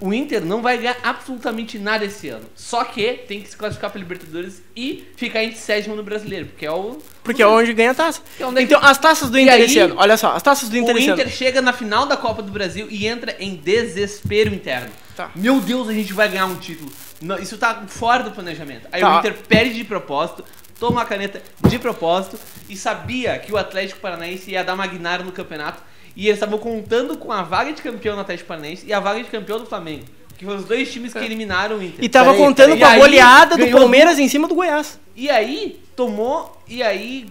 Speaker 2: O Inter não vai ganhar absolutamente nada esse ano. Só que tem que se classificar para Libertadores e ficar em sétimo no brasileiro, porque é o.
Speaker 3: Porque é onde ganha a taça.
Speaker 2: Que é onde é que-
Speaker 3: Então, as taças do
Speaker 2: E
Speaker 3: Inter
Speaker 2: aí-
Speaker 3: esse ano. Olha só, as taças do Inter
Speaker 2: O
Speaker 3: esse
Speaker 2: Inter
Speaker 3: ano.
Speaker 2: chega na final da Copa do Brasil e entra em desespero interno.
Speaker 3: Tá.
Speaker 2: Meu Deus, a gente vai ganhar um título. Não, isso tá fora do planejamento. Aí
Speaker 3: Tá.
Speaker 2: o Inter perde de propósito, toma a caneta de propósito e sabia que o Atlético Paranaense ia dar magnara no campeonato. E eles estavam contando com a vaga de campeão do Atlético Paranaense e a vaga de campeão do Flamengo. Que foram os dois times que eliminaram o Inter.
Speaker 3: É. E tava
Speaker 5: Peraí,
Speaker 3: contando
Speaker 2: peraí.
Speaker 3: com a
Speaker 2: E aí,
Speaker 3: goleada do
Speaker 2: ganhou-
Speaker 3: Palmeiras em cima do Goiás.
Speaker 2: E aí, tomou, e aí,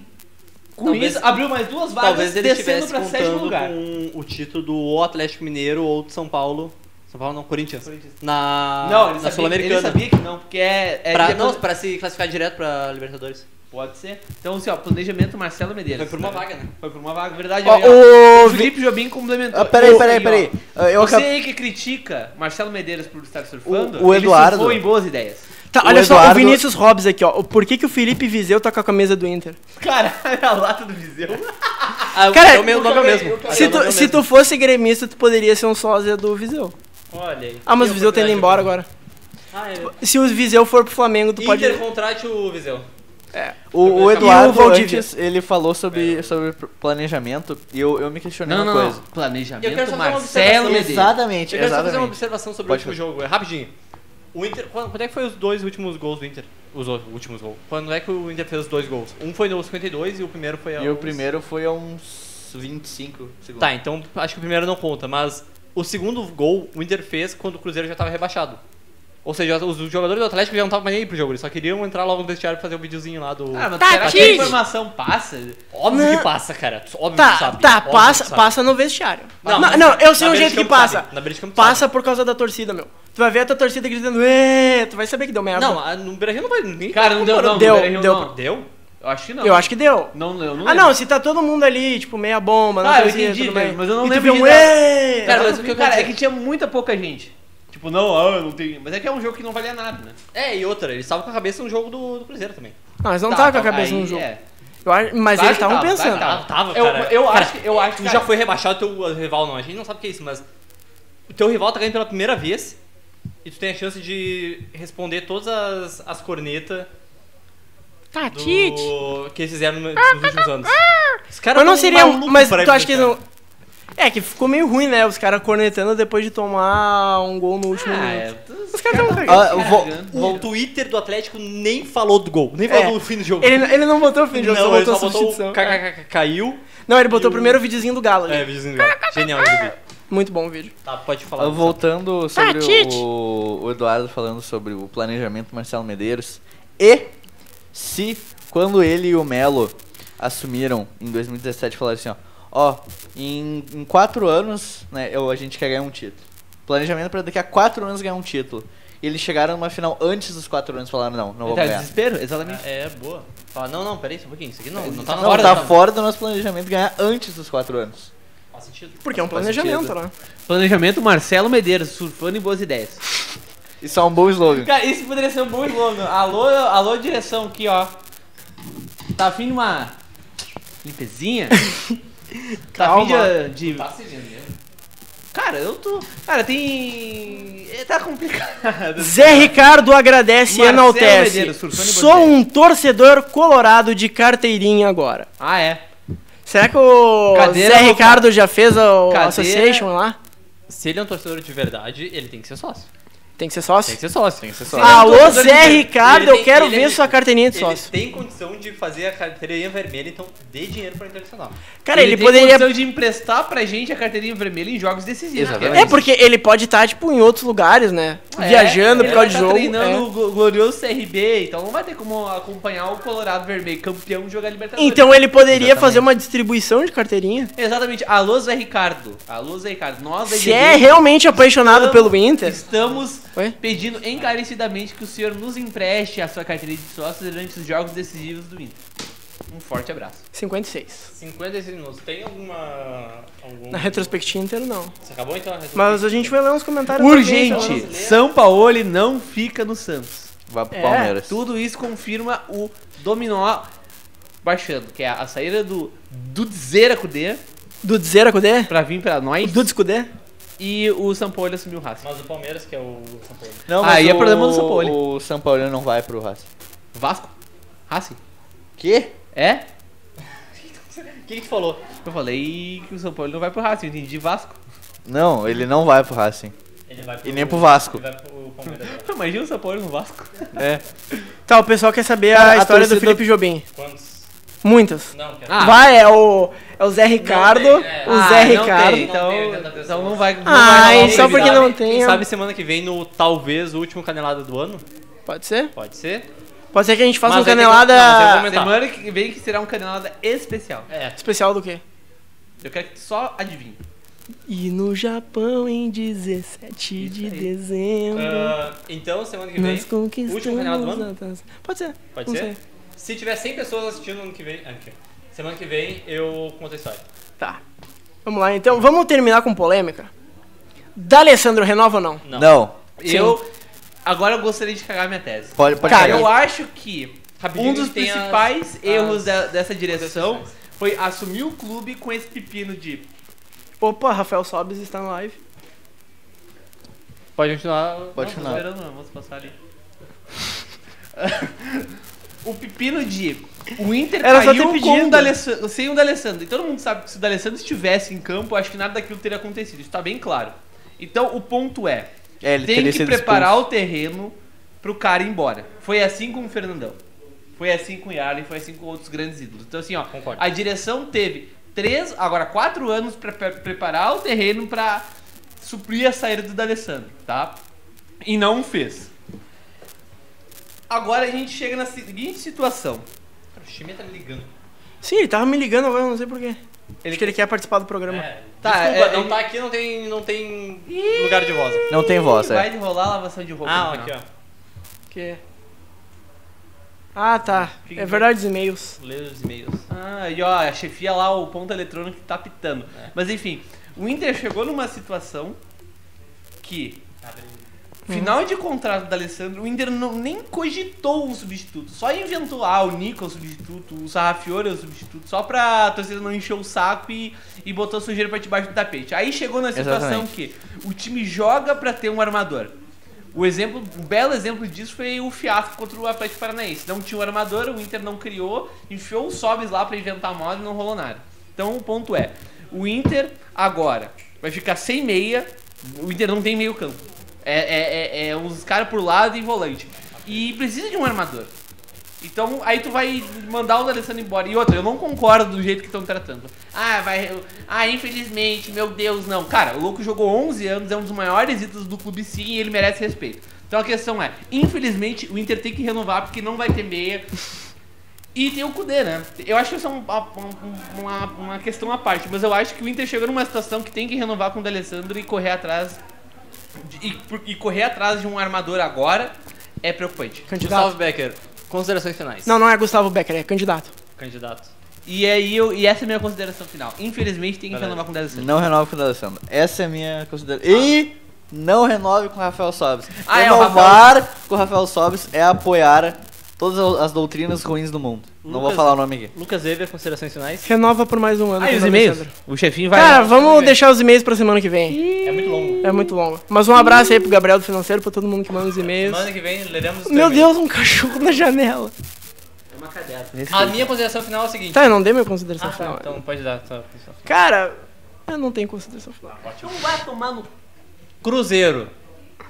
Speaker 2: com
Speaker 1: Talvez-
Speaker 2: isso, abriu mais duas vagas,
Speaker 1: Talvez ele
Speaker 2: descendo
Speaker 1: estivesse
Speaker 2: pra sétimo
Speaker 1: contando
Speaker 2: lugar.
Speaker 1: com o título do Atlético Mineiro ou do São Paulo. São Paulo não, Corinthians.
Speaker 2: Corinthians.
Speaker 1: Na,
Speaker 2: Não,
Speaker 1: na
Speaker 2: ele sabia, ele
Speaker 1: Sul-Americana.
Speaker 2: sabia que não, porque é... é
Speaker 1: Pra,
Speaker 2: de-
Speaker 1: não, pra se classificar direto pra Libertadores.
Speaker 2: Pode ser. Então, assim, ó, planejamento Marcelo Medeiros.
Speaker 1: Foi por uma vaga, né?
Speaker 2: Foi por uma vaga,
Speaker 5: É,
Speaker 2: verdade.
Speaker 3: Ó,
Speaker 2: aí, ó,
Speaker 3: o-
Speaker 2: o Felipe Jobim complementou.
Speaker 5: Ah, peraí,
Speaker 2: Isso
Speaker 5: peraí,
Speaker 2: aí, ó.
Speaker 5: peraí. Ah, eu
Speaker 2: Você
Speaker 5: acabei-
Speaker 2: aí que critica Marcelo Medeiros por estar surfando,
Speaker 5: O- o Eduardo-
Speaker 2: ele surfou em boas ideias.
Speaker 3: Tá,
Speaker 5: O
Speaker 3: olha só, o
Speaker 5: Eduardo-
Speaker 3: Vinícius Hobbs aqui, ó. Por que, que o Felipe Viseu tá com a camisa do Inter?
Speaker 2: Caralho, a lata do Viseu.
Speaker 1: Ah,
Speaker 3: Cara,
Speaker 1: é o meu nome é o mesmo. Até
Speaker 3: Se
Speaker 1: o nome é
Speaker 3: tu,
Speaker 1: o
Speaker 3: se
Speaker 1: mesmo.
Speaker 3: tu fosse gremista, tu poderia ser um sósia do Viseu.
Speaker 1: Olha aí.
Speaker 3: Ah, mas o Viseu tá indo embora agora.
Speaker 1: Ah, é.
Speaker 3: Se o Viseu for pro Flamengo, tu pode...
Speaker 1: Inter contrate o Viseu.
Speaker 5: O, o
Speaker 3: E o
Speaker 5: Eduardo
Speaker 3: Valdívia?
Speaker 5: antes, ele falou sobre, sobre pr- planejamento e eu, eu me questionei
Speaker 2: Não,
Speaker 5: uma
Speaker 2: não, não.
Speaker 5: coisa.
Speaker 2: Planejamento
Speaker 1: Eu quero só fazer uma
Speaker 2: Marcelo
Speaker 1: observação.
Speaker 2: Medeiros.
Speaker 5: Exatamente,
Speaker 1: Eu quero só fazer uma
Speaker 5: exatamente.
Speaker 1: observação sobre
Speaker 5: Pode
Speaker 1: o último jogo, é rapidinho. O Inter, quando, quando é que foi os dois últimos gols do Inter? Os o- últimos gols. Quando é que o Inter fez os dois gols? Um foi nos 52 e o primeiro foi aos...
Speaker 5: E o primeiro foi a uns 25 segundos.
Speaker 1: Tá, então acho que o primeiro não conta, mas o segundo gol o Inter fez quando o Cruzeiro já tava rebaixado. Ou seja, os jogadores do Atlético já não estavam mais nem aí pro jogo, eles só queriam entrar logo no vestiário e fazer o videozinho lá do...
Speaker 2: Ah, mas será que a
Speaker 3: Tatis!
Speaker 2: informação passa?
Speaker 1: Óbvio
Speaker 3: Não.
Speaker 1: que passa, cara. Óbvio que
Speaker 3: Tá,
Speaker 1: sabe.
Speaker 3: tá,
Speaker 1: Óbvio que
Speaker 3: passa,
Speaker 1: sabe.
Speaker 3: passa no vestiário. Não,
Speaker 1: mas
Speaker 3: não, eu sei
Speaker 1: na beira
Speaker 3: o
Speaker 1: de
Speaker 3: jeito que
Speaker 2: é
Speaker 1: campo
Speaker 2: um
Speaker 1: sabe.
Speaker 3: passa.
Speaker 1: Na beira de campo
Speaker 3: Passa por causa da torcida, meu. Tu vai ver a tua torcida gritando, "Ê", tu vai saber que deu merda.
Speaker 1: sabe. Não, a- no Brasil não vai... Ninguém
Speaker 2: Cara, não deu não.
Speaker 3: Deu,
Speaker 2: no Beira-Rio
Speaker 3: deu.
Speaker 2: não.
Speaker 1: Deu?
Speaker 2: Eu acho que não.
Speaker 3: eu acho que deu.
Speaker 2: Não, eu não
Speaker 3: ah,
Speaker 2: lembro.
Speaker 3: não, se tá todo mundo ali, tipo, meia bomba, não
Speaker 2: Ah, eu
Speaker 3: torcida,
Speaker 2: entendi,
Speaker 3: tudo bem.
Speaker 2: mas eu não
Speaker 3: e
Speaker 2: lembro
Speaker 3: tu
Speaker 2: de
Speaker 3: viu,
Speaker 2: nada.
Speaker 3: "Ê".
Speaker 2: Cara,
Speaker 1: Não,
Speaker 2: mas
Speaker 1: mas
Speaker 2: o
Speaker 1: o
Speaker 2: que,
Speaker 1: que
Speaker 2: cara,
Speaker 1: quer
Speaker 2: é
Speaker 1: dizer?
Speaker 2: que tinha muita pouca gente. Tipo, não, ah, eu não tem. Mas é que é um jogo que não valia nada, né?
Speaker 1: É, e outra, eles estavam com a cabeça no jogo do, do Cruzeiro também.
Speaker 3: Não, mas não
Speaker 2: Tá,
Speaker 3: tava com a
Speaker 2: então,
Speaker 3: cabeça
Speaker 2: aí
Speaker 3: no jogo.
Speaker 2: é.
Speaker 3: Eu acho- mas
Speaker 2: Claro
Speaker 3: eles
Speaker 2: que
Speaker 3: estavam
Speaker 2: tava,
Speaker 3: pensando.
Speaker 1: Tava,
Speaker 2: claro
Speaker 1: Ah, tava,
Speaker 2: Eu-
Speaker 1: cara.
Speaker 2: eu
Speaker 1: Cara,
Speaker 2: acho que- eu acho
Speaker 1: Tu
Speaker 2: que-
Speaker 1: já foi rebaixado, teu rival não. A gente não sabe o que é isso, mas o teu rival tá ganhando pela primeira vez e tu tem a chance de responder todas as, as cornetas do, que eles fizeram no- nos últimos anos. Os caras
Speaker 3: Mas não
Speaker 2: um
Speaker 1: tão
Speaker 3: seria. um-
Speaker 1: malucos
Speaker 3: Mas
Speaker 1: um pra ir
Speaker 3: tu acha que
Speaker 1: pro
Speaker 3: eles não. É, que ficou meio ruim, né? Os caras cornetando depois de tomar um gol no último
Speaker 2: Ah,
Speaker 3: minuto.
Speaker 2: é.
Speaker 3: Os caras tão cagados.
Speaker 5: Ah, eu vou-
Speaker 2: Carregando.
Speaker 1: O Twitter do Atlético nem falou do gol, nem
Speaker 3: É.
Speaker 1: falou do fim do jogo.
Speaker 3: Ele, ele não botou o fim de jogo,
Speaker 1: não,
Speaker 3: só
Speaker 1: ele
Speaker 3: botou
Speaker 1: só
Speaker 3: a
Speaker 1: botou
Speaker 3: substituição.
Speaker 1: o kkkk, caiu.
Speaker 3: Não, ele
Speaker 1: E
Speaker 3: botou o
Speaker 1: o-
Speaker 3: primeiro videozinho do Galo. ali.
Speaker 1: É, vizinho do gol. Genial esse vídeo.
Speaker 3: Muito bom o vídeo.
Speaker 1: Tá, pode falar.
Speaker 5: Ah, Voltando sobre
Speaker 3: Ah, Tite!
Speaker 5: o, o Eduardo falando sobre o planejamento Marcelo Medeiros e se quando ele e o Melo assumiram em 2017 falaram assim, ó, ó, em, em quatro anos, né, eu, a gente quer ganhar um título. Planejamento pra daqui a quatro anos ganhar um título. E eles chegaram numa final antes dos quatro anos, falaram não, não vamos
Speaker 2: Tá,
Speaker 5: ganhar.
Speaker 2: desespero? Exatamente.
Speaker 1: É, boa. Fala, não, não, peraí, só um pouquinho. Isso aqui não, não tá na
Speaker 5: Não,
Speaker 1: hora.
Speaker 5: tá
Speaker 1: tá-
Speaker 5: fora do nosso planejamento ganhar antes dos quatro anos.
Speaker 1: Faz sentido.
Speaker 3: Porque é um
Speaker 5: Faz
Speaker 3: planejamento,
Speaker 5: sentido.
Speaker 3: né?
Speaker 2: Planejamento Marcelo Medeiros, surfando em boas ideias.
Speaker 5: Isso é um bom slogan.
Speaker 2: Cara, isso poderia ser um bom slogan. Alô, alô, direção aqui, ó. Tá afim de uma limpezinha? tá afim
Speaker 3: Calma.
Speaker 2: de, de
Speaker 1: seguindo mesmo.
Speaker 2: Cara, eu tô. Cara, tem. é, Tá complicado.
Speaker 3: Zé Ricardo agradece e
Speaker 2: Marcelo
Speaker 3: enaltece.
Speaker 2: Medeiros, surfando e
Speaker 3: Sou
Speaker 2: botei.
Speaker 3: um torcedor colorado de carteirinha agora.
Speaker 2: Ah, é.
Speaker 3: Será que o
Speaker 2: Cadeira
Speaker 3: Zé
Speaker 2: ou-
Speaker 3: Ricardo já fez o
Speaker 2: Cadeira-
Speaker 3: Association lá?
Speaker 1: Se ele é um torcedor de verdade, ele tem que ser sócio.
Speaker 3: Tem que ser
Speaker 1: Tem
Speaker 3: sócio? Ah,
Speaker 1: que ser sócio. Tem que ser sócio.
Speaker 3: Alô,
Speaker 2: Ele é um torcedor
Speaker 3: Zé
Speaker 2: de-
Speaker 3: Ricardo,
Speaker 1: ele
Speaker 3: eu
Speaker 1: tem-
Speaker 3: quero
Speaker 1: ele-
Speaker 3: ver sua carteirinha de
Speaker 1: Ele
Speaker 3: sócio.
Speaker 1: tem condição de fazer a carteirinha vermelha, então dê dinheiro pra Internacional.
Speaker 3: Cara, ele,
Speaker 2: é tem
Speaker 3: poderia. É,
Speaker 2: condição de emprestar pra gente a carteirinha vermelha em jogos decisivos.
Speaker 5: Exatamente.
Speaker 3: É porque ele pode estar, tipo, em outros lugares, né?
Speaker 2: É,
Speaker 3: Viajando por
Speaker 2: ele
Speaker 3: causa de
Speaker 2: tá
Speaker 3: jogo.
Speaker 2: treinando
Speaker 3: é.
Speaker 2: o glo- glorioso CRB, então não vai ter como acompanhar o Colorado Vermelho, campeão de jogar Libertadores.
Speaker 3: Então ele poderia fazer uma distribuição de carteirinha.
Speaker 2: Exatamente. Alô, Zé Ricardo. Alô, Zé Ricardo. Nós da
Speaker 3: Se
Speaker 2: IDB,
Speaker 3: é realmente apaixonado pelo Inter.
Speaker 2: Estamos
Speaker 3: Oi?
Speaker 2: pedindo encarecidamente que o senhor nos empreste a sua carteirinha de sócios durante os jogos decisivos do Inter. Um forte abraço.
Speaker 3: 56.
Speaker 1: 56 minutos. Tem alguma. Algum...
Speaker 3: Na retrospectiva inteira, não.
Speaker 1: Você acabou então a retrospectiva?
Speaker 3: Mas a gente vai ler uns comentários. também,
Speaker 2: Urgente!
Speaker 3: então.
Speaker 2: São Paulo não fica no Santos.
Speaker 5: Vá pro
Speaker 3: É,
Speaker 5: Palmeiras.
Speaker 2: Tudo isso confirma o dominó baixando, que é a saída do Dudzera Cudê
Speaker 3: Dudes Zera Cudê?
Speaker 2: pra vir pra nós
Speaker 3: Dudes Cudê?
Speaker 2: e o Sampaoli assumiu o Racing.
Speaker 1: Mas o Palmeiras, que é o São Paulo.
Speaker 5: Não,
Speaker 2: Ah, e é problema do
Speaker 5: o-
Speaker 2: São Paulo.
Speaker 5: O São Paulo não vai pro Racing.
Speaker 2: Vasco? Racing?
Speaker 5: Quê?
Speaker 2: É?
Speaker 1: O que, que tu falou?
Speaker 2: Eu falei que o São Paulo não vai pro Racing, eu entendi Vasco.
Speaker 5: Não, ele não vai pro Racing.
Speaker 1: Ele vai
Speaker 5: E nem pro Vasco.
Speaker 1: Ele vai pro Palmeiras.
Speaker 2: Imagina o São Paulo no Vasco.
Speaker 5: É.
Speaker 3: Tá, o pessoal quer saber a
Speaker 5: Cara, a
Speaker 3: história do
Speaker 5: torcida-
Speaker 3: Felipe Jobim.
Speaker 1: Quantos?
Speaker 3: Muitas.
Speaker 1: Não, quero.
Speaker 2: Ah.
Speaker 3: Vai, é o, é o Zé Ricardo,
Speaker 1: tem, é.
Speaker 3: o Ah, Zé
Speaker 2: não
Speaker 3: Ricardo.
Speaker 2: tem, então,
Speaker 1: Não tem, né,
Speaker 2: então não vai. Não vai
Speaker 3: Ai,
Speaker 2: rolar
Speaker 3: só
Speaker 2: o
Speaker 3: porque
Speaker 2: convidado.
Speaker 3: não tem.
Speaker 1: Quem
Speaker 3: ó.
Speaker 1: sabe semana que vem no talvez o último canelada do ano?
Speaker 3: Pode ser?
Speaker 1: Pode ser.
Speaker 3: Pode ser que a gente faça
Speaker 1: Mas
Speaker 3: uma
Speaker 1: aí tem que-
Speaker 3: canelada
Speaker 1: não, mas eu vou aumentar.
Speaker 2: Semana que vem que será um canelada especial.
Speaker 1: É.
Speaker 3: especial do quê?
Speaker 2: Eu quero que tu só adivinhe.
Speaker 3: E no Japão em 17 de dezembro.
Speaker 1: então, semana que vem,
Speaker 3: Nós Ah, conquistamos
Speaker 1: último canelada do ano?
Speaker 3: a taça. Pode ser.
Speaker 1: pode
Speaker 3: não
Speaker 1: ser?
Speaker 3: sei.
Speaker 1: Se tiver 100 pessoas assistindo ano que vem. ano que vem. Semana que vem eu conto a história.
Speaker 3: Tá. Vamos lá, então. Vamos terminar com polêmica? D'Alessandro renova ou não?
Speaker 1: Não.
Speaker 5: Não.
Speaker 3: Sim.
Speaker 2: Eu. Agora eu gostaria de cagar minha tese.
Speaker 5: Pode, pode
Speaker 3: Cara,
Speaker 5: cagar.
Speaker 2: Eu acho que
Speaker 1: Rapidinho,
Speaker 2: um dos
Speaker 1: tem as-
Speaker 2: principais
Speaker 1: as-
Speaker 2: erros da- dessa direção foi assumir o clube com esse pepino de.
Speaker 3: Opa, Rafael Sobes está na live.
Speaker 1: Pode continuar.
Speaker 5: Pode
Speaker 2: Não, tô
Speaker 5: continuar.
Speaker 2: esperando, não, vamos passar ali. o pepino de. O Inter
Speaker 3: Era só ter
Speaker 2: caiu com
Speaker 3: pedido.
Speaker 2: o D'Alessandro, sem o D'Alessandro. E todo mundo sabe que se o D'Alessandro estivesse em campo, acho que nada daquilo teria acontecido. Isso tá bem claro. Então o ponto é:
Speaker 5: É, ele
Speaker 2: tem
Speaker 5: teria
Speaker 2: que
Speaker 5: sido
Speaker 2: preparar
Speaker 5: expulso.
Speaker 2: o terreno pro cara ir embora. Foi assim com o Fernandão. Foi assim com o Yarley, foi assim com outros grandes ídolos. Então, assim, ó,
Speaker 1: Concordo.
Speaker 2: a direção teve três, agora quatro anos pra pre- preparar o terreno pra suprir a saída do D'Alessandro, tá? E não fez. Agora a gente chega na seguinte situação.
Speaker 1: O time tá me ligando.
Speaker 3: Sim, ele tava me ligando agora, não sei porquê.
Speaker 2: Ele-
Speaker 3: Acho que ele quer participar do programa.
Speaker 1: É,
Speaker 2: Tá,
Speaker 1: desculpa,
Speaker 2: é-
Speaker 1: não
Speaker 2: é-
Speaker 1: tá aqui, não tem, não tem lugar de voz.
Speaker 5: Não tem voz,
Speaker 2: Vai
Speaker 5: é.
Speaker 2: rolar a lavação de roupa.
Speaker 1: Ah,
Speaker 2: no
Speaker 1: aqui
Speaker 2: final.
Speaker 1: ó.
Speaker 3: Que... Ah, tá.
Speaker 2: Fica
Speaker 3: É
Speaker 2: de-
Speaker 3: verdade os e-mails.
Speaker 1: Lê os e-mails.
Speaker 2: Ah, e ó, a chefia lá, o ponto eletrônico que tá pitando.
Speaker 1: É.
Speaker 2: Mas enfim, o Inter chegou numa situação que Final de contrato da Alessandro, o Inter não, nem cogitou um substituto. Só inventou, ah, o Nico é o substituto, o Sarrafiore é o substituto, só pra torcida não encher o saco e, e botou sujeira pra debaixo do tapete. Aí chegou na situação
Speaker 5: Exatamente.
Speaker 2: que o time joga pra ter um armador. O exemplo, um belo exemplo disso foi o fiasco contra o Atlético Paranaense. Não tinha um armador, o Inter não criou, enfiou o Sobes lá pra inventar a moda e não rolou nada. Então o ponto é, o Inter agora vai ficar sem meia, o Inter não tem meio campo. É, é, é, é uns caras por lado e volante. E precisa de um armador. Então, aí tu vai mandar o D'Alessandro embora. E outra, eu não concordo do jeito que estão tratando. Ah, vai. Ah, infelizmente, meu Deus, não. Cara, o louco jogou 11 anos, é um dos maiores ídolos do clube, sim, e ele merece respeito. Então a questão é: infelizmente, o Inter tem que renovar porque não vai ter meia. E tem o Kudê, né? Eu acho que isso é um- um- uma, uma questão à parte, mas eu acho que o Inter chegou numa situação que tem que renovar com o D'Alessandro e correr atrás. de- e, por- e correr atrás de um armador agora é preocupante.
Speaker 3: Candidato.
Speaker 1: Gustavo Becker, considerações finais.
Speaker 3: Não, não é Gustavo Becker, é candidato.
Speaker 1: Candidato.
Speaker 2: E aí eu, e essa é a minha consideração final. Infelizmente tem que
Speaker 1: Beleza.
Speaker 2: renovar com o D'Alessandro.
Speaker 5: Não renove com o D'Alessandro. Essa é a minha consideração. E não renove com o Rafael Sobes.
Speaker 2: Ah, é, o
Speaker 5: Renovar com o Rafael Sobes é apoiar Todas as doutrinas ruins do mundo. Não vou
Speaker 1: Lucas-
Speaker 5: falar o nome aqui.
Speaker 1: Lucas Weber, considerações finais.
Speaker 3: Renova por mais um ano.
Speaker 2: Ah, e
Speaker 3: com
Speaker 2: os
Speaker 3: o
Speaker 2: e-mails?
Speaker 3: Alessandro.
Speaker 2: O chefinho vai.
Speaker 3: Cara, vamos deixar os e-mails pra semana que vem.
Speaker 1: É muito longo.
Speaker 3: É muito longo. Mas um abraço aí pro Gabriel do Financeiro, pra todo mundo que manda os e-mails.
Speaker 1: Semana que vem leremos os
Speaker 3: Meu
Speaker 1: teus e-mails.
Speaker 3: Deus, um cachorro na janela.
Speaker 1: A minha consideração final é a seguinte.
Speaker 3: Tá, eu não dei minha consideração
Speaker 1: Ah,
Speaker 3: final.
Speaker 1: tá, então pode dar. Tá, pessoal.
Speaker 3: Cara, eu não tenho consideração final.
Speaker 1: Cruzeiro.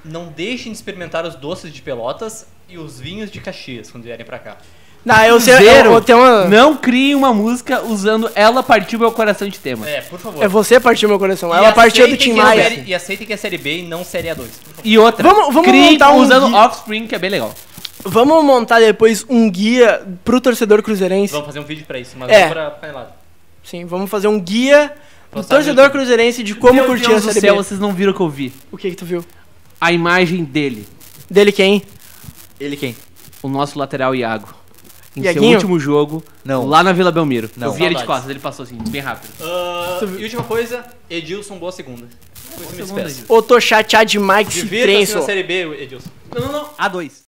Speaker 1: Não deixem de experimentar os doces de Pelotas e os vinhos de Caxias quando vierem pra cá.
Speaker 3: Não, eu sei, eu,
Speaker 2: Zero.
Speaker 3: eu tenho uma...
Speaker 2: Não crie uma música usando Ela Partiu Meu Coração de tema.
Speaker 1: É, por favor.
Speaker 3: É você partiu meu coração.
Speaker 1: E
Speaker 3: Ela partiu do
Speaker 1: aceitem
Speaker 3: Tim
Speaker 1: que a
Speaker 3: Maia.
Speaker 1: série- E aceitem que é Série B e não Série A2.
Speaker 2: E outra,
Speaker 3: Vamos- vamos
Speaker 2: crie
Speaker 3: montar um
Speaker 2: usando
Speaker 3: gui-
Speaker 2: Offspring, que é bem legal.
Speaker 3: Vamos montar depois um guia pro torcedor cruzeirense.
Speaker 1: Vamos fazer um vídeo pra isso, mas
Speaker 3: É.
Speaker 1: não pra panelada.
Speaker 3: Sim, vamos fazer um guia pro
Speaker 1: Postar no
Speaker 3: torcedor
Speaker 1: YouTube.
Speaker 3: cruzeirense de como
Speaker 2: Meu
Speaker 3: curtir
Speaker 2: Deus
Speaker 3: a
Speaker 2: do
Speaker 3: série
Speaker 2: céu,
Speaker 3: B.
Speaker 2: vocês não viram o que eu vi.
Speaker 3: O que que tu viu?
Speaker 2: A imagem dele,
Speaker 3: Dele quem?
Speaker 5: Ele quem?
Speaker 2: o nosso lateral Iago. Em seu
Speaker 3: Iaguinho?
Speaker 2: último jogo,
Speaker 5: Não.
Speaker 2: lá na Vila Belmiro.
Speaker 5: Não.
Speaker 2: Eu vi ele de
Speaker 1: Saudades.
Speaker 2: costas, ele passou assim, bem rápido.
Speaker 1: Ah, e última coisa, Edilson, boa segunda. Boa
Speaker 2: segunda,
Speaker 1: segunda,
Speaker 2: Edilson.
Speaker 3: Ou tô chateado demais que se
Speaker 1: Divirta-se
Speaker 3: trenço.
Speaker 1: na Série B, Edilson.
Speaker 2: A dois.